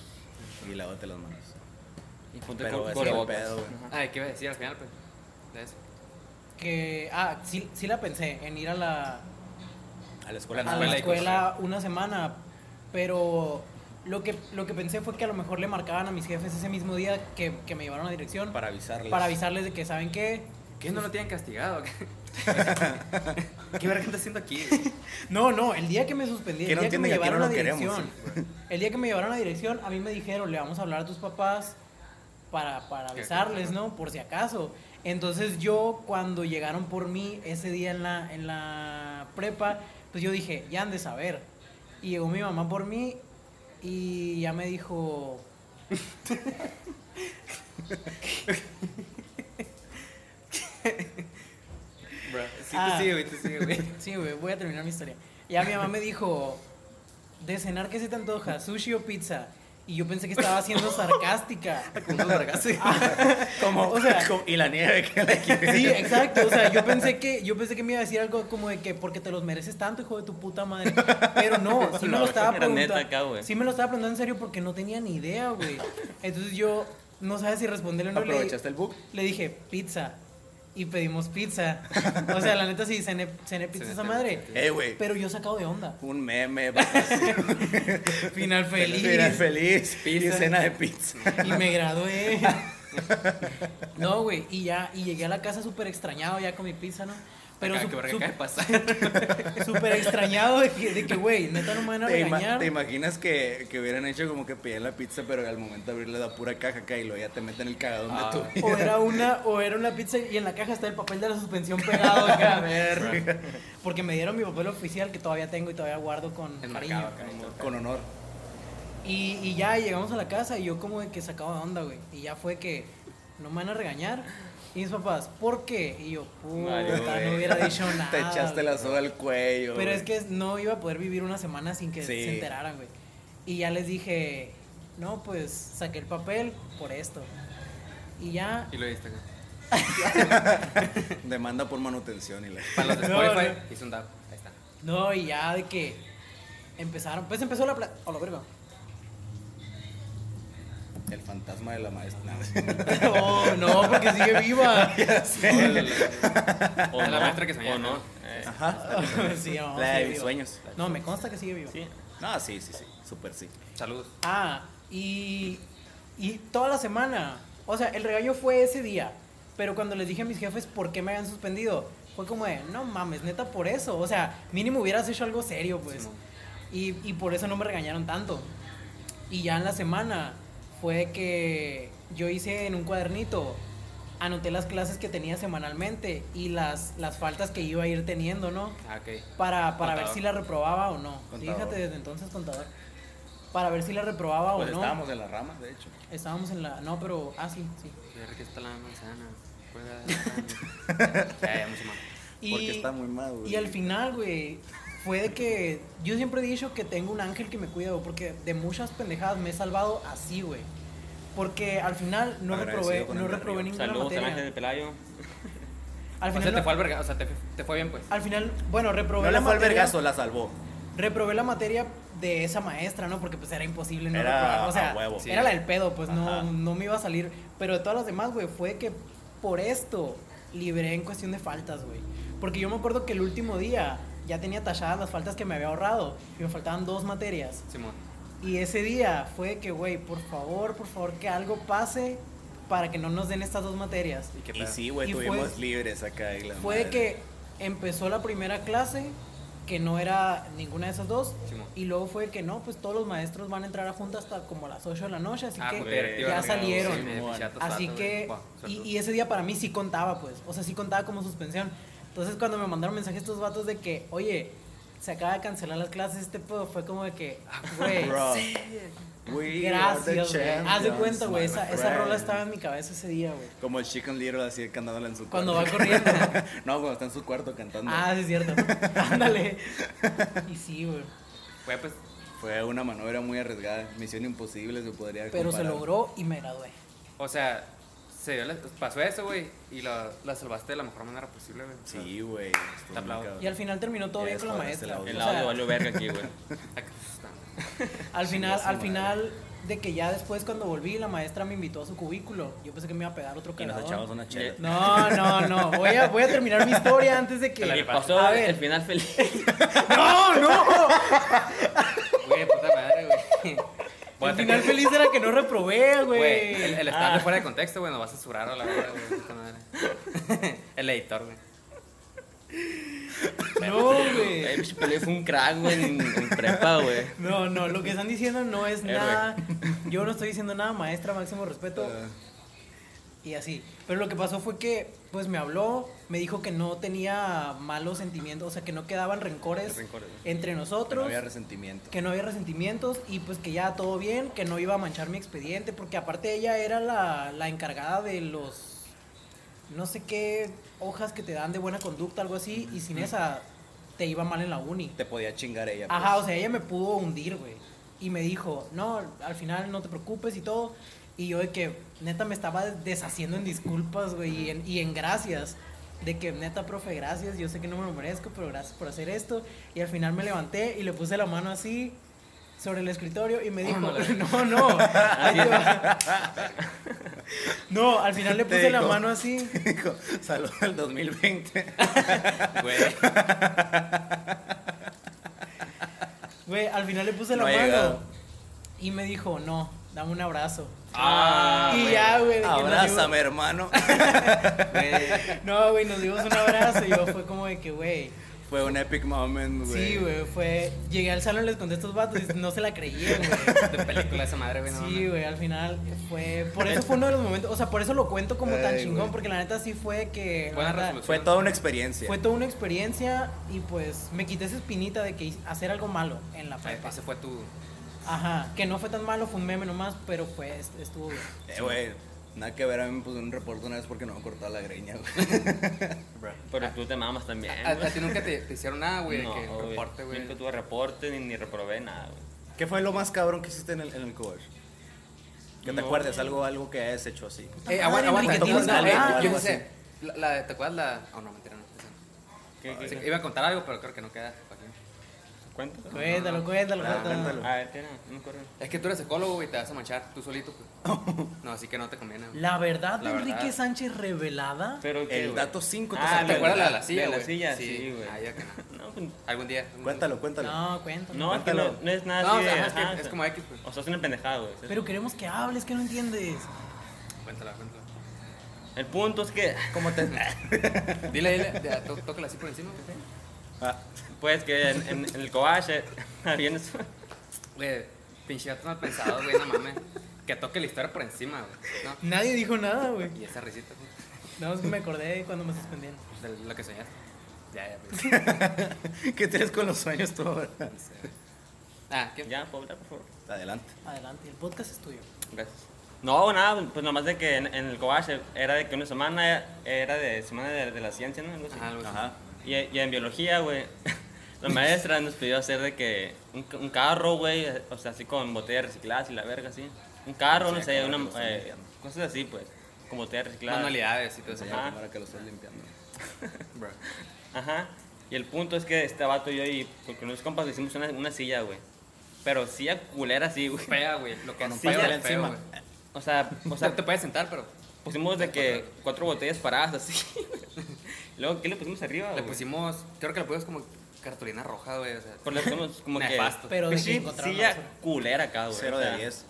Speaker 2: Y lávate las manos.
Speaker 4: Y ponte
Speaker 2: Pero
Speaker 4: cor-
Speaker 2: ese
Speaker 4: cubrebocas.
Speaker 2: pedo, güey.
Speaker 4: Ajá.
Speaker 1: Ay, Ah, ¿qué iba a decir al final, pues? De eso.
Speaker 3: Que, ah, sí, sí la pensé, en ir a la,
Speaker 2: A la escuela
Speaker 3: a
Speaker 2: no.
Speaker 3: la
Speaker 1: escuela y
Speaker 3: escuela una semana, pero lo que, lo que pensé fue que a lo mejor le marcaban a mis jefes ese mismo día que, que me llevaron a dirección
Speaker 2: Para avisarles.
Speaker 3: para avisarles de que, ¿saben qué?
Speaker 1: ¿Qué no lo tienen castigado? ¿Qué verga está haciendo aquí?
Speaker 3: No, no, el día que me suspendí, el
Speaker 2: Que no
Speaker 3: día que me
Speaker 2: entienden que aquí
Speaker 3: llevaron
Speaker 2: no
Speaker 3: a
Speaker 2: lo queremos,
Speaker 3: dirección, el día que me llevaron a dirección, a mí me dijeron, le vamos a hablar a tus papás para, para
Speaker 1: Que-
Speaker 3: avisarles, ¿no? Por si acaso. Entonces yo, cuando llegaron por mí ese día en la, en la prepa, pues yo dije, ya han de saber. Y llegó mi mamá por mí y ya me dijo...
Speaker 1: Bro. Sí,
Speaker 3: Ah.
Speaker 1: tú sigue, güey, tú sigue, güey.
Speaker 3: Sí, güey, voy a terminar mi historia. Ya mi mamá me dijo, de cenar, ¿qué se te antoja? ¿Sushi o pizza? Y yo pensé que estaba siendo sarcástica. Ah,
Speaker 1: Como un vergazo.
Speaker 2: Como,
Speaker 3: O sea-
Speaker 2: como- y la nieve que la quiere.
Speaker 3: Sí, eh, exacto. O sea, yo pensé que, yo pensé que me iba a decir algo como de que porque te los mereces tanto, hijo de tu puta madre. Pero no, sí me
Speaker 4: No,
Speaker 3: lo estaba
Speaker 4: era neta acá,
Speaker 3: preguntando.
Speaker 4: güey.
Speaker 3: Sí me lo estaba preguntando en serio porque no tenía ni idea, güey. Entonces yo no sabía si responderle o no. Le-
Speaker 2: ¿Aprovechaste el book?
Speaker 3: Le dije, pizza. Y pedimos pizza. O sea, la neta sí, cené, cené pizza
Speaker 1: Cené pizza.
Speaker 3: esa madre.
Speaker 2: Eh, güey.
Speaker 3: Pero yo sacado de onda.
Speaker 2: Un meme. papás.
Speaker 3: Final feliz.
Speaker 2: Mira, feliz. Y
Speaker 1: Pizza.
Speaker 2: cena de pizza.
Speaker 3: Y me gradué. No, güey. Y ya, y llegué a la casa súper extrañado ya con mi pizza, ¿no? Pero
Speaker 1: Acá,
Speaker 3: su-
Speaker 1: ¿Qué verga
Speaker 3: su-
Speaker 1: acaba de pasar?
Speaker 3: súper extrañado de que, de que, güey, neta no me van a
Speaker 2: ¿Te, ima-
Speaker 3: regañar.
Speaker 2: te imaginas que, que hubieran hecho como que pedían la pizza, pero al momento de abrirle la pura caja acá y luego ya te meten el cagadón
Speaker 1: Ah.
Speaker 2: de tu vida?
Speaker 3: O era una, o era una pizza y en la caja está el papel de la suspensión pegado acá. Porque me dieron mi papel oficial que todavía tengo y todavía guardo con cariño.
Speaker 1: Enmarcado acá.
Speaker 2: Con honor.
Speaker 3: Y, y ya llegamos a la casa y yo como de que sacaba de onda, güey. Y ya fue que no me van a regañar. Y mis papás, ¿por qué? Y yo, puta,
Speaker 4: Mario,
Speaker 3: no
Speaker 2: güey.
Speaker 3: hubiera dicho nada.
Speaker 2: Te echaste
Speaker 3: güey.
Speaker 2: la soga al cuello.
Speaker 3: Pero es
Speaker 2: güey.
Speaker 3: que no iba a poder vivir una semana sin que
Speaker 2: Sí.
Speaker 3: se enteraran, güey. Y ya les dije, no, pues saqué el papel por esto. Y ya,
Speaker 1: Y lo viste acá.
Speaker 2: Demanda por manutención y la.
Speaker 1: Para los de
Speaker 3: No,
Speaker 1: Spotify,
Speaker 3: no.
Speaker 1: hice un dab. Ahí está.
Speaker 3: No, y ya de que empezaron. Pues empezó la. pla- A la verga.
Speaker 2: El fantasma de la maestra.
Speaker 3: Oh, no, porque sigue viva.
Speaker 4: O
Speaker 1: Es la
Speaker 4: no,
Speaker 1: maestra que soñaba.
Speaker 4: O no. Eh,
Speaker 2: Ajá.
Speaker 3: sí, no,
Speaker 2: La de
Speaker 3: sigue viva.
Speaker 2: mis sueños.
Speaker 3: No, me consta que sigue viva.
Speaker 4: sí.
Speaker 2: No, sí, sí, sí. Súper sí.
Speaker 1: Saludos.
Speaker 3: Ah, y, y toda la semana. O sea, el regaño fue ese día. Pero cuando les dije a mis jefes por qué me habían suspendido, fue como de, no mames, neta, por eso. O sea, mínimo hubieras hecho algo serio, pues.
Speaker 1: Simón.
Speaker 3: y, y por eso no me regañaron tanto. Y ya en la semana fue que yo hice en un cuadernito, anoté las clases que tenía semanalmente y las, las faltas que iba a ir teniendo, ¿no?
Speaker 1: Ah, ok.
Speaker 3: Para, para ver
Speaker 1: Contador.
Speaker 3: si la reprobaba o no.
Speaker 2: Contador.
Speaker 3: Fíjate, desde entonces contador. Para ver si la reprobaba
Speaker 2: Pues
Speaker 3: o no.
Speaker 2: estábamos en las ramas, de hecho.
Speaker 3: Estábamos en la. No, pero. Ah, sí, sí.
Speaker 1: Mira que está la manzana. Juega la manzana. Ya, ya, mucho más.
Speaker 3: Y,
Speaker 2: Porque está muy maduro.
Speaker 3: y al final, güey, fue de que. Yo siempre he dicho que tengo un ángel que me cuida, güey, porque de muchas pendejadas me he salvado así, güey. Porque al final no
Speaker 2: Agradecido
Speaker 3: reprobé,
Speaker 2: con
Speaker 3: no
Speaker 2: el de
Speaker 3: reprobé
Speaker 2: arriba.
Speaker 3: ninguna
Speaker 4: Saludos al
Speaker 3: materia.
Speaker 4: Ángel de Pelayo.
Speaker 3: Al
Speaker 1: O
Speaker 3: final,
Speaker 1: sea, te
Speaker 3: no-
Speaker 1: fue al verga. O sea, te, te fue bien, pues.
Speaker 3: al final, bueno, reprobé
Speaker 2: No
Speaker 3: la
Speaker 2: le fue al
Speaker 3: materia.
Speaker 2: vergazo, la salvó.
Speaker 3: reprobé la materia de esa maestra, ¿no? Porque pues era imposible no
Speaker 2: Era
Speaker 3: reprobar. O
Speaker 2: a
Speaker 3: sea,
Speaker 2: huevo.
Speaker 3: era la del pedo, pues no,
Speaker 2: Ajá.
Speaker 3: no me iba a salir. Pero de todas las demás, güey, fue que por esto libré en cuestión de faltas, güey. Porque yo me acuerdo que el último día ya tenía tachadas las faltas que me había ahorrado y me faltaban dos materias.
Speaker 1: Simón.
Speaker 3: Y ese día fue que, güey, por favor, por favor, que algo pase para que no nos den estas dos materias.
Speaker 1: ¿Y qué
Speaker 2: Y
Speaker 1: pedo?
Speaker 2: sí, güey,
Speaker 3: Y fue-
Speaker 2: tuvimos libres acá. y la
Speaker 3: Fue de
Speaker 2: madre.
Speaker 3: que empezó la primera clase, que no era ninguna de esas dos,
Speaker 1: Simón.
Speaker 3: y luego fue que no, pues todos los maestros van a entrar a junta hasta como las 8 de la noche, así
Speaker 1: Ah,
Speaker 3: que
Speaker 1: porque
Speaker 2: ya
Speaker 1: directiva, no,
Speaker 3: salieron.
Speaker 1: sí, me
Speaker 2: Simón.
Speaker 1: piché a tus
Speaker 3: así
Speaker 1: datos,
Speaker 3: que
Speaker 1: güey. Buah,
Speaker 3: y,
Speaker 1: suerte.
Speaker 3: y ese día para mí sí contaba, pues, o sea, sí contaba como suspensión. Entonces cuando me mandaron mensajes estos vatos de que, "Oye, se acaba de cancelar las clases, este pedo", fue como de que, "Ah, güey,
Speaker 2: Bro. We are the
Speaker 3: gracias, güey. Haz de
Speaker 2: champions,
Speaker 3: cuenta, güey,
Speaker 2: my
Speaker 3: esa, esa
Speaker 2: friend.
Speaker 3: rola estaba en mi cabeza ese día, güey.
Speaker 2: Como el Chicken Little así cantándola en su
Speaker 3: Cuando va
Speaker 2: cuarto.
Speaker 3: corriendo.
Speaker 2: no, cuando está en su cuarto cantando.
Speaker 3: Ah, sí es cierto. Ándale. Y sí, güey.
Speaker 1: Güey, pues.
Speaker 2: Fue una maniobra muy arriesgada. Misión imposible se podría
Speaker 3: Pero se
Speaker 2: comparar.
Speaker 3: logró y me gradué.
Speaker 1: O sea, se dio la- pasó eso, güey. Y la, la salvaste de la mejor manera posible, güey. O sea,
Speaker 2: Sí, güey. estuvo
Speaker 1: Te aplaudo.
Speaker 2: muy cabrón.
Speaker 3: Y al final terminó todo
Speaker 2: Ya
Speaker 3: bien con la
Speaker 2: descuadraste
Speaker 3: maestra.
Speaker 2: el
Speaker 4: El
Speaker 3: O sea,
Speaker 4: audio valió verga aquí, güey.
Speaker 1: acá está.
Speaker 3: al final,
Speaker 2: Chinga
Speaker 3: al
Speaker 2: su
Speaker 3: final de que ya después cuando volví, la maestra me invitó a su cubículo. Yo pensé que me iba a pegar otro
Speaker 2: Y nos echamos
Speaker 3: cagadón.
Speaker 2: una chela.
Speaker 3: No, no, no. Voy a, voy a terminar mi historia antes de que.
Speaker 4: Y pasó
Speaker 3: A
Speaker 4: el
Speaker 3: ver.
Speaker 4: final feliz.
Speaker 3: No, no.
Speaker 1: Güey, puta madre, güey. Voy a
Speaker 3: El
Speaker 1: tener-
Speaker 3: final feliz era que no reprobé,
Speaker 1: Güey,
Speaker 3: güey. Ah.
Speaker 1: el, el estar de fuera de contexto, güey, nos va a censurar a la hora, güey. puta madre. el editor, güey.
Speaker 3: No, güey.
Speaker 4: El Pelayo fue un crack, güey, en, en prepa, güey.
Speaker 3: No, no, lo que están diciendo no es
Speaker 4: Héroe.
Speaker 3: nada. Yo no estoy diciendo nada, maestra, máximo respeto. Y así. Pero lo que pasó fue que, pues me habló, me dijo que no tenía malos sentimientos, o sea, que no quedaban rencores,
Speaker 1: Rencores, güey.
Speaker 3: entre
Speaker 2: No
Speaker 3: nosotros,
Speaker 2: había resentimiento.
Speaker 3: que no había resentimientos y pues que ya todo bien, que no iba a manchar mi expediente, porque aparte ella era la, la encargada de los, no sé qué, hojas que te dan de buena conducta, algo así, y sin esa te iba mal en la uni.
Speaker 2: Te podía chingar ella.
Speaker 3: Ajá, o
Speaker 2: pues.
Speaker 3: sea, ella me pudo hundir, güey. Y me dijo, no, al final no te preocupes y todo. Y yo de que neta me estaba deshaciendo en disculpas, güey, y en, y en gracias. De que neta, profe, gracias. Yo sé que no me lo merezco, pero gracias por hacer esto. Y al final me levanté y le puse la mano así sobre el escritorio y me dijo, no, no. ahí te va". no, al final le
Speaker 2: Te
Speaker 3: puse la
Speaker 2: dijo.
Speaker 3: mano así.
Speaker 2: Dijo, salud al 2020.
Speaker 1: Güey,
Speaker 3: Güey, al final le puse la
Speaker 2: No ha
Speaker 3: mano.
Speaker 2: llegado.
Speaker 3: Y me dijo, no, dame un abrazo.
Speaker 1: Ah,
Speaker 3: y
Speaker 1: güey.
Speaker 3: ya, güey. de que nos
Speaker 2: Abrázame, hermano.
Speaker 3: dimos- No, güey, nos dimos un abrazo y yo fue como de que, güey.
Speaker 2: Fue un epic moment, güey.
Speaker 3: Sí, güey, fue. Llegué al salón, les conté a estos vatos y no se la creían, güey.
Speaker 1: de película esa madre, güey. no
Speaker 3: Sí,
Speaker 1: mames.
Speaker 3: güey, al final fue. Por eso fue uno de los momentos. O sea, por eso lo cuento como tan
Speaker 2: Ay,
Speaker 3: chingón,
Speaker 2: güey.
Speaker 3: porque la neta sí fue que. la
Speaker 1: Buena
Speaker 3: neta,
Speaker 1: resolución.
Speaker 2: Fue toda una experiencia.
Speaker 3: Fue toda una experiencia y pues me quité esa espinita de que hice- hacer algo malo en la
Speaker 1: Ay,
Speaker 3: prepa.
Speaker 1: Ese fue tu.
Speaker 3: Ajá, que no fue tan malo, fue un meme nomás, pero fue, est- estuvo bien.
Speaker 2: Eh, güey. Nada que ver, a mí me puse un reporte una vez porque no me cortaba la greña, güey.
Speaker 4: Pero tú te mamas también,
Speaker 3: Eh,
Speaker 1: A,
Speaker 4: güey.
Speaker 1: a ti nunca te, te hicieron nada, Ah, güey, de que
Speaker 4: No, güey.
Speaker 1: reporte, güey.
Speaker 4: Nunca tuve reporte ni, ni reprobé nada, güey.
Speaker 2: ¿Qué fue lo más cabrón que hiciste en el, en el cover? Que te
Speaker 4: No.
Speaker 2: acuerdes, algo, algo que hayas hecho así.
Speaker 3: Ah,
Speaker 1: Eh, aguanta, aguanta,
Speaker 3: Madre,
Speaker 1: que tienes-
Speaker 3: no,
Speaker 1: eh,
Speaker 3: no,
Speaker 1: Yo
Speaker 2: no,
Speaker 1: no sé. La, la- ¿Te acuerdas la.? Oh, no, mentira, no. esa no.
Speaker 4: ¿Qué, qué,
Speaker 1: Sí,
Speaker 4: qué?
Speaker 1: iba a contar algo, pero creo que no queda. ¿para qué?
Speaker 4: ¿Cuenta?
Speaker 3: Cuéntalo, cuéntalo,
Speaker 2: Ah,
Speaker 3: cuéntalo.
Speaker 2: cuéntalo.
Speaker 4: A ver, tiene, no me acuerdo.
Speaker 1: Es que tú eres ecólogo y te vas a manchar tú solito. Pues. No, así que no te conviene. güey.
Speaker 3: La verdad de
Speaker 1: La verdad.
Speaker 3: Enrique Sánchez revelada.
Speaker 4: Pero qué,
Speaker 2: El
Speaker 4: güey?
Speaker 2: dato 5 te
Speaker 4: Ah,
Speaker 2: saca.
Speaker 1: ¿Te acuerdas la de la
Speaker 4: de
Speaker 1: silla,
Speaker 4: la
Speaker 1: güey?
Speaker 4: silla, sí, güey.
Speaker 1: Ah, ya que no.
Speaker 4: No, pues,
Speaker 1: Algún día. algún día.
Speaker 2: Cuéntalo, cuéntalo.
Speaker 3: No, cuéntalo.
Speaker 4: no, es que no,
Speaker 2: Cuéntalo.
Speaker 4: no es nada
Speaker 1: No,
Speaker 4: así
Speaker 1: o sea,
Speaker 4: de-
Speaker 1: ajá, es que
Speaker 4: Ah, ajá,
Speaker 1: es
Speaker 4: o sea,
Speaker 1: como X, pues.
Speaker 4: O sea, es una pendejada, güey.
Speaker 3: Pero queremos que hables, que no entiendes.
Speaker 1: Cuéntala, cuéntala.
Speaker 4: El punto es que,
Speaker 2: ¿Cómo te.?
Speaker 1: Dile, dile, ya, tó- tócala así por encima. güey.
Speaker 2: Ah,
Speaker 4: pues, que en, en- en el cobache había unos-
Speaker 1: Güey, pinche gato mal pensado, güey, no mames. Que toque la historia por encima, güey. ¿no?
Speaker 3: Nadie dijo nada, güey.
Speaker 1: Y esa risita, güey,
Speaker 3: No, es que me acordé cuando me suspendieron.
Speaker 1: de lo que soñaste. Ya, ya, pues.
Speaker 2: ¿Qué tienes con los sueños tú ahora?
Speaker 1: Ah, ¿qué?
Speaker 4: Ya, ¿puedo hablar, por favor?
Speaker 2: Adelante.
Speaker 3: Adelante, el podcast es tuyo.
Speaker 4: Gracias. No, nada, pues nomás de que en, en el cobache era de que una semana era de semana de, de la ciencia, ¿no? Algo así.
Speaker 1: Ajá, Ah, algo así.
Speaker 2: Ajá.
Speaker 4: Y, y en biología, güey, la maestra nos pidió hacer de que un, ca- un carro, güey, o sea, así con botellas recicladas y la verga, así. Un carro,
Speaker 2: Sí,
Speaker 4: no sé,
Speaker 2: claro
Speaker 4: una,
Speaker 2: que lo están
Speaker 4: eh,
Speaker 2: limpiando.
Speaker 4: cosas así, pues, con botellas recicladas.
Speaker 1: Manualidades y todo eso.
Speaker 4: Ajá.
Speaker 2: Ahora que lo estás limpiando.
Speaker 1: Bro.
Speaker 4: Ajá. Y el punto es que este vato y yo y con con unos compas hicimos una, una silla, güey. Pero silla culera, sí, güey.
Speaker 1: Fea, güey. Lo que
Speaker 2: Con un
Speaker 1: sí,
Speaker 2: pelo
Speaker 1: era feo,
Speaker 2: encima.
Speaker 1: güey.
Speaker 4: O sea, o
Speaker 1: O sea,
Speaker 4: sea,
Speaker 1: te puedes sentar, pero
Speaker 4: pusimos de que cuatro botellas paradas así. Luego, ¿qué le pusimos arriba,
Speaker 1: le
Speaker 4: Ah, güey?
Speaker 1: pusimos, creo que le pusimos como cartulina roja, güey. O sea,
Speaker 4: Pero le pusimos como que...
Speaker 1: Nefasto.
Speaker 3: Pero de que
Speaker 4: Sí,
Speaker 3: encontraron la
Speaker 4: silla
Speaker 3: basura.
Speaker 4: culera acá, güey.
Speaker 2: Cero
Speaker 4: o
Speaker 2: de
Speaker 4: sea,
Speaker 2: 10.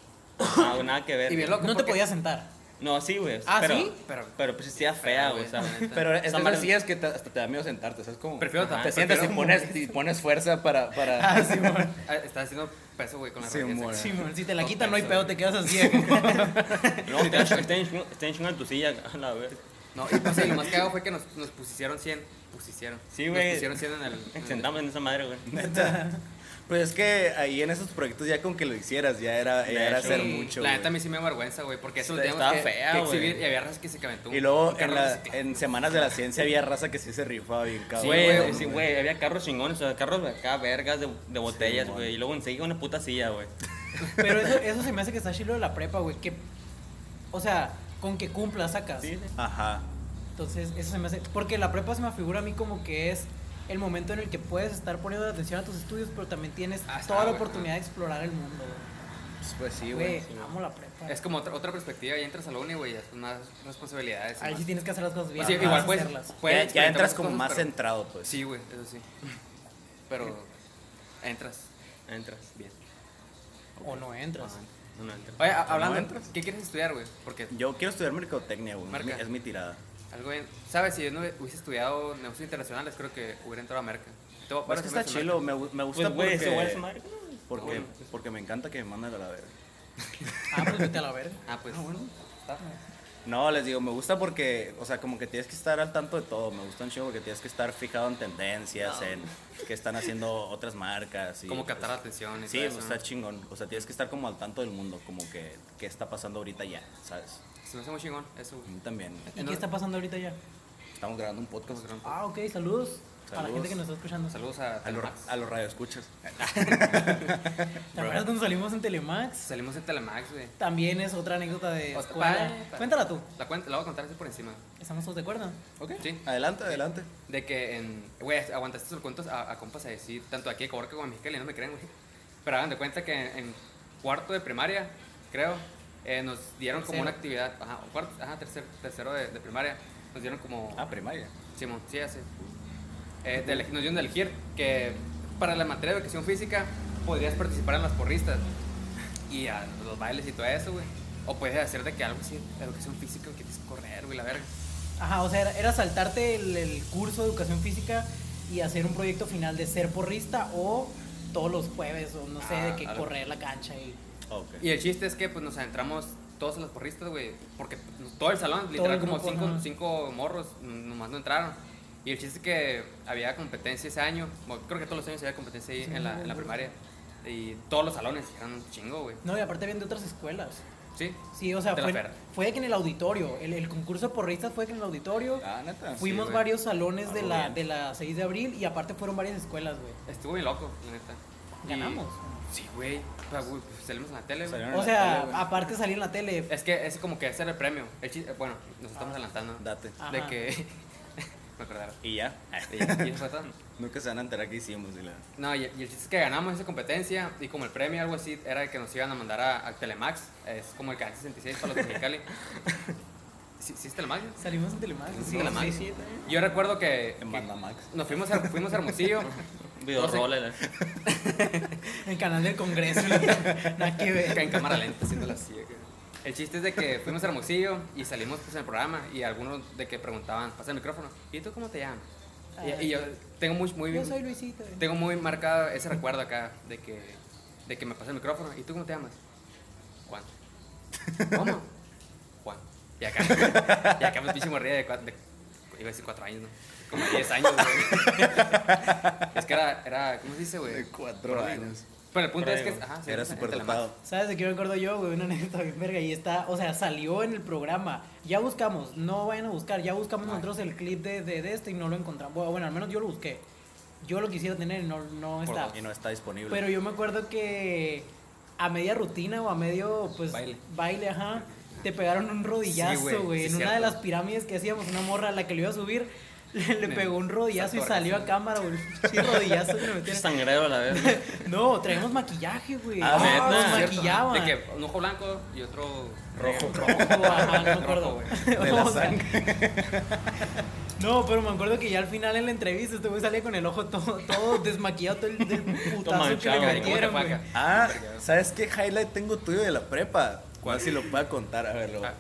Speaker 4: No, nada que ver.
Speaker 1: y bien
Speaker 4: güey.
Speaker 1: loco.
Speaker 3: No te
Speaker 1: porque-
Speaker 3: podías sentar.
Speaker 4: No, sí, güey.
Speaker 3: ¿Ah,
Speaker 4: pero,
Speaker 3: sí?
Speaker 1: Pero,
Speaker 4: Pero pues sí, era fea, güey. o sea,
Speaker 1: la neta.
Speaker 2: Pero es
Speaker 4: Esa
Speaker 2: esas
Speaker 4: madre-
Speaker 2: sillas que te- hasta te da miedo sentarte, ¿sabes cómo?
Speaker 1: Prefiero
Speaker 2: Te
Speaker 1: ta-
Speaker 2: sientas y
Speaker 1: prefiero-
Speaker 2: pones, y pones fuerza para... para...
Speaker 1: Ah, Estás haciendo peso, güey, con la
Speaker 2: Sí,
Speaker 1: rodilla.
Speaker 2: amor.
Speaker 1: Sí,
Speaker 3: Sí, ah. mon, si te la
Speaker 1: No,
Speaker 3: quitan, no hay
Speaker 1: eso,
Speaker 3: pedo,
Speaker 1: güey.
Speaker 3: te quedas así. ¿eh?
Speaker 4: No, está en- está en está en chingada tu silla, a la verga.
Speaker 1: No, y pues, y lo más cagado fue que nos, nos pusieron 100. Pusieron.
Speaker 4: Sí,
Speaker 1: Nos
Speaker 4: güey.
Speaker 1: pusieron 100 en el. en el-
Speaker 4: Sentamos en esa madre, güey.
Speaker 2: Neta. Pues es que ahí en esos proyectos ya con que lo hicieras ya era, ya
Speaker 4: De
Speaker 2: era
Speaker 4: hecho,
Speaker 2: hacer
Speaker 1: Sí,
Speaker 2: mucho.
Speaker 1: La
Speaker 2: güey.
Speaker 1: neta a mí sí me da vergüenza, güey, porque eso lo
Speaker 4: Está-
Speaker 1: teníamos que,
Speaker 4: estaba fea,
Speaker 1: que exhibir
Speaker 4: güey.
Speaker 1: y había razas que se calentó.
Speaker 2: Y luego
Speaker 1: un carro
Speaker 2: en, la- eh,
Speaker 1: reciclado.
Speaker 2: en Semanas de la Ciencia había raza que sí se rifaba bien cabrón.
Speaker 4: Güey, sí, güey, había carros chingones, o sea, carros acá, vergas de, de botellas,
Speaker 2: Sí,
Speaker 4: güey.
Speaker 2: mon.
Speaker 4: y luego enseguida una puta silla, güey.
Speaker 3: Pero eso, eso se me hace que está chilo de la prepa, güey. Que, o sea, con que cumpla sacas.
Speaker 4: Sí, sí.
Speaker 2: Ajá.
Speaker 3: Entonces, eso se me hace. Porque la prepa se me figura a mí como que es el momento en el que puedes estar poniendo atención a tus estudios, pero también tienes
Speaker 1: Ah, está,
Speaker 3: toda la
Speaker 1: güey,
Speaker 3: oportunidad de explorar el mundo, güey.
Speaker 2: Pues, pues sí,
Speaker 3: Güey,
Speaker 2: güey.
Speaker 3: amo la prepa.
Speaker 1: Es como otra, otra perspectiva, y entras a la uni, güey, ya es más responsabilidades. y
Speaker 3: Ahí
Speaker 1: más-
Speaker 3: sí tienes que hacer las cosas bien.
Speaker 1: Sí,
Speaker 3: vas
Speaker 1: igual
Speaker 3: a
Speaker 1: pues,
Speaker 3: hacerlas.
Speaker 1: puedes
Speaker 2: Ya- ya,
Speaker 1: experimentar
Speaker 2: entras como
Speaker 1: cosas,
Speaker 2: más
Speaker 1: pero-
Speaker 2: centrado, pues.
Speaker 1: Sí, güey, eso sí. Pero entras
Speaker 4: Entras.
Speaker 1: bien.
Speaker 3: O no entras.
Speaker 1: Ajá.
Speaker 4: No, entras.
Speaker 1: Oye,
Speaker 3: ah,
Speaker 1: a-
Speaker 2: ¿No
Speaker 1: hablando,
Speaker 2: entras?
Speaker 1: ¿qué quieres estudiar, güey? Porque
Speaker 2: Yo quiero estudiar mercadotecnia, güey. Es mi-
Speaker 1: Marca.
Speaker 2: Es mi tirada.
Speaker 1: algo bien. ¿Sabes? Si yo no hubiese estudiado negocios internacionales, creo que hubiera entrado a Merca. Todo-
Speaker 2: Pues
Speaker 1: varios
Speaker 2: es que está
Speaker 1: semestres
Speaker 2: chilo, me, gu- me gusta
Speaker 4: Pues, güey, ese güey es
Speaker 2: porque,
Speaker 4: madre.
Speaker 2: porque,
Speaker 1: bueno,
Speaker 2: porque me encanta que me manden a la verga.
Speaker 3: Ah, pues vete a la verga.
Speaker 1: Merca. Ah, pues. está.
Speaker 2: No, les digo, me gusta porque, o sea, como que tienes que estar al tanto de todo. Me gusta un chingo porque tienes que estar fijado en tendencias, en que están haciendo otras marcas. Y,
Speaker 1: Como captar la
Speaker 2: pues,
Speaker 1: atención y
Speaker 2: Sí,
Speaker 1: todo
Speaker 2: pues,
Speaker 1: eso,
Speaker 2: está
Speaker 1: ¿no?
Speaker 2: chingón. O sea, tienes que estar como al tanto del mundo, como que qué está pasando ahorita ya, ¿sabes?
Speaker 1: Se me hace muy chingón eso,
Speaker 2: A
Speaker 1: güey.
Speaker 2: mí también.
Speaker 3: ¿Y qué está pasando ahorita ya?
Speaker 2: Estamos grabando un podcast.
Speaker 3: Ah, ok, saludos. A la
Speaker 2: Saludos.
Speaker 3: gente que nos está escuchando.
Speaker 1: Saludos a,
Speaker 2: A los,
Speaker 1: Telemax.
Speaker 2: a los radioescuchas.
Speaker 3: ¿Te acuerdas cuando salimos en Telemax?
Speaker 1: Salimos en Telemax, güey.
Speaker 3: También es otra anécdota de
Speaker 1: Otra-
Speaker 3: escuela.
Speaker 1: pa- pa-
Speaker 3: Cuéntala tú.
Speaker 1: La, cuenta, la voy a contar así por encima.
Speaker 3: ¿Estamos todos de acuerdo?
Speaker 2: Ok.
Speaker 1: Sí.
Speaker 2: Adelante, adelante.
Speaker 1: De que en. Güey, aguantaste sus cuentos a, a compas a decir, tanto aquí de Coborca como en Mexicali, no me creen, güey. Pero hagan de cuenta que en, en cuarto de primaria, creo, eh, nos dieron como
Speaker 3: Tercero.
Speaker 1: una actividad. Ajá, o cuarto, ajá tercero, tercero de, de primaria. Nos dieron como.
Speaker 2: Ah, primaria.
Speaker 1: Simón, sí, hace. Eh, de elegir- nos dieron de elegir que para la materia de educación física podrías participar en las porristas y a los bailes y todo eso, güey. O puedes hacer de que algo así, educación física, que tienes que correr, güey, la verga.
Speaker 3: Ajá, o sea, era, era saltarte el, el curso de educación física y hacer un proyecto final de ser porrista o todos los jueves o no sé,
Speaker 1: Ah,
Speaker 3: de que
Speaker 1: algo.
Speaker 3: correr la cancha y
Speaker 2: Ok.
Speaker 1: Y el chiste es que pues nos adentramos todos a las porristas, güey, porque pues, todo el salón, literal,
Speaker 3: el
Speaker 1: como
Speaker 3: grupo,
Speaker 1: cinco,
Speaker 3: ajá.
Speaker 1: cinco morros mm, nomás no entraron. Y el chiste es que había competencia ese año, bueno, creo que todos los años había competencia ahí
Speaker 3: Sí,
Speaker 1: en, la,
Speaker 3: güey,
Speaker 1: en la
Speaker 3: güey.
Speaker 1: primaria. Y todos los salones eran un chingo, güey.
Speaker 3: No, y aparte vienen de otras escuelas.
Speaker 1: Sí,
Speaker 3: Sí, o sea,
Speaker 1: De la
Speaker 3: fue,
Speaker 1: Fera.
Speaker 3: fue de que en el auditorio, el, el concurso de porristas fue de que en el auditorio
Speaker 2: Ah, neta.
Speaker 1: Fui-
Speaker 3: fuimos
Speaker 1: güey.
Speaker 3: varios salones de
Speaker 2: Algo
Speaker 3: la,
Speaker 2: bien.
Speaker 3: de la 6 de abril y aparte fueron varias escuelas, güey.
Speaker 1: estuvo bien loco, la neta. Y-
Speaker 3: Ganamos.
Speaker 1: Sí, güey. O sea, güey, pues, salimos en la tele, güey.
Speaker 2: Salieron en
Speaker 3: O
Speaker 2: la
Speaker 3: sea,
Speaker 2: tele, güey.
Speaker 3: aparte de salir en la tele.
Speaker 1: Es que es como que ese era el premio. El chiste- bueno, nos estamos adelantando.
Speaker 2: Date.
Speaker 3: Ah.
Speaker 1: De
Speaker 3: Ajá.
Speaker 1: que. me acordaba.
Speaker 2: Y ya.
Speaker 1: Y y eso fue todo.
Speaker 2: Nunca se van a enterar que hicimos. Y la...
Speaker 1: No, y, y el chiste es que ganamos esa competencia y como el premio algo así era de que nos iban a mandar a, a Telemax, es como el canal 66 para los de Mexicali. ¿Sí, sí es Telemax?
Speaker 3: Salimos en Telemás.
Speaker 1: Sí, Telemás. Yo recuerdo que,
Speaker 2: En
Speaker 1: que
Speaker 2: Banda Max.
Speaker 1: nos fuimos a, fuimos a Hermosillo.
Speaker 4: Video roller.
Speaker 3: En el canal del Congreso. y la- Nada que
Speaker 1: Acá
Speaker 3: ver.
Speaker 1: en cámara lenta, haciéndola así. acá. El chiste es de que fuimos a Hermosillo y salimos pues, en el programa y algunos de que preguntaban, pasa el micrófono, ¿y tú cómo te llamas? Y, y yo tengo muy, muy
Speaker 3: Yo soy Luisito. eh.
Speaker 1: Tengo muy marcado ese recuerdo acá de que, de que me pasa el micrófono. ¿Y tú cómo te llamas? Juan. ¿Cómo? Juan. Y acá, y acá me pinche morría de, cua- de- Iba a decir cuatro años, ¿no? Como 10 años, güey. es que era, era. ¿Cómo se dice, güey?
Speaker 2: De cuatro
Speaker 1: Prodigio.
Speaker 2: años.
Speaker 1: Pero el punto es
Speaker 4: Prodigio.
Speaker 1: que. Ajá, sí,
Speaker 2: Era
Speaker 1: en
Speaker 2: súper
Speaker 1: Telemax.
Speaker 2: dotado.
Speaker 3: ¿Sabes de qué me acuerdo yo, güey? Una anécdota bien verga. Y está, o sea, salió en el programa. Ya buscamos, no vayan a buscar. Ya buscamos nosotros el clip de, de, de este y no lo encontramos. Bueno, bueno, al menos yo lo busqué. Yo lo quisiera tener y no, no
Speaker 1: Por
Speaker 3: está.
Speaker 1: dos.
Speaker 2: Y no está disponible.
Speaker 3: Pero yo me acuerdo que a media rutina o a medio, pues,
Speaker 1: Baile.
Speaker 3: baile, ajá, te pegaron un rodillazo,
Speaker 1: Sí,
Speaker 3: güey.
Speaker 1: güey, sí,
Speaker 3: en una
Speaker 1: cierto.
Speaker 3: de las pirámides que hacíamos, una morra a la que le iba a subir, le, le
Speaker 1: Me
Speaker 3: pegó un rodillazo y
Speaker 1: saltó,
Speaker 3: salió a
Speaker 1: sí.
Speaker 3: cámara, güey. Sí, rodillazo que le
Speaker 4: Pinche
Speaker 3: metieron.
Speaker 4: sangrero a la vez.
Speaker 3: No, traíamos maquillaje, güey.
Speaker 4: Ah,
Speaker 3: Ah,
Speaker 4: neta.
Speaker 3: nos
Speaker 1: Cierto,
Speaker 3: maquillaban.
Speaker 1: De que un ojo blanco y otro.
Speaker 2: Rojo.
Speaker 3: Rojo, ajá, no me
Speaker 1: Rojo,
Speaker 3: acuerdo.
Speaker 1: güey.
Speaker 2: De la
Speaker 3: O sea,
Speaker 2: sangre.
Speaker 3: No, pero me acuerdo que ya al final en la entrevista este güey salía con el ojo todo, todo desmaquillado, todo el del putazo que
Speaker 4: manchado,
Speaker 3: le
Speaker 4: güey.
Speaker 3: metieron,
Speaker 1: ¿Cómo te
Speaker 3: güey.
Speaker 1: fue acá?
Speaker 2: Ah, ¿sabes qué highlight tengo tuyo de la prepa? ¿Cuál? si lo pueda contar. A verlo.
Speaker 1: Ah.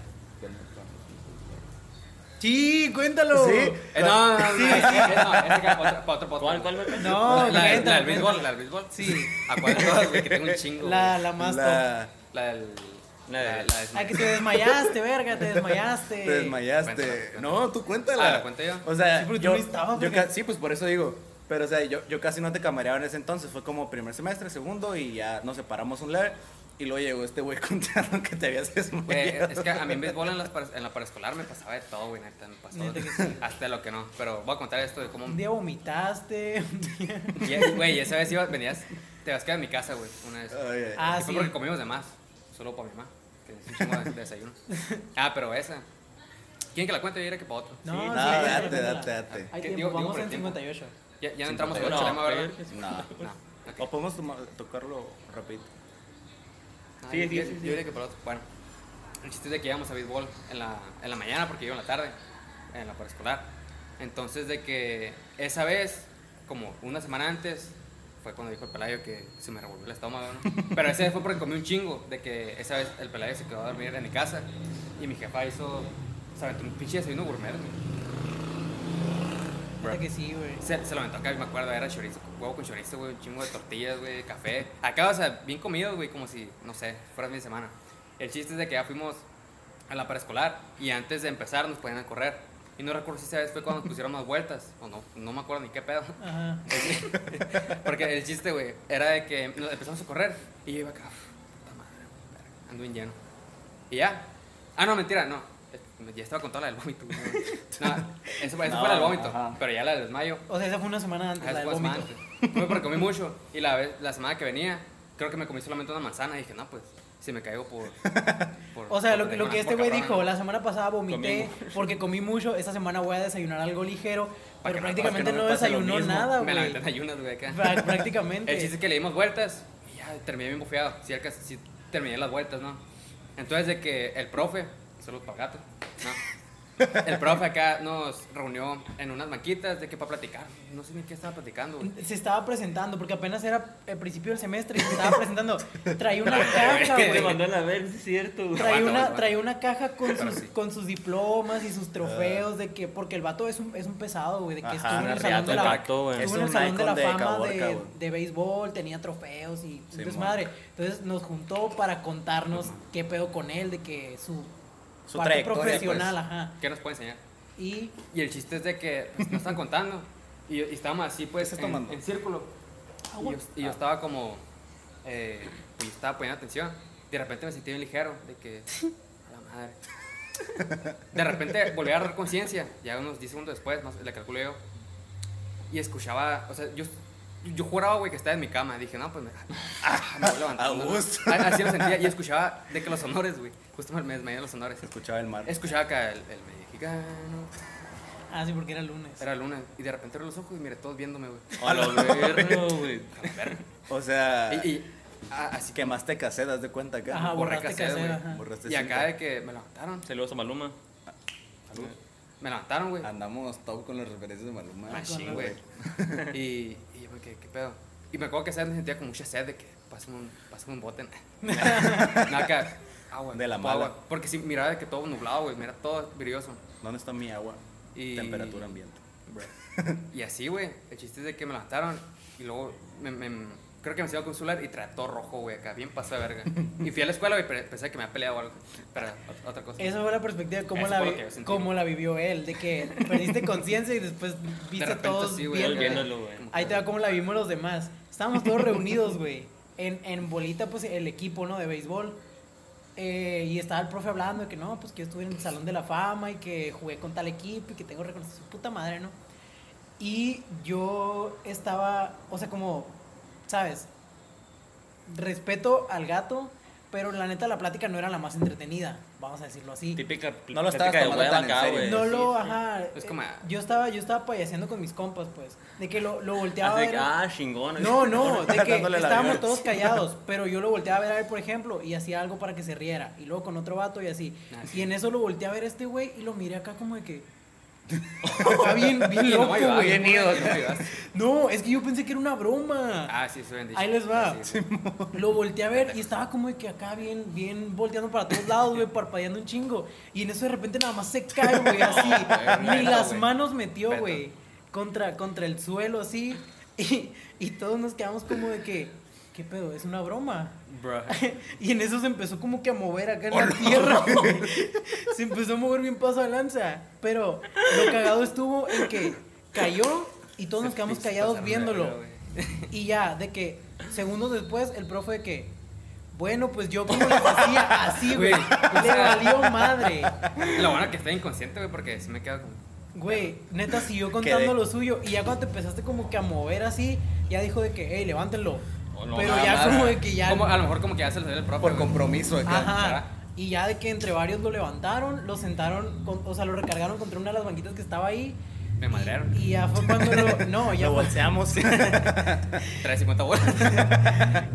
Speaker 3: Sí, cuéntalo.
Speaker 2: Sí.
Speaker 1: Eh, no, no, no, no, ese- no, ese acá, otro- para otro podcast.
Speaker 4: ¿Cuál, cuál, güey?
Speaker 3: No,
Speaker 1: la, la,
Speaker 3: cuéntalo,
Speaker 1: la del béisbol,
Speaker 3: cuéntalo.
Speaker 1: la del béisbol.
Speaker 3: Oh, Sí.
Speaker 1: ¿A cuál de todas, güey? Que tengo un chingo.
Speaker 3: La,
Speaker 1: güey.
Speaker 3: la más top.
Speaker 2: La-
Speaker 1: La del.
Speaker 4: La de-
Speaker 1: la
Speaker 3: Ah, que te desmayaste, verga, te desmayaste.
Speaker 2: Te desmayaste.
Speaker 1: Cuéntala, cuéntala.
Speaker 2: No, tú cuéntala.
Speaker 1: Ah, ¿la cuento yo?
Speaker 2: O sea,
Speaker 3: Sí, pero tú
Speaker 2: yo,
Speaker 3: no estabas,
Speaker 2: yo
Speaker 3: güey.
Speaker 2: ca- sí, pues por eso digo. Pero, o sea, yo, yo casi no te camareaba en ese entonces. Fue como primer semestre, segundo, y ya nos separamos un leve. Y luego llegó este güey contando que te habías
Speaker 1: Güey,
Speaker 2: desmayado.
Speaker 1: Eh, es que a mí en béisbol en, las para- en la paraescolar me pasaba de todo, güey, neta, me pasó
Speaker 3: Neta
Speaker 1: de-
Speaker 3: que sí.
Speaker 1: hasta lo que no, pero voy a contar esto de cómo...
Speaker 3: Un día vomitaste, un día...
Speaker 1: Y- Güey, esa vez ibas, venías, te vas a quedar en mi casa, güey, una vez.
Speaker 2: Ay, ay.
Speaker 3: Ah,
Speaker 1: Y
Speaker 3: sí.
Speaker 1: fue porque comimos de más, solo para mi mamá, que es un chingo de desayuno. Ah, pero esa, ¿quién que la cuente? Yo diría que para otro.
Speaker 3: No,
Speaker 2: no,
Speaker 3: sí, cuéntala,
Speaker 2: date,
Speaker 3: cuéntala.
Speaker 2: date, date.
Speaker 3: Hay
Speaker 1: ¿Qué?
Speaker 3: tiempo,
Speaker 1: Digo- digo
Speaker 3: vamos
Speaker 1: por el
Speaker 3: en
Speaker 1: tiempo.
Speaker 3: 58.
Speaker 1: Ya, ya no entramos a
Speaker 4: No,
Speaker 1: otro tema, ¿verdad?
Speaker 4: creo que sí.
Speaker 2: No.
Speaker 1: No. ok.
Speaker 2: O podemos toma- tocarlo rapidito.
Speaker 1: Ah,
Speaker 4: Sí,
Speaker 1: yo,
Speaker 4: sí,
Speaker 1: yo-
Speaker 4: sí, sí.
Speaker 1: yo diría que para otro. Bueno, el chiste es de que íbamos a béisbol en la, en la mañana porque yo en la tarde, en la preescolar. Entonces, de que esa vez, como una semana antes, fue cuando dijo el pelayo que se me revolvió el estómago, ¿no? Pero esa vez fue porque comí un chingo, de que esa vez el pelayo se quedó a dormir en mi casa y mi jefa hizo, se aventó un pinche desayuno gourmet, güey.
Speaker 3: Neta que sí, güey.
Speaker 1: se, se lo aventó acá, me acuerdo, era chorizo, huevo con chorizo, güey, un chingo de tortillas, güey, café. Acá, o sea, bien comido, güey, como si, no sé, fuera mi semana. El chiste es de que ya fuimos a la preescolar y antes de empezar nos ponían a correr. Y no recuerdo si esa vez fue cuando nos pusieron más vueltas, o no, no me acuerdo ni qué pedo.
Speaker 3: Ajá.
Speaker 1: Porque el chiste, güey, era de que nos empezamos a correr y yo iba acá, puta madre, verga, ando bien lleno. Y ya. Ah, no, mentira, no. Eh, Ya estaba contando la del vómito. güey. No, eso, eso
Speaker 2: No,
Speaker 1: fue la del vómito,
Speaker 2: ajá.
Speaker 1: pero ya la del desmayo.
Speaker 3: O sea, esa fue una semana antes,
Speaker 1: Ah,
Speaker 3: la del
Speaker 1: fue
Speaker 3: vómito.
Speaker 1: semana antes. Fue porque comí mucho y la, vez, la semana que venía, creo que me comí solamente una manzana y dije, no, pues, si me caigo por... por-
Speaker 3: O sea,
Speaker 1: por
Speaker 3: lo, que-
Speaker 1: tener
Speaker 3: lo
Speaker 1: una
Speaker 3: que este
Speaker 1: boca
Speaker 3: güey
Speaker 1: rara,
Speaker 3: dijo,
Speaker 1: ¿no?
Speaker 3: la semana pasada vomité
Speaker 4: Comí
Speaker 3: porque comí mucho, esta semana voy a desayunar algo ligero,
Speaker 1: Pa'
Speaker 3: pero
Speaker 1: que no- pa' que
Speaker 3: prácticamente
Speaker 2: no
Speaker 3: no,
Speaker 2: me pase lo
Speaker 3: desayunó
Speaker 2: mismo.
Speaker 3: nada,
Speaker 1: Me la
Speaker 3: güey.
Speaker 1: aventé en ayunas, güey, acá.
Speaker 3: Prá-
Speaker 1: El chiste
Speaker 3: Prácticamente.
Speaker 1: es que le dimos vueltas y ya terminé bien bufeado. Sí, alca- sí terminé las vueltas, ¿no? Entonces, de que el profe, saludos para gato, ¿no? El profe acá nos reunió en unas banquitas de que para platicar. No sé ni qué estaba platicando, güey.
Speaker 3: Se estaba presentando, porque apenas era el principio del semestre y se estaba presentando. Traía una caja,
Speaker 1: güey.
Speaker 4: Te
Speaker 3: güey.
Speaker 4: mandó a la verga, sí es cierto, güey.
Speaker 3: Trae
Speaker 1: Aguanta,
Speaker 3: una,
Speaker 1: aguanta.
Speaker 3: trae una caja con
Speaker 1: Pero
Speaker 3: sus,
Speaker 1: sí.
Speaker 3: con sus diplomas y sus trofeos de que porque el vato es un, es un pesado, güey, de que
Speaker 2: Ajá,
Speaker 3: estuvo en el
Speaker 2: no,
Speaker 3: salón
Speaker 4: riata,
Speaker 3: de
Speaker 4: el
Speaker 3: la
Speaker 4: vato, güey.
Speaker 2: Es
Speaker 3: estuvo en el
Speaker 2: un
Speaker 3: salón de la
Speaker 2: icon de
Speaker 3: fama
Speaker 2: Caborca,
Speaker 3: de,
Speaker 2: güey.
Speaker 3: de béisbol, tenía trofeos y un
Speaker 2: Simón.
Speaker 3: desmadre. Entonces nos juntó para contarnos qué pedo con él, de que su,
Speaker 2: Su
Speaker 3: parte
Speaker 2: trayectoria,
Speaker 3: profesional,
Speaker 2: pues.
Speaker 3: ajá.
Speaker 1: ¿Qué nos puede enseñar?
Speaker 3: Y
Speaker 1: Y el chiste es de que pues, nos están contando. Y, y estábamos así, pues,
Speaker 2: ¿Qué estás
Speaker 1: en,
Speaker 2: tomando? Ah,
Speaker 1: en círculo. Y yo,
Speaker 3: Agua.
Speaker 1: y yo estaba como. Eh, y yo estaba poniendo atención. De repente me sentí bien ligero, de que. A la madre. De repente volví a agarrar conciencia. Ya unos 10 segundos después, más, le calculo yo. Y escuchaba. O sea, yo, yo yo juraba, güey, que estaba en mi cama. Dije, no, pues me, ah, me voy levantando,
Speaker 2: A
Speaker 1: ¿no?
Speaker 2: gusto.
Speaker 1: A- Así lo sentía y escuchaba de que los honores, güey. Justo me, me dieron los honores.
Speaker 2: Escuchaba el mar.
Speaker 1: Escuchaba acá el, el mexicano.
Speaker 3: Ah, sí, porque era lunes.
Speaker 1: Era luna. Y de repente abrí los ojos y miré todos viéndome, güey.
Speaker 4: A lo verga, güey.
Speaker 2: O sea,
Speaker 1: Y, y- ah, así que
Speaker 2: quemaste cassette, haz de cuenta acá.
Speaker 3: Ajá,
Speaker 1: borré
Speaker 3: borraste
Speaker 1: cassette,
Speaker 3: cassette,
Speaker 1: güey.
Speaker 3: ajá.
Speaker 2: Borraste
Speaker 1: Y acá
Speaker 2: cinta.
Speaker 1: de que me levantaron.
Speaker 4: Saludos a Maluma.
Speaker 1: Me levantaron,
Speaker 2: Ah,
Speaker 1: güey.
Speaker 2: Andamos top con las referencias de Maluma.
Speaker 3: Ah,
Speaker 1: Machín, güey. Y, y yo me quedé, ¿qué pedo? Y me acuerdo que esa vez me sentía con mucha sed de que pásame un, pásame un bote. no, acá, agua.
Speaker 2: De la
Speaker 1: tipo agua.
Speaker 2: mala.
Speaker 1: Porque si miraba de que todo nublado, güey. Mira, todo brilloso.
Speaker 2: ¿Dónde está mi agua?
Speaker 1: Y-
Speaker 2: Temperatura ambiente.
Speaker 1: Y así, güey. El chiste es de que me levantaron y luego me, me- creo que me hicieron consular y traía todo rojo, güey, acá, bien pasado de verga. Y fui a la escuela, güey, pero pensé que me había peleado o algo. Pero ot- otra cosa.
Speaker 3: Esa fue la perspectiva de cómo,
Speaker 1: Eso
Speaker 3: la,
Speaker 1: fue
Speaker 3: vi-
Speaker 1: lo que yo sentí.
Speaker 3: cómo la vivió él, de que perdiste conciencia y después
Speaker 1: de
Speaker 3: viste
Speaker 1: repente
Speaker 3: todos
Speaker 1: sí, güey.
Speaker 3: bien,
Speaker 1: acá,
Speaker 3: güey.
Speaker 4: viéndolo, güey.
Speaker 1: como que-
Speaker 3: Ahí te va cómo la vimos los demás. Estábamos todos reunidos, güey. En, en bolita, pues el equipo, ¿no? De béisbol. Eh, y estaba el profe hablando de que no, pues que yo estuve en el Salón de la Fama y que jugué con tal equipo y que tengo reconocimiento. Su puta madre, ¿no? Y yo estaba, o sea, como, ¿sabes? Respeto al gato, pero la neta la plática no era la más entretenida, vamos a decirlo así.
Speaker 4: Típica pl-
Speaker 2: No lo estabas
Speaker 4: plática de
Speaker 2: tomando
Speaker 4: hueva
Speaker 2: tan en
Speaker 4: acá,
Speaker 2: serio.
Speaker 4: güey.
Speaker 3: No
Speaker 4: Sí,
Speaker 3: lo,
Speaker 4: sí.
Speaker 3: ajá.
Speaker 1: Es
Speaker 3: eh,
Speaker 1: como-
Speaker 3: yo estaba, yo estaba payaseando con mis compas, pues. De que lo, lo volteaba
Speaker 4: Así
Speaker 3: a
Speaker 4: de
Speaker 3: ver.
Speaker 4: que, ah, chingón.
Speaker 3: No, no, de que
Speaker 2: Dándole la
Speaker 3: estábamos
Speaker 2: viola.
Speaker 3: todos callados, pero yo lo volteaba a ver a él, por ejemplo, y hacía algo para que se riera, y luego con otro vato y así.
Speaker 1: Ah,
Speaker 3: Y en eso lo volteé a ver a este güey y lo miré acá como de que está bien, bien
Speaker 1: Y no
Speaker 3: loco,
Speaker 1: me ayudaste,
Speaker 3: güey.
Speaker 1: güey, y no me ayudaste.
Speaker 3: No, es que yo pensé que era una broma.
Speaker 1: Ah, sí, eso bien dicho.
Speaker 3: Ahí les va.
Speaker 1: Sí, sí.
Speaker 3: Lo volteé a ver y estaba como de que acá bien, bien volteando para todos lados, güey, parpadeando un chingo. Y en eso de repente nada más se cae, güey, así.
Speaker 1: No, güey,
Speaker 3: Ni
Speaker 1: no,
Speaker 3: las
Speaker 1: güey.
Speaker 3: manos metió,
Speaker 1: Vete.
Speaker 3: güey. Contra, contra el suelo, así. Y, y todos nos quedamos como de que, ¿qué pedo? ¿Es una broma?
Speaker 1: Bruh.
Speaker 3: Y en eso se empezó como que a mover acá en la tierra. güey. se empezó a mover bien paso de lanza. Pero lo cagado estuvo en que cayó y todos nos quedamos callados viéndolo. Y ya, de que segundos después, el profe de que, bueno, pues yo como les hacía así, güey.
Speaker 1: Güey, o
Speaker 3: Le
Speaker 1: sea-
Speaker 3: valió madre.
Speaker 1: Lo bueno que está inconsciente, güey, porque sí me quedo como.
Speaker 3: Güey, neta siguió contando
Speaker 2: Quedé.
Speaker 3: lo suyo. Y ya cuando te empezaste como que a mover así, ya dijo de que, hey, levántenlo.
Speaker 4: Oh, no,
Speaker 3: Pero
Speaker 4: nada
Speaker 3: ya
Speaker 2: más.
Speaker 3: como de que ya.
Speaker 1: Como, a lo mejor como que ya se lo dio el propio.
Speaker 2: Por
Speaker 1: güey.
Speaker 2: compromiso acá.
Speaker 3: Ajá.
Speaker 1: ¿verdad?
Speaker 3: Y ya de que entre varios lo levantaron, lo sentaron, con- o sea, lo recargaron contra una de las banquitas que estaba ahí.
Speaker 1: Me madrearon.
Speaker 3: Y ya fue cuando lo. No, ya
Speaker 2: Lo
Speaker 3: fue,
Speaker 2: bolseamos.
Speaker 1: 350 bolas.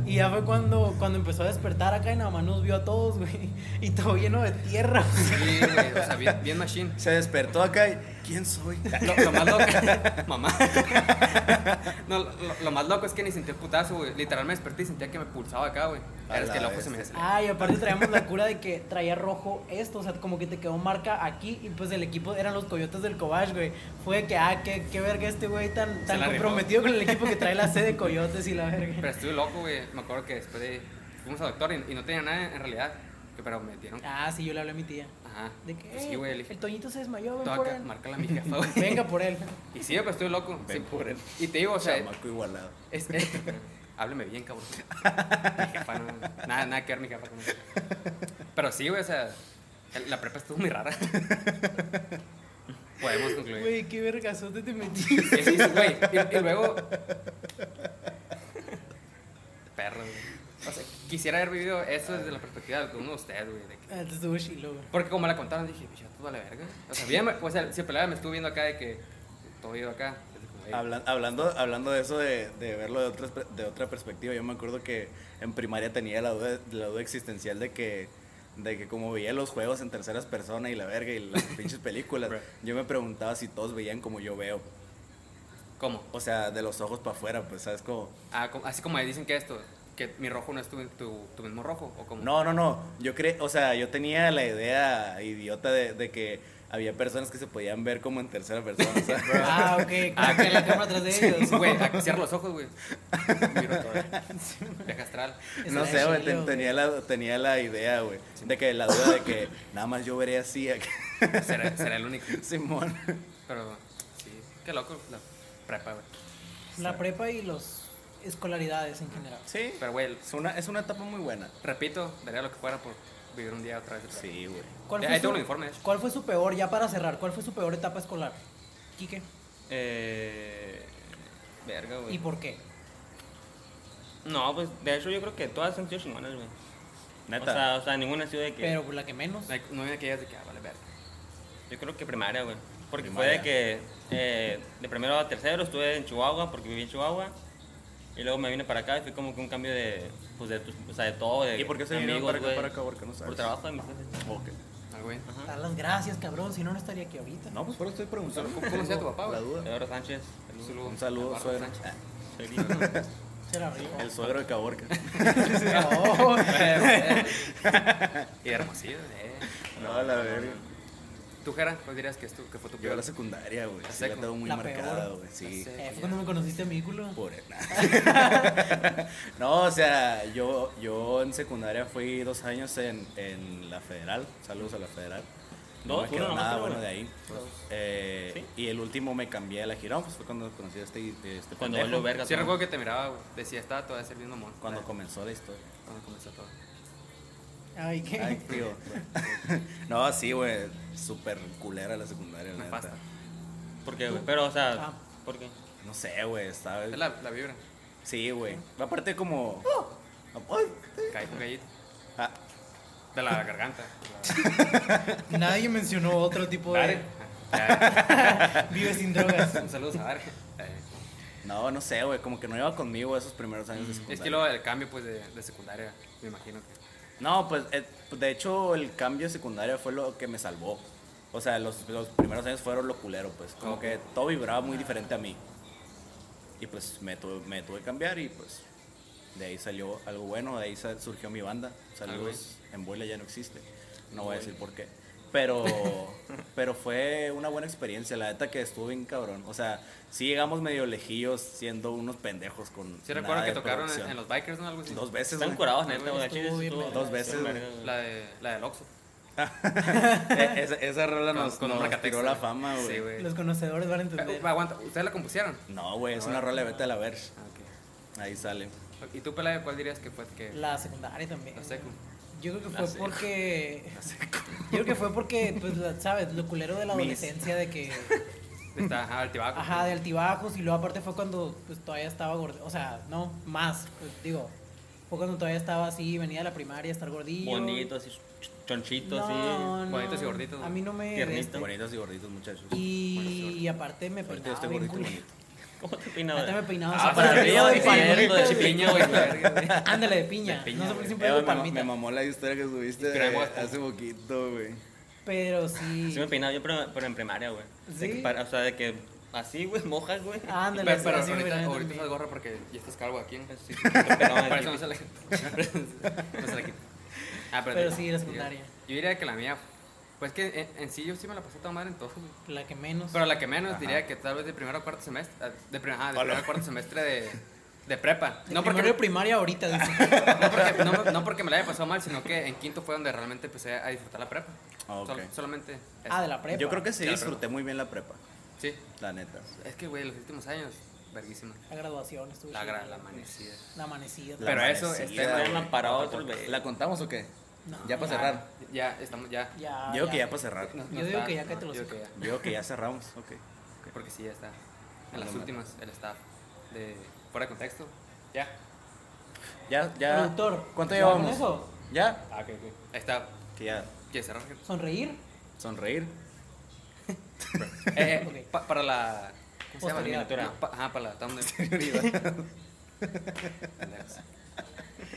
Speaker 3: Y ya fue cuando, cuando empezó a despertar acá y nada más nos vio a todos, güey. Y todo lleno de tierra.
Speaker 1: Sí, güey, o sea, bien, bien machine.
Speaker 2: Se despertó acá y. ¿Quién soy?
Speaker 1: Lo, lo más loco, mamá. No, lo, lo más loco es que ni sentí el putazo, güey. Literal me desperté y sentía que me pulsaba acá, güey.
Speaker 2: A
Speaker 1: Era
Speaker 2: la
Speaker 1: que el ojo se me
Speaker 2: bestia.
Speaker 3: Ay, aparte traíamos la cura de que traía rojo esto, o sea, como que te quedó marca aquí y pues el equipo eran los coyotes del Cobach, güey. Fue de que, ah, qué, qué verga este güey tan, tan
Speaker 1: la rifó.
Speaker 3: comprometido con el equipo que trae la sede de coyotes y la
Speaker 1: Pero
Speaker 3: verga.
Speaker 1: estuve loco, güey. Me acuerdo que después de. Fuimos al doctor y, y no tenía nada en realidad. Que, pero me dieron.
Speaker 3: Ah, sí, yo le hablé a mi tía.
Speaker 1: Ajá.
Speaker 3: De que,
Speaker 1: Pues sí,
Speaker 3: "Ey,
Speaker 1: güey, le dije.
Speaker 3: el Toñito se desmayó, ven
Speaker 1: "Toca,
Speaker 3: por él.
Speaker 1: márcale a mi jefa, güey.
Speaker 3: Venga por él.
Speaker 1: Y sí, pero estuve loco.
Speaker 2: Ven
Speaker 1: Sí.
Speaker 2: por él.
Speaker 1: Y te digo, o sea,
Speaker 2: Chamaco igualado.
Speaker 1: Es, es- hábleme bien, cabrón. Mi jefa no- nada, nada que ver mi jefa con eso. Pero sí, güey, o sea, el- la prepa estuvo muy rara. Podemos concluir.
Speaker 3: Güey, qué vergazote te metiste.
Speaker 1: Sí, sí, sí, güey, y, y luego... Perro, güey. O sea, quisiera haber vivido eso desde la perspectiva de uno de ustedes, güey. de que-
Speaker 3: Ah, te estuvo chilo, güey.
Speaker 1: Porque como me la contaron, dije, "Pues ya, tú vale verga. O sea, bien, o sea, siempre la me estuve viendo acá de que... Todo ido acá. güey.
Speaker 2: Habla- hablando, hablando de eso, de, de verlo de, otras per- de otra perspectiva, yo me acuerdo que en primaria tenía la duda, la duda existencial de que, de que como veía los juegos en terceras personas y la verga y las pinches películas,
Speaker 1: Bruh.
Speaker 2: yo me preguntaba si todos veían como yo veo.
Speaker 1: ¿Cómo?
Speaker 2: O sea, de los ojos para afuera, pues, ¿sabes? Como,
Speaker 1: Ah, como- así como dicen que esto, que mi rojo no es tu, tu, tu mismo rojo, o como...
Speaker 2: no, no, no. Yo cre o sea, yo tenía la idea idiota de, de que había personas que se podían ver como en tercera persona. o sea,
Speaker 3: Ah, ok. Ah, que la cámara atrás de ellos.
Speaker 1: Güey, a- cierra los ojos, güey. Miro todo. Viaje astral.
Speaker 2: No sé, güey, ten- tenía, la, tenía la idea, güey, de que la duda de que nada más yo veré así, acá.
Speaker 1: Será, será el único.
Speaker 2: Simón.
Speaker 1: Pero, sí, qué loco la prepa, güey.
Speaker 3: La prepa y los escolaridades en general.
Speaker 2: Sí.
Speaker 1: Pero, güey,
Speaker 2: Es una, es una etapa muy buena.
Speaker 1: repito, daría lo que fuera por vivir un día otra vez. de prepa.
Speaker 2: Sí, güey.
Speaker 1: Eh, ahí tengo el informe, de hecho.
Speaker 3: cuál fue su peor, ya para cerrar, cuál fue su peor etapa escolar? Quique,
Speaker 4: Eh. Verga, güey.
Speaker 3: ¿y por qué?
Speaker 4: No, pues de hecho yo creo que todas han sido chingonas, güey. O
Speaker 2: Neta.
Speaker 4: sea, o sea, ninguna ha sido de que.
Speaker 3: Pero pues, la que menos.
Speaker 1: Like, no había aquellas de que, ah, vale, verga.
Speaker 4: Yo creo que primaria, güey. Porque
Speaker 2: Primaria.
Speaker 4: fue de que eh, de primero a tercero estuve en Chihuahua porque viví en Chihuahua. Y luego me vine para acá y fue como que un cambio de, pues de, tus- o sea, de todo. De
Speaker 2: ¿Y por qué se vinieron
Speaker 4: amigos,
Speaker 2: para acá,
Speaker 4: güey.
Speaker 2: para acá? Porque no sabes.
Speaker 4: Por trabajo de mis jefes.
Speaker 2: Ok.
Speaker 1: Ah, güey.
Speaker 3: Dar las gracias, cabrón, si no, no estaría aquí ahorita.
Speaker 2: No, pues por eso estoy preguntando.
Speaker 1: ¿Cómo conocía a tu
Speaker 2: Tengo
Speaker 1: papá,
Speaker 2: La
Speaker 1: güey?
Speaker 2: duda.
Speaker 4: Eduardo Sánchez.
Speaker 1: Un
Speaker 4: saludos.
Speaker 1: saludo.
Speaker 2: Un
Speaker 1: Navarro
Speaker 2: saludo, suegro. Ah.
Speaker 1: Sánchez.
Speaker 4: Soy lindo.
Speaker 3: Se la rifa.
Speaker 2: El suegro de Caborca.
Speaker 3: No.
Speaker 1: Y hermosillo, eh.
Speaker 2: no, la verga.
Speaker 1: ¿Tú, Jera, cuál dirías que, es tu, que fue tu
Speaker 2: Yo a
Speaker 1: peor?
Speaker 2: la secundaria, güey. Sí, la
Speaker 1: secu.
Speaker 2: tengo muy
Speaker 3: La
Speaker 2: marcada,
Speaker 3: peor.
Speaker 2: güey. Sí.
Speaker 1: La
Speaker 3: Eh, fue cuando me conociste a mi culo.
Speaker 2: Pobre. no, o sea, yo, yo en secundaria fui dos años en, en la federal. Saludos a la federal. No
Speaker 4: Dos,
Speaker 2: me quedó
Speaker 4: uno nomás,
Speaker 2: nada
Speaker 4: pero
Speaker 2: bueno de ahí.
Speaker 4: bueno.
Speaker 2: Eh, Y el último me cambié a la Girón, pues fue cuando conocí a este, este
Speaker 4: Cuando
Speaker 2: pendejo,
Speaker 4: valió verga.
Speaker 1: Sí,
Speaker 4: todo.
Speaker 1: recuerdo que te miraba, güey. Decía, estaba todavía sirviendo mon. Ah.
Speaker 2: Cuando comenzó la historia.
Speaker 1: Cuando comenzó todo.
Speaker 3: Ay, qué.
Speaker 2: Ay, tío. no, sí, güey. Súper culera la secundaria, la
Speaker 1: Nefasta.
Speaker 2: neta.
Speaker 4: ¿Por qué, güey? Pero, o sea,
Speaker 3: Ah.
Speaker 4: ¿por qué?
Speaker 2: No sé, güey, ¿sabes?
Speaker 1: Es la, la vibra.
Speaker 2: Sí, güey. Aparte como... Ay.
Speaker 1: Caí con gallito.
Speaker 2: Ah,
Speaker 1: De la garganta.
Speaker 3: Nadie mencionó otro tipo
Speaker 1: Dare.
Speaker 3: de.
Speaker 1: Ah,
Speaker 3: Vive sin drogas.
Speaker 1: ya. Un saludo a Dare. Eh,
Speaker 2: no, no sé, güey. Como que no iba conmigo esos primeros años de secundaria.
Speaker 1: Mm, Es que luego el cambio, pues, de, de secundaria, me imagino que.
Speaker 2: No, pues eh, pues, de hecho el cambio de secundaria fue lo que me salvó. O sea, los, los primeros años fueron lo culero, pues. Como
Speaker 1: Ok.
Speaker 2: que todo vibraba muy diferente a mí. Y pues me tuve, me tuve que cambiar y pues de ahí salió algo bueno, de ahí sa- surgió mi banda. Saludos, en Boila ya no existe. No voy a decir por qué. Pero, pero fue una buena experiencia, la neta que estuvo bien cabrón. O sea, sí llegamos medio lejillos siendo unos pendejos con...
Speaker 1: Sí,
Speaker 2: nada
Speaker 1: recuerdo que
Speaker 2: de
Speaker 1: tocaron en,
Speaker 2: producción.
Speaker 1: en los bikers, ¿no? Algo así.
Speaker 2: Dos veces,
Speaker 4: Están
Speaker 2: güey.
Speaker 4: curados,
Speaker 1: Ay,
Speaker 4: neta,
Speaker 1: güey,
Speaker 4: güey.
Speaker 3: estuvo
Speaker 4: Chile,
Speaker 3: bien
Speaker 4: estuvo-
Speaker 3: verga.
Speaker 2: Dos veces,
Speaker 4: estuvo
Speaker 2: güey.
Speaker 4: verga, güey.
Speaker 1: La, de, la del Oxxo.
Speaker 2: Eh, esa, esa rola
Speaker 1: Con-
Speaker 2: nos,
Speaker 1: con
Speaker 2: nos
Speaker 1: nombre
Speaker 2: tiró
Speaker 1: catexto.
Speaker 2: la fama, güey.
Speaker 1: Sí, Ah, güey.
Speaker 3: Los conocedores van a
Speaker 1: Eh,
Speaker 3: entender.
Speaker 1: aguanta, ¿ustedes la compusieron?
Speaker 2: No, güey, es
Speaker 1: A
Speaker 2: una
Speaker 1: ver.
Speaker 2: rola de Vete a la ver.
Speaker 1: Ah, ok.
Speaker 2: Ahí sale.
Speaker 1: ¿Y tú, Pelaya, cuál dirías que fue que
Speaker 3: La secundaria también.
Speaker 1: la secu?
Speaker 3: Yo creo que
Speaker 2: La
Speaker 3: fue
Speaker 2: secu.
Speaker 3: porque. Yo creo que fue porque, pues, la- ¿sabes? Lo culero de la
Speaker 2: Mis.
Speaker 3: adolescencia de que.
Speaker 1: Está ah, ajá, altibajo.
Speaker 3: Ajá, de altibajos. Y luego, aparte, fue cuando pues, todavía estaba gordo. O sea, no, más. Pues, digo, fue cuando todavía estaba así, venía de la primaria, estar gordillo.
Speaker 4: Bonito, así, ch- chonchito, así.
Speaker 3: No, no,
Speaker 1: Bonitos y gorditos,
Speaker 3: A mí no me.
Speaker 4: Tiernito.
Speaker 3: este,
Speaker 2: Bonitos y gorditos, muchachos.
Speaker 3: Y, ah, aparte me
Speaker 2: Ahorita yo
Speaker 3: peinaba
Speaker 2: estoy
Speaker 3: bien
Speaker 2: gordito y
Speaker 3: culero.
Speaker 2: bonito.
Speaker 4: ¿Cómo te peinas,
Speaker 3: Ahorita me
Speaker 4: güey?
Speaker 3: peinaba
Speaker 1: Ah,
Speaker 3: así
Speaker 1: para
Speaker 3: para
Speaker 1: arriba,
Speaker 3: arriba
Speaker 1: de
Speaker 3: y para
Speaker 1: palmerito, de
Speaker 3: abajo.
Speaker 1: chipiño, güey. verga, güey.
Speaker 3: Ándale, de piña.
Speaker 1: De piña,
Speaker 3: no sé por
Speaker 1: güey.
Speaker 3: qué siempre
Speaker 2: Eh,
Speaker 3: digo
Speaker 2: me, ma-
Speaker 3: palmita.
Speaker 2: me mamó la historia que subiste
Speaker 1: Pero
Speaker 2: de-
Speaker 1: hay guapo.
Speaker 2: hace poquito, güey.
Speaker 3: Pero sí.
Speaker 4: Sí me peinaba yo, pero, pero en primaria, güey. De
Speaker 3: ¿Sí? Ah.
Speaker 4: que para- O sea, de que así, güey, mojas, güey.
Speaker 3: Ándale,
Speaker 1: Pero, pero
Speaker 3: así me
Speaker 1: ahorita,
Speaker 3: miran
Speaker 1: ahorita
Speaker 3: también.
Speaker 1: usas gorra porque ya estás calvo aquí. ¿no?
Speaker 4: Sí, sí, te pegaba
Speaker 1: Por
Speaker 4: de
Speaker 1: eso no
Speaker 4: ti.
Speaker 1: se la no se la quita. Ah, te-
Speaker 3: Pero sí, la
Speaker 1: yo-
Speaker 3: secundaria.
Speaker 1: Yo diría que la mía. Pues que en, en sí yo sí me la pasé toda madre en todo. güey.
Speaker 3: La que menos.
Speaker 1: Pero la que menos
Speaker 2: Ajá.
Speaker 1: diría que tal vez de primero a cuarto semestre. ah, De, prim- ajá, de
Speaker 2: Hola.
Speaker 1: primero a cuarto semestre de, de prepa.
Speaker 3: no,
Speaker 1: No
Speaker 3: porque
Speaker 1: porque,
Speaker 3: de primaria ahorita. dice.
Speaker 1: no, porque, no, no porque me la haya pasado mal, sino que en quinto fue donde realmente empecé a disfrutar la prepa.
Speaker 2: Ah, ok.
Speaker 1: Sol- solamente. eso.
Speaker 3: ah, de la prepa.
Speaker 2: Yo creo que sí
Speaker 1: Sí, la
Speaker 2: disfruté muy bien la prepa,
Speaker 1: Sí.
Speaker 2: la neta.
Speaker 1: Es que, güey, los últimos años, verguísima.
Speaker 3: La graduación estuvo
Speaker 1: La,
Speaker 3: chida.
Speaker 1: gra- la amanecida.
Speaker 3: La amanecida.
Speaker 2: La-
Speaker 1: Pero eso,
Speaker 2: amanecida,
Speaker 1: este
Speaker 2: güey.
Speaker 1: tema
Speaker 4: Una para otro, güey.
Speaker 2: ¿La contamos o qué?
Speaker 3: No, Ah,
Speaker 2: ya para cerrar.
Speaker 1: Ya, estamos, ya.
Speaker 3: Ya,
Speaker 2: Yo digo que ya para cerrar.
Speaker 1: No,
Speaker 3: Yo
Speaker 1: no
Speaker 3: digo
Speaker 1: está,
Speaker 3: que ya
Speaker 1: no,
Speaker 3: cállate los
Speaker 1: yo digo que
Speaker 3: hocico.
Speaker 2: Yo digo que ya cerramos. Ok.
Speaker 1: ya, Porque sí, ya está. En las
Speaker 2: No, no.
Speaker 1: últimas, el staff de fuera de contexto. Ya.
Speaker 2: Ya, ya.
Speaker 3: Productor,
Speaker 2: ¿Cuánto
Speaker 3: ¿ya
Speaker 2: llevamos?
Speaker 3: con eso?
Speaker 2: Ya.
Speaker 1: Ah, ok, ok. Ahí está.
Speaker 2: Que ya.
Speaker 1: ¿Quieres cerrar? Ángel?
Speaker 3: Sonreír.
Speaker 2: Sonreír.
Speaker 1: Eh, eh,
Speaker 3: Ok.
Speaker 1: pa- para la. ¿Cómo se llama?
Speaker 4: Miniatura.
Speaker 1: No, pa- ajá, para la. Estamos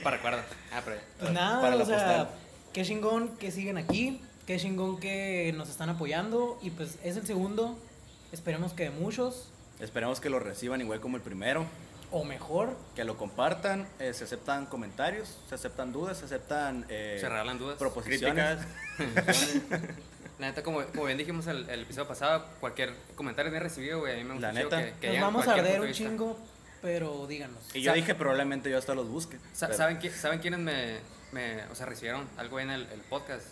Speaker 1: para recuerda. Ah, pero ya.
Speaker 3: Pues nada,
Speaker 2: para la
Speaker 3: o sea,
Speaker 2: postal.
Speaker 3: qué chingón que siguen aquí, qué chingón que nos están apoyando y pues es el segundo, esperemos que de muchos
Speaker 2: Esperemos que lo reciban igual como el primero.
Speaker 3: o mejor.
Speaker 2: Que lo compartan. eh, se aceptan comentarios. Se aceptan dudas. Se aceptan. eh,
Speaker 1: Se regalan dudas.
Speaker 2: Proposiciones.
Speaker 4: Críticas.
Speaker 1: La neta, como, como bien dijimos el, el episodio pasado, cualquier comentario bien recibido, güey. A mí me gusta
Speaker 2: La
Speaker 1: mucho
Speaker 2: neta.
Speaker 1: que, que
Speaker 3: nos
Speaker 1: digan
Speaker 3: vamos a
Speaker 1: cualquier
Speaker 3: arder
Speaker 1: punto de
Speaker 3: un
Speaker 1: vista.
Speaker 3: chingo, pero díganos.
Speaker 2: Y yo dije probablemente yo hasta los busque.
Speaker 1: Sa-
Speaker 2: pero-
Speaker 1: ¿Saben, qui- ¿Saben quiénes me, me o sea, recibieron algo en el, el podcast?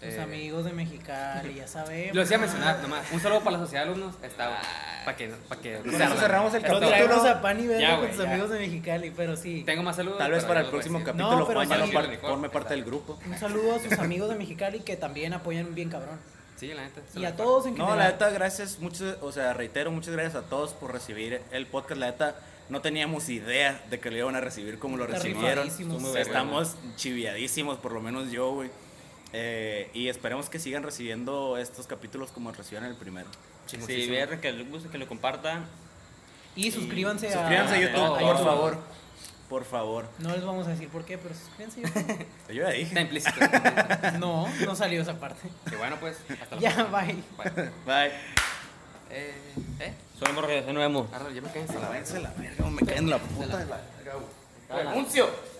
Speaker 3: Tus
Speaker 1: Eh,
Speaker 3: amigos de Mexicali, ya sabemos.
Speaker 1: Lo decía mencionar nomás. Ah, Un saludo para la sociedad de alumnos. Está para que para que
Speaker 2: Ah, Con eso cerramos el
Speaker 3: Lo
Speaker 1: Está-
Speaker 2: capítulo.
Speaker 3: traemos a pan y verga
Speaker 1: Ya,
Speaker 3: con
Speaker 1: güey,
Speaker 3: tus
Speaker 1: ya.
Speaker 3: amigos de Mexicali, pero sí.
Speaker 1: Tengo más saludos.
Speaker 2: Tal vez
Speaker 1: pero
Speaker 2: para
Speaker 1: ya
Speaker 2: el
Speaker 1: lo voy a
Speaker 2: próximo
Speaker 1: decir.
Speaker 2: capítulo
Speaker 3: No, pero
Speaker 2: Juan ya no
Speaker 1: sí.
Speaker 2: par- forme parte del grupo.
Speaker 3: Un saludo a sus amigos de Mexicali que también apoyan bien cabrón.
Speaker 1: Sí, la neta. se
Speaker 3: Y
Speaker 1: lo
Speaker 3: a
Speaker 1: recuerdo.
Speaker 3: todos en
Speaker 2: No,
Speaker 3: general.
Speaker 2: la neta, gracias, muchas, o sea, reitero, muchas gracias a todos por recibir el podcast. La neta, No teníamos idea de que lo iban a recibir como lo
Speaker 3: Está
Speaker 2: recibieron.
Speaker 3: rifadísimo.
Speaker 4: Estuvo muy
Speaker 2: Estamos chiviadísimos, por lo menos yo, güey. Eh, y esperemos que sigan recibiendo estos capítulos como recibieron el primero.
Speaker 4: Si
Speaker 1: Muchísimo.
Speaker 4: vieron que les gusta, que lo compartan.
Speaker 3: Y suscríbanse a.
Speaker 2: Suscríbanse a
Speaker 3: ah,
Speaker 2: YouTube,
Speaker 1: a
Speaker 2: por
Speaker 1: YouTube.
Speaker 2: favor. Por favor.
Speaker 3: No les vamos a decir por qué, pero suscríbanse a YouTube.
Speaker 2: Yo ya dije.
Speaker 1: Está implícito. que
Speaker 3: No, no salió esa parte.
Speaker 1: bueno, pues. Hasta la
Speaker 3: Ya,
Speaker 1: próxima. Bye.
Speaker 2: Bye.
Speaker 1: Eh, eh.
Speaker 4: Solo hemos regresado, nos vemos.
Speaker 1: Arra, ya me quedé sin
Speaker 2: A la verga, me caen la puta de la.
Speaker 1: ¡Anuncio!